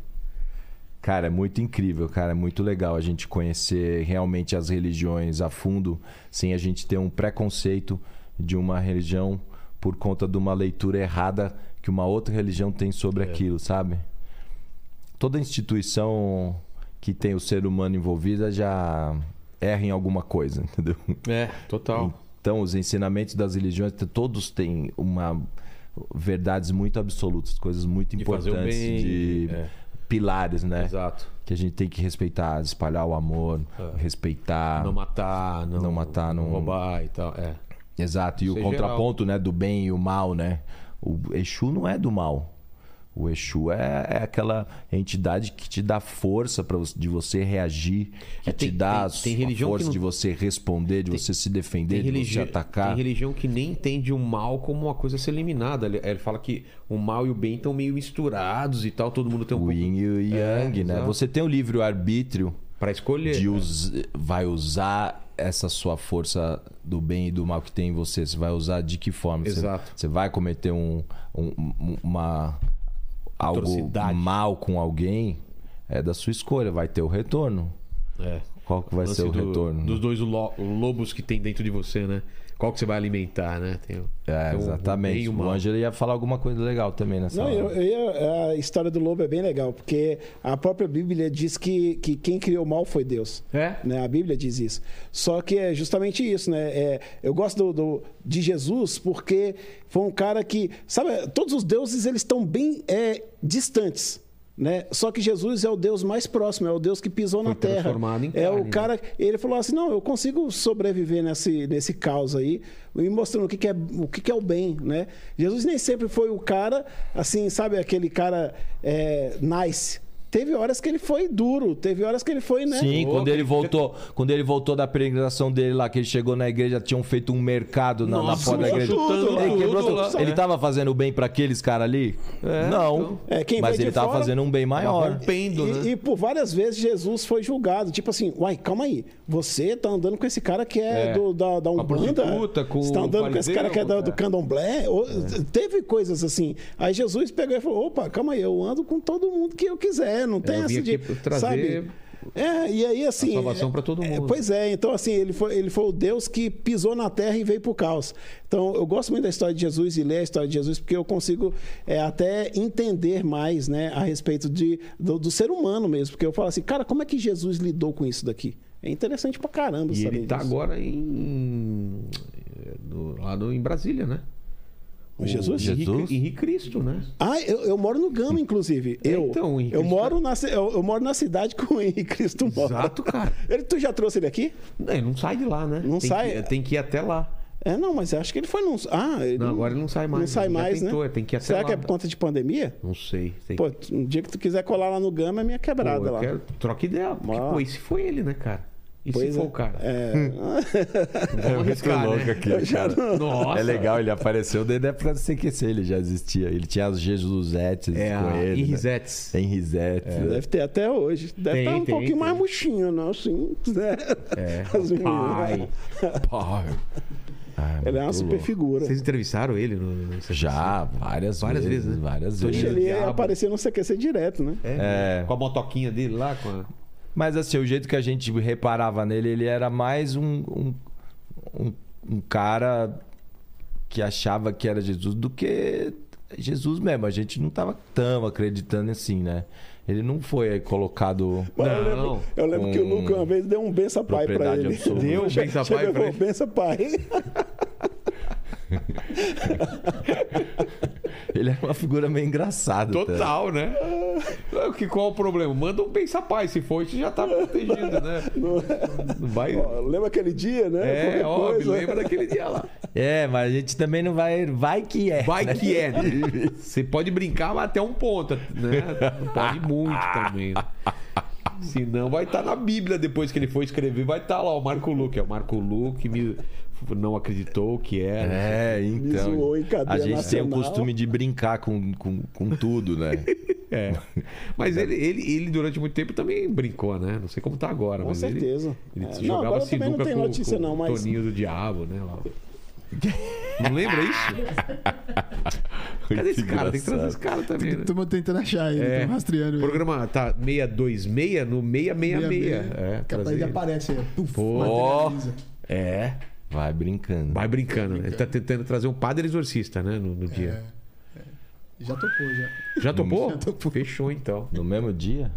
Speaker 3: Cara, é muito incrível, cara. É muito legal a gente conhecer realmente as religiões a fundo, sem a gente ter um preconceito de uma religião por conta de uma leitura errada que uma outra religião tem
Speaker 1: É.
Speaker 3: sobre aquilo, sabe? Toda instituição que tem o ser humano envolvida já erra em alguma coisa, entendeu?
Speaker 1: É, total.
Speaker 3: Então, os ensinamentos das religiões, t- todos têm uma verdades muito absolutas, coisas muito
Speaker 1: De fazer o
Speaker 3: importantes,
Speaker 1: bem,
Speaker 3: de
Speaker 1: é.
Speaker 3: pilares, né?
Speaker 1: Exato.
Speaker 3: Que a gente tem que respeitar, espalhar o amor, respeitar.
Speaker 1: É. Não matar, não,
Speaker 3: Não matar, não-
Speaker 1: roubar e tal. É.
Speaker 3: Exato. E
Speaker 1: Isso
Speaker 3: o
Speaker 1: é
Speaker 3: contraponto, né, do bem e o mal, né? O Exu não é do mal. O Exu é, é aquela entidade que te dá força para de você reagir, que
Speaker 1: É, tem-
Speaker 3: te dá
Speaker 1: tem- tem
Speaker 3: a
Speaker 1: religião que
Speaker 3: força
Speaker 1: não-
Speaker 3: de você responder, de você se defender, de
Speaker 1: religi-
Speaker 3: você atacar.
Speaker 1: tem religião que nem entende o mal como uma coisa a ser eliminada. Ele, ele fala que o mal e o bem estão meio misturados e tal, todo mundo tem um
Speaker 3: O
Speaker 1: pouco
Speaker 3: yin e o
Speaker 1: É,
Speaker 3: yang, né?
Speaker 1: exato.
Speaker 3: Você tem o livre-arbítrio
Speaker 1: pra escolher.
Speaker 3: de
Speaker 1: né?
Speaker 3: us... vai usar essa sua força do bem e do mal que tem em você. Você vai usar de que forma? Você-
Speaker 1: Exato.
Speaker 3: Você, vai cometer um, um- um- uma algo
Speaker 1: Atrocidade.
Speaker 3: mal com alguém, é da sua escolha, vai ter o retorno.
Speaker 1: É.
Speaker 3: Qual que vai
Speaker 1: lance
Speaker 3: ser o
Speaker 1: do-
Speaker 3: retorno?
Speaker 1: Dos dois lo- lobos que tem dentro de você, né? Qual que você vai alimentar, né? Tem, o-
Speaker 3: É,
Speaker 1: tem o bem
Speaker 3: exatamente.
Speaker 1: e o
Speaker 3: O
Speaker 1: mal.
Speaker 3: Ângelo ia falar alguma coisa legal também nessa
Speaker 5: Não,
Speaker 3: hora.
Speaker 5: eu, eu ia- a história do lobo é bem legal, porque a própria Bíblia diz que, que quem criou o mal foi Deus.
Speaker 1: É?
Speaker 5: Né? A Bíblia diz isso. Só que é justamente isso, né? É, eu gosto do, do- de Jesus porque foi um cara que, sabe, todos os deuses eles estão bem é, distantes. Né? Só que Jesus é o Deus mais próximo, é o Deus que pisou na terra.
Speaker 1: transformado em
Speaker 5: é
Speaker 1: carne,
Speaker 5: o
Speaker 1: né?
Speaker 5: cara. Ele falou assim: não, eu consigo sobreviver nesse, nesse caos aí, e mostrando o que, que é, o que, que é o bem. Né? Jesus nem sempre foi o cara, assim, sabe, aquele cara é, nice. Teve horas que ele foi duro, teve horas que ele foi, né?
Speaker 3: Sim, quando ele voltou, quando ele voltou da peregrinação dele lá, que ele chegou na igreja, tinham feito um mercado na, na
Speaker 1: Nossa,
Speaker 3: porta da
Speaker 5: mudou
Speaker 3: igreja.
Speaker 5: tudo,
Speaker 3: ele,
Speaker 5: tudo
Speaker 3: quebrou
Speaker 5: lá,
Speaker 3: tudo.
Speaker 5: né?
Speaker 3: ele tava fazendo bem pra aqueles caras ali? Não.
Speaker 5: É, quem
Speaker 3: mas
Speaker 5: vem de
Speaker 3: ele tava
Speaker 5: fora-
Speaker 3: fazendo um bem maior.
Speaker 1: Rompendo,
Speaker 5: E,
Speaker 1: né?
Speaker 5: e por várias vezes Jesus foi julgado. Tipo assim, uai, calma aí. Você tá andando com esse cara que é,
Speaker 1: É.
Speaker 5: do- da, da
Speaker 1: Com a
Speaker 5: Umbanda?
Speaker 1: prostituta, com
Speaker 5: você tá
Speaker 1: o
Speaker 5: andando com esse cara que é da- do,
Speaker 1: fariseu,
Speaker 5: Candomblé?
Speaker 1: É.
Speaker 5: Ou- Teve coisas assim. Aí Jesus pegou e falou, opa, calma aí, eu ando com todo mundo que eu quiser. Não tem
Speaker 1: É, eu vim
Speaker 5: essa de...
Speaker 1: aqui trazer
Speaker 5: sabe? É, e aí assim...
Speaker 1: salvação pra todo
Speaker 5: é,
Speaker 1: mundo.
Speaker 5: pois é, então assim, ele foi, ele foi o Deus que pisou na terra e veio pro caos. Então, eu gosto muito da história de Jesus e ler a história de Jesus, porque eu consigo é, até entender mais, né, a respeito de, do, do ser humano mesmo. Porque eu falo assim, cara, como é que Jesus lidou com isso daqui? É interessante pra caramba
Speaker 1: E
Speaker 5: saber
Speaker 1: ele tá
Speaker 5: disso.
Speaker 1: agora em. eh, no- lá no, em Brasília, né?
Speaker 5: O Jesus? é
Speaker 3: Jesus?
Speaker 1: Henrique, Henrique Cristo, né?
Speaker 5: Ah, eu, eu moro no Gama, inclusive.
Speaker 1: É,
Speaker 5: Eu,
Speaker 1: então, Henrique
Speaker 5: eu,
Speaker 1: Cristo-
Speaker 5: moro na, ci- eu, eu moro na cidade que o Henrique Cristo mora.
Speaker 1: Exato, cara.
Speaker 5: Ele, tu já trouxe ele aqui?
Speaker 1: Não, ele não sai de lá, né?
Speaker 5: Não
Speaker 1: Tem
Speaker 5: sai.
Speaker 1: que- tem que ir até lá.
Speaker 5: É, não, mas eu acho que ele foi num... Ah, ele
Speaker 1: Não, agora ele não sai mais.
Speaker 5: Não sai
Speaker 1: Ele já
Speaker 5: mais,
Speaker 1: tentou,
Speaker 5: né?
Speaker 1: Tem que ir até
Speaker 5: Será
Speaker 1: lá.
Speaker 5: que é por conta de pandemia?
Speaker 1: Não sei. Tem
Speaker 5: Pô,
Speaker 1: que...
Speaker 5: um dia que tu quiser colar lá no Gama é minha
Speaker 1: Pô,
Speaker 5: quebrada
Speaker 1: eu
Speaker 5: lá.
Speaker 1: quero... Troca ideia. Porque,
Speaker 5: Ó.
Speaker 1: pô, esse foi ele, né, cara? E
Speaker 5: Pois
Speaker 1: se for
Speaker 5: é.
Speaker 1: o cara?
Speaker 5: É.
Speaker 3: É muito
Speaker 1: arriscar,
Speaker 3: louco
Speaker 1: né?
Speaker 3: aquilo, cara.
Speaker 1: Nossa.
Speaker 3: É legal, ele apareceu desde a época do CQC, ele já existia. Ele tinha as Jesusetes
Speaker 1: É,
Speaker 3: com
Speaker 1: a
Speaker 3: ele. né?
Speaker 1: Henrizetes.
Speaker 3: Tem risetes. né?
Speaker 5: É, Deve ter até hoje. Deve
Speaker 1: É. Tem,
Speaker 5: estar um
Speaker 1: tem,
Speaker 5: pouquinho
Speaker 1: tem. É,
Speaker 5: mais murchinho, não, assim. Né? As meninas.
Speaker 1: Ai.
Speaker 3: Pô. Ah,
Speaker 5: Ele é uma
Speaker 3: muito
Speaker 5: super
Speaker 3: louco.
Speaker 5: figura.
Speaker 1: Vocês entrevistaram ele? No... no-
Speaker 3: Já, várias,
Speaker 1: Várias
Speaker 3: vezes.
Speaker 1: vezes, né?
Speaker 3: Várias
Speaker 1: Tô
Speaker 5: Poxa,
Speaker 3: vezes.
Speaker 1: cheio.
Speaker 5: ele ia
Speaker 1: Diabo.
Speaker 5: aparecer no CQC direto, né?
Speaker 1: É,
Speaker 3: É.
Speaker 1: Com a motoquinha dele lá, com a...
Speaker 3: Mas assim, o jeito que a gente reparava nele, ele era mais um, um, um, um cara que achava que era Jesus do que Jesus mesmo. A gente não tava tão acreditando assim, né? Ele não foi aí colocado.
Speaker 5: Mas eu
Speaker 1: Não.
Speaker 5: lembro, eu lembro que o
Speaker 3: Com
Speaker 5: Luca uma vez deu um benção pai pra
Speaker 3: propriedade
Speaker 5: ele.
Speaker 3: absoluta. Deu
Speaker 1: um benção pai
Speaker 5: Chegou
Speaker 1: pra
Speaker 5: e falou,
Speaker 1: ele?
Speaker 5: Benção pai.
Speaker 3: Ele era uma figura meio engraçada. tá? até.
Speaker 1: Total, né? Que, qual o problema? Manda um pensa pai. Se for, você já tá protegido, né? Não vai.
Speaker 5: Ó, lembra aquele dia, né?
Speaker 1: É,
Speaker 5: Qualquer
Speaker 1: ó, me
Speaker 5: coisa.
Speaker 1: lembra daquele dia lá.
Speaker 3: É, mas a gente também não vai. Vai que é.
Speaker 1: Vai
Speaker 3: né?
Speaker 1: que é. Você pode brincar mas até um ponto, né? Não Pode muito também. Né? Senão vai estar na Bíblia depois que ele for escrever, vai estar lá o Marco Luque. É o Marco Luque me não acreditou que era.
Speaker 3: É, então.
Speaker 5: Me zoou em
Speaker 3: a
Speaker 5: cadeia
Speaker 3: gente tem o
Speaker 5: nacional.
Speaker 3: costume de brincar com, com, com tudo, né?
Speaker 1: É. Mas ele, ele, ele durante muito tempo também brincou, né? Não sei como tá agora,
Speaker 5: Com
Speaker 1: mas ele-
Speaker 5: certeza.
Speaker 1: ele,
Speaker 5: É,
Speaker 1: se
Speaker 5: não,
Speaker 1: jogava
Speaker 5: agora também não
Speaker 1: sinuca
Speaker 5: tem
Speaker 1: com,
Speaker 5: notícia
Speaker 1: com
Speaker 5: não,
Speaker 1: o
Speaker 5: mas-
Speaker 1: Toninho do Diabo, né? lá. Não lembra isso? Cadê esse cara? Tem que trazer esse cara também, né?
Speaker 2: Estamos tentando achar ele, estamos um rastreando
Speaker 1: O
Speaker 2: ele.
Speaker 1: É, programa tá 626 no 666. É,
Speaker 2: Capaz
Speaker 1: trazer
Speaker 2: de
Speaker 1: ele.
Speaker 2: aparece aí. Puf,
Speaker 1: Pô.
Speaker 2: materializa.
Speaker 3: É. Vai brincando.
Speaker 1: Vai brincando, né? Ele tá tentando trazer um padre exorcista, né? No, no dia.
Speaker 2: Já tocou, já.
Speaker 1: Já topou?
Speaker 2: Já topou.
Speaker 1: Fechou, então.
Speaker 3: No mesmo dia?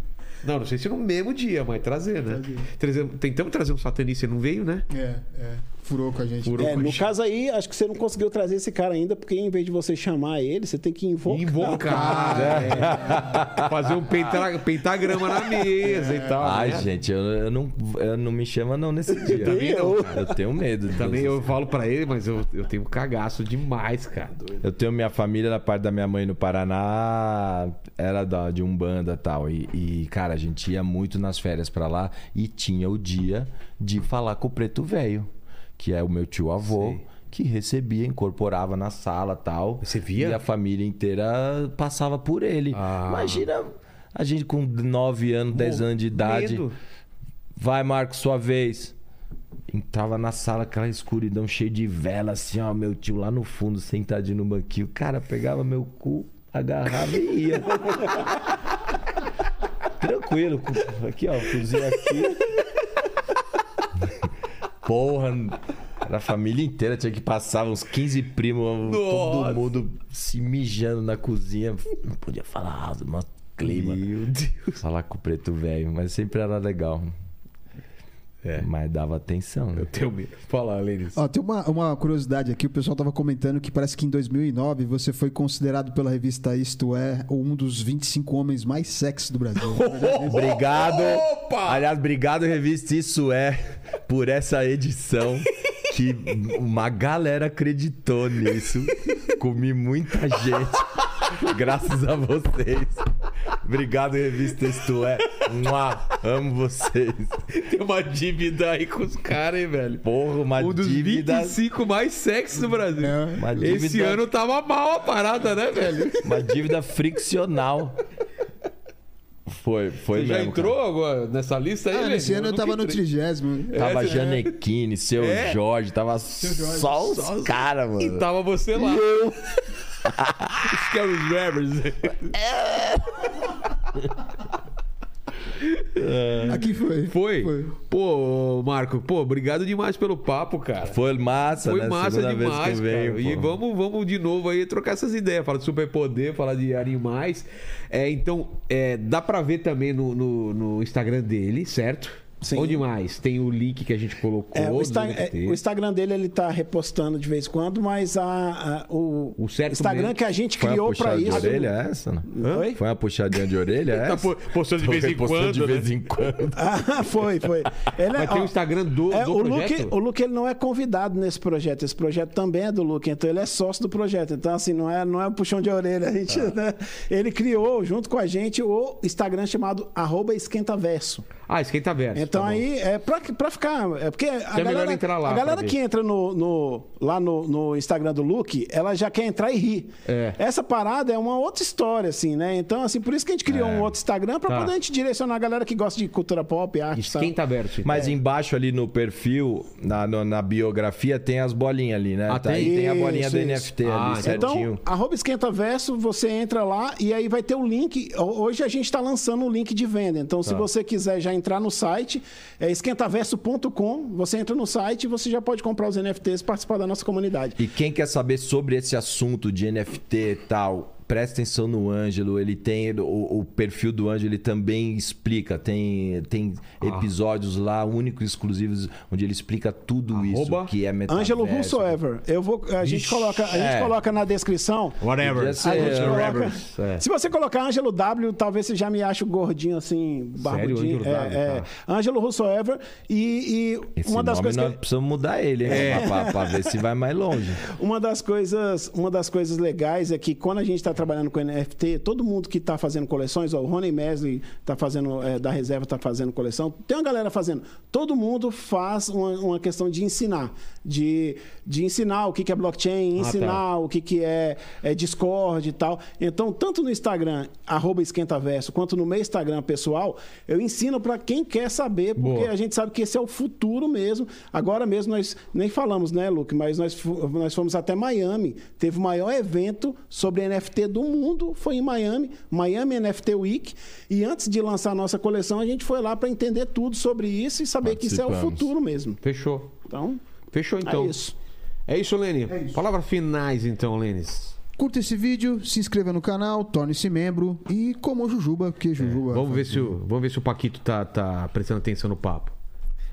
Speaker 1: Não, não sei se no mesmo dia, mas trazer, né?
Speaker 2: Trazer.
Speaker 1: Trazer- Tentamos trazer um satanista e não veio, né?
Speaker 2: É, é. Furou com a gente.
Speaker 1: Furou.
Speaker 5: É, no
Speaker 1: Poxa.
Speaker 5: caso aí, acho que você não conseguiu trazer esse cara ainda, porque em vez de você chamar ele, você tem que invocar.
Speaker 1: Invocar. é. Fazer um penta- pentagrama na mesa e tal.
Speaker 3: né? Ai,
Speaker 1: né?
Speaker 3: gente, eu, eu não, eu não me chama não nesse dia.
Speaker 5: também não,
Speaker 3: cara. Eu tenho medo. de
Speaker 1: Também
Speaker 3: fazer
Speaker 1: eu falo pra ele, mas eu, eu tenho cagaço demais, cara.
Speaker 3: isso. Eu tenho minha família da parte da minha mãe no Paraná, era da, de Umbanda e tal. E, e, cara, a gente ia muito nas férias pra lá e tinha o dia de falar com o preto velho, que é o meu tio avô. Que recebia, incorporava na sala tal.
Speaker 1: Você via?
Speaker 3: E a família inteira passava por ele.
Speaker 1: Ah.
Speaker 3: Imagina a gente com 9 anos, 10 anos Tá de idade.
Speaker 1: Medo.
Speaker 3: Vai, Marco, sua vez. Entrava na sala, aquela escuridão cheia de vela, assim, ó, meu tio lá no fundo, sentadinho no banquinho. O cara pegava meu cu, agarrava e ia. Tranquilo, cu- aqui, ó, cozinha aqui. Porra, era a família inteira, tinha que passar uns 15 primos,
Speaker 1: Nossa.
Speaker 3: todo mundo se mijando na cozinha. Não podia falar alto, mó clima. né? Meu Deus. Falar com o preto velho, mas sempre era legal.
Speaker 1: É.
Speaker 3: Mas dava atenção, né?
Speaker 1: Eu tenho medo. Fala, Lênis.
Speaker 2: Ó, tem uma, uma curiosidade aqui, o pessoal tava comentando que parece que em 2009 você foi considerado pela revista Isto É um dos 25 homens mais sexy do Brasil.
Speaker 3: Obrigado. Aliás, obrigado, revista Isso É, por essa edição. Que uma galera acreditou nisso. Comi muita gente. Graças a vocês. Obrigado, revista Isto É. Mua, amo vocês.
Speaker 1: Tem uma dívida aí com os caras, hein, velho?
Speaker 3: Porra, uma
Speaker 1: Um dos
Speaker 3: dívida.
Speaker 1: 25 mais sexy do Brasil.
Speaker 3: Uma dívida,
Speaker 1: Esse ano tava mal a parada, né, velho?
Speaker 3: Uma dívida friccional. Foi, foi
Speaker 1: Você
Speaker 3: mesmo.
Speaker 1: já
Speaker 3: cara.
Speaker 1: entrou agora nessa lista aí,
Speaker 2: Ah,
Speaker 1: Lênis?
Speaker 2: nesse ano eu
Speaker 1: nunca
Speaker 2: tava no
Speaker 1: entrei. É.
Speaker 2: 30.
Speaker 3: Tava
Speaker 1: Essa-
Speaker 3: Janequine, seu
Speaker 1: né? É.
Speaker 3: Jorge, tava
Speaker 2: Jorge,
Speaker 3: só os caras, mano.
Speaker 1: E tava você lá. Eu. Isso que é os rappers.
Speaker 2: Tá, Aqui foi.
Speaker 1: Foi?
Speaker 2: Foi.
Speaker 1: Pô, Marco, pô, obrigado demais pelo papo, cara.
Speaker 3: Foi massa,
Speaker 1: Foi
Speaker 3: né?
Speaker 1: massa
Speaker 3: Segunda
Speaker 1: demais,
Speaker 3: vez que eu venho.
Speaker 1: cara. E
Speaker 3: pô.
Speaker 1: vamos, vamos de novo aí trocar essas ideias, falar de superpoder, falar de animais. É, então, é, dá pra ver também no, no- no Instagram dele, certo?
Speaker 5: Sim.
Speaker 1: Onde mais? Tem o link que a gente colocou.
Speaker 5: É, o,
Speaker 1: do
Speaker 5: Insta- é,
Speaker 1: NFT.
Speaker 5: o Instagram dele ele tá repostando de vez em quando, mas a, a- o,
Speaker 1: O certo
Speaker 5: Instagram
Speaker 1: mesmo.
Speaker 5: que a gente
Speaker 3: Foi uma
Speaker 5: criou pra
Speaker 3: puxada de
Speaker 5: isso.
Speaker 3: orelha essa? né?
Speaker 5: Oi?
Speaker 3: Foi uma puxadinha de orelha
Speaker 1: Tá
Speaker 3: essa?
Speaker 1: po- postando de
Speaker 3: Tô
Speaker 1: vez em
Speaker 3: repostando
Speaker 1: quando,
Speaker 3: de
Speaker 1: né?
Speaker 3: vez em quando.
Speaker 5: Ah, foi, foi. Ele é-
Speaker 1: Mas tem
Speaker 5: ó,
Speaker 1: o Instagram do,
Speaker 5: é,
Speaker 1: do
Speaker 5: o,
Speaker 1: projeto?
Speaker 5: Luke, o Luke ele não é convidado nesse projeto. Esse projeto também é do Luke, então ele é sócio do projeto. Então, assim, não é, não é um puxão de orelha. A gente,
Speaker 1: Ah.
Speaker 5: né? Ele criou, junto com a gente, o Instagram chamado arroba esquentaverso.
Speaker 1: Ah, esquenta verso.
Speaker 5: Então
Speaker 1: tá bom. Então
Speaker 5: aí, é pra, pra ficar. É porque a
Speaker 1: melhor
Speaker 5: galera,
Speaker 1: entrar lá
Speaker 5: a
Speaker 1: pra
Speaker 5: galera
Speaker 1: ver.
Speaker 5: que entra no, no- lá no, no Instagram do Luke, ela já quer entrar e rir.
Speaker 1: É.
Speaker 5: Essa parada é uma outra história, assim, né? Então, assim, por isso que a gente criou um outro Instagram pra
Speaker 1: Tá.
Speaker 5: poder a gente direcionar a galera que gosta de cultura pop, arte. sabe?
Speaker 1: Esquenta verso.
Speaker 3: Mas embaixo ali no perfil, na, no- na biografia, tem as bolinhas ali, né?
Speaker 1: Ah,
Speaker 3: Tá-
Speaker 1: tem?
Speaker 3: a bolinha
Speaker 5: Isso,
Speaker 3: do
Speaker 5: isso.
Speaker 3: NFT
Speaker 1: Ah,
Speaker 3: ali,
Speaker 1: então-
Speaker 3: certinho.
Speaker 5: Então, arroba esquenta verso, você entra lá e aí vai ter o link. Ho- Hoje a gente está lançando um link de venda. Então,
Speaker 1: Tá.
Speaker 5: se você quiser já entrar no site, é esquentaverso.com, você entra no site e você já pode comprar os NFTs e participar da nossa comunidade.
Speaker 3: E quem quer saber sobre esse assunto de NFT e tal, presta atenção no Ângelo. Ele tem. O, o perfil do Ângelo ele também explica. Tem, tem
Speaker 5: Ah.
Speaker 3: episódios lá, únicos e exclusivos, onde ele explica tudo
Speaker 1: Arroba
Speaker 3: isso que é metaverso.
Speaker 5: Ângelo Whosoever. Eu vou, a gente coloca, a gente
Speaker 3: é.
Speaker 5: coloca na descrição.
Speaker 3: Podia ser,
Speaker 5: A gente
Speaker 3: uh,
Speaker 5: coloca,
Speaker 3: rappers, é.
Speaker 5: Se você colocar Ângelo W, talvez você já me ache o gordinho assim, barbudinho.
Speaker 1: Ângelo W,
Speaker 5: é, é. Ângelo Whosoever. E, e
Speaker 3: tá. Esse
Speaker 5: uma das
Speaker 3: nome
Speaker 5: coisas
Speaker 3: nós
Speaker 5: que... É.
Speaker 3: precisamos mudar ele, hein? Pra, pra- pra ver se vai mais longe.
Speaker 5: Uma das coisas, uma das coisas legais é que quando a gente está trabalhando com NFT, todo mundo que está fazendo coleções, ó, o Rony Mesley tá fazendo é, da reserva está fazendo coleção, tem uma galera fazendo. Todo mundo faz uma, uma questão de ensinar, de, de ensinar o que, que é
Speaker 3: Ah,
Speaker 5: blockchain,
Speaker 3: tá.
Speaker 5: ensinar o que, que é, é Discord e tal. Então, tanto no Instagram arroba esquentaverso quanto no meu Instagram pessoal, eu ensino para quem quer saber, porque
Speaker 1: Boa.
Speaker 5: a gente sabe que esse é o futuro mesmo. Agora mesmo nós nem falamos, né, Luke? Mas nós, fu- nós fomos até Miami. Teve o maior evento sobre NFT do mundo, foi em Miami, Miami NFT Week. E antes de lançar a nossa coleção, a gente foi lá para entender tudo sobre isso e saber que isso é o
Speaker 3: Participamos.
Speaker 5: futuro mesmo.
Speaker 1: Fechou.
Speaker 5: Então,
Speaker 1: Fechou, então.
Speaker 5: é isso.
Speaker 1: É isso, Lene. Palavras finais, então, Lênis.
Speaker 2: Curta esse vídeo, se inscreva no canal, torne-se membro e coma o Jujuba, porque Jujuba...
Speaker 1: É, Vamos ver se o, vamos ver se o Paquito tá, tá prestando atenção no papo.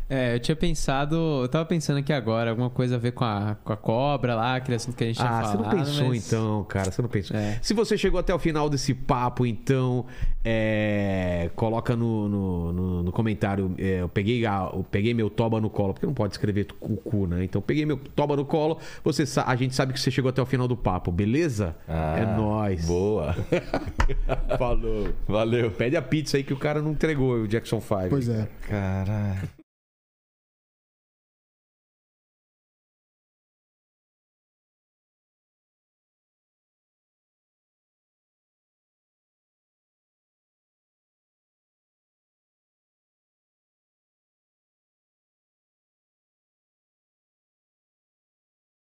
Speaker 4: É, eu tinha pensado. Eu tava pensando aqui agora, alguma coisa a ver com a, com a cobra lá, aquele assunto que a gente tinha
Speaker 1: Ah, você
Speaker 4: falado.
Speaker 1: não pensou
Speaker 4: mas-
Speaker 1: então, cara. Você não pensou.
Speaker 4: É.
Speaker 1: Se você chegou até o final desse papo, então, é, coloca no, no, no- no comentário. é, eu, peguei a- eu peguei meu toba no colo, porque não pode escrever cu, cu, né? Então, peguei meu toba no colo. Você, sa- a gente sabe que você chegou até o final do papo, beleza?
Speaker 3: Ah,
Speaker 1: é nóis.
Speaker 3: Boa.
Speaker 1: Falou.
Speaker 3: Valeu.
Speaker 1: Pede a pizza aí que o cara não entregou, o Jackson 5.
Speaker 2: Pois é.
Speaker 3: Caralho.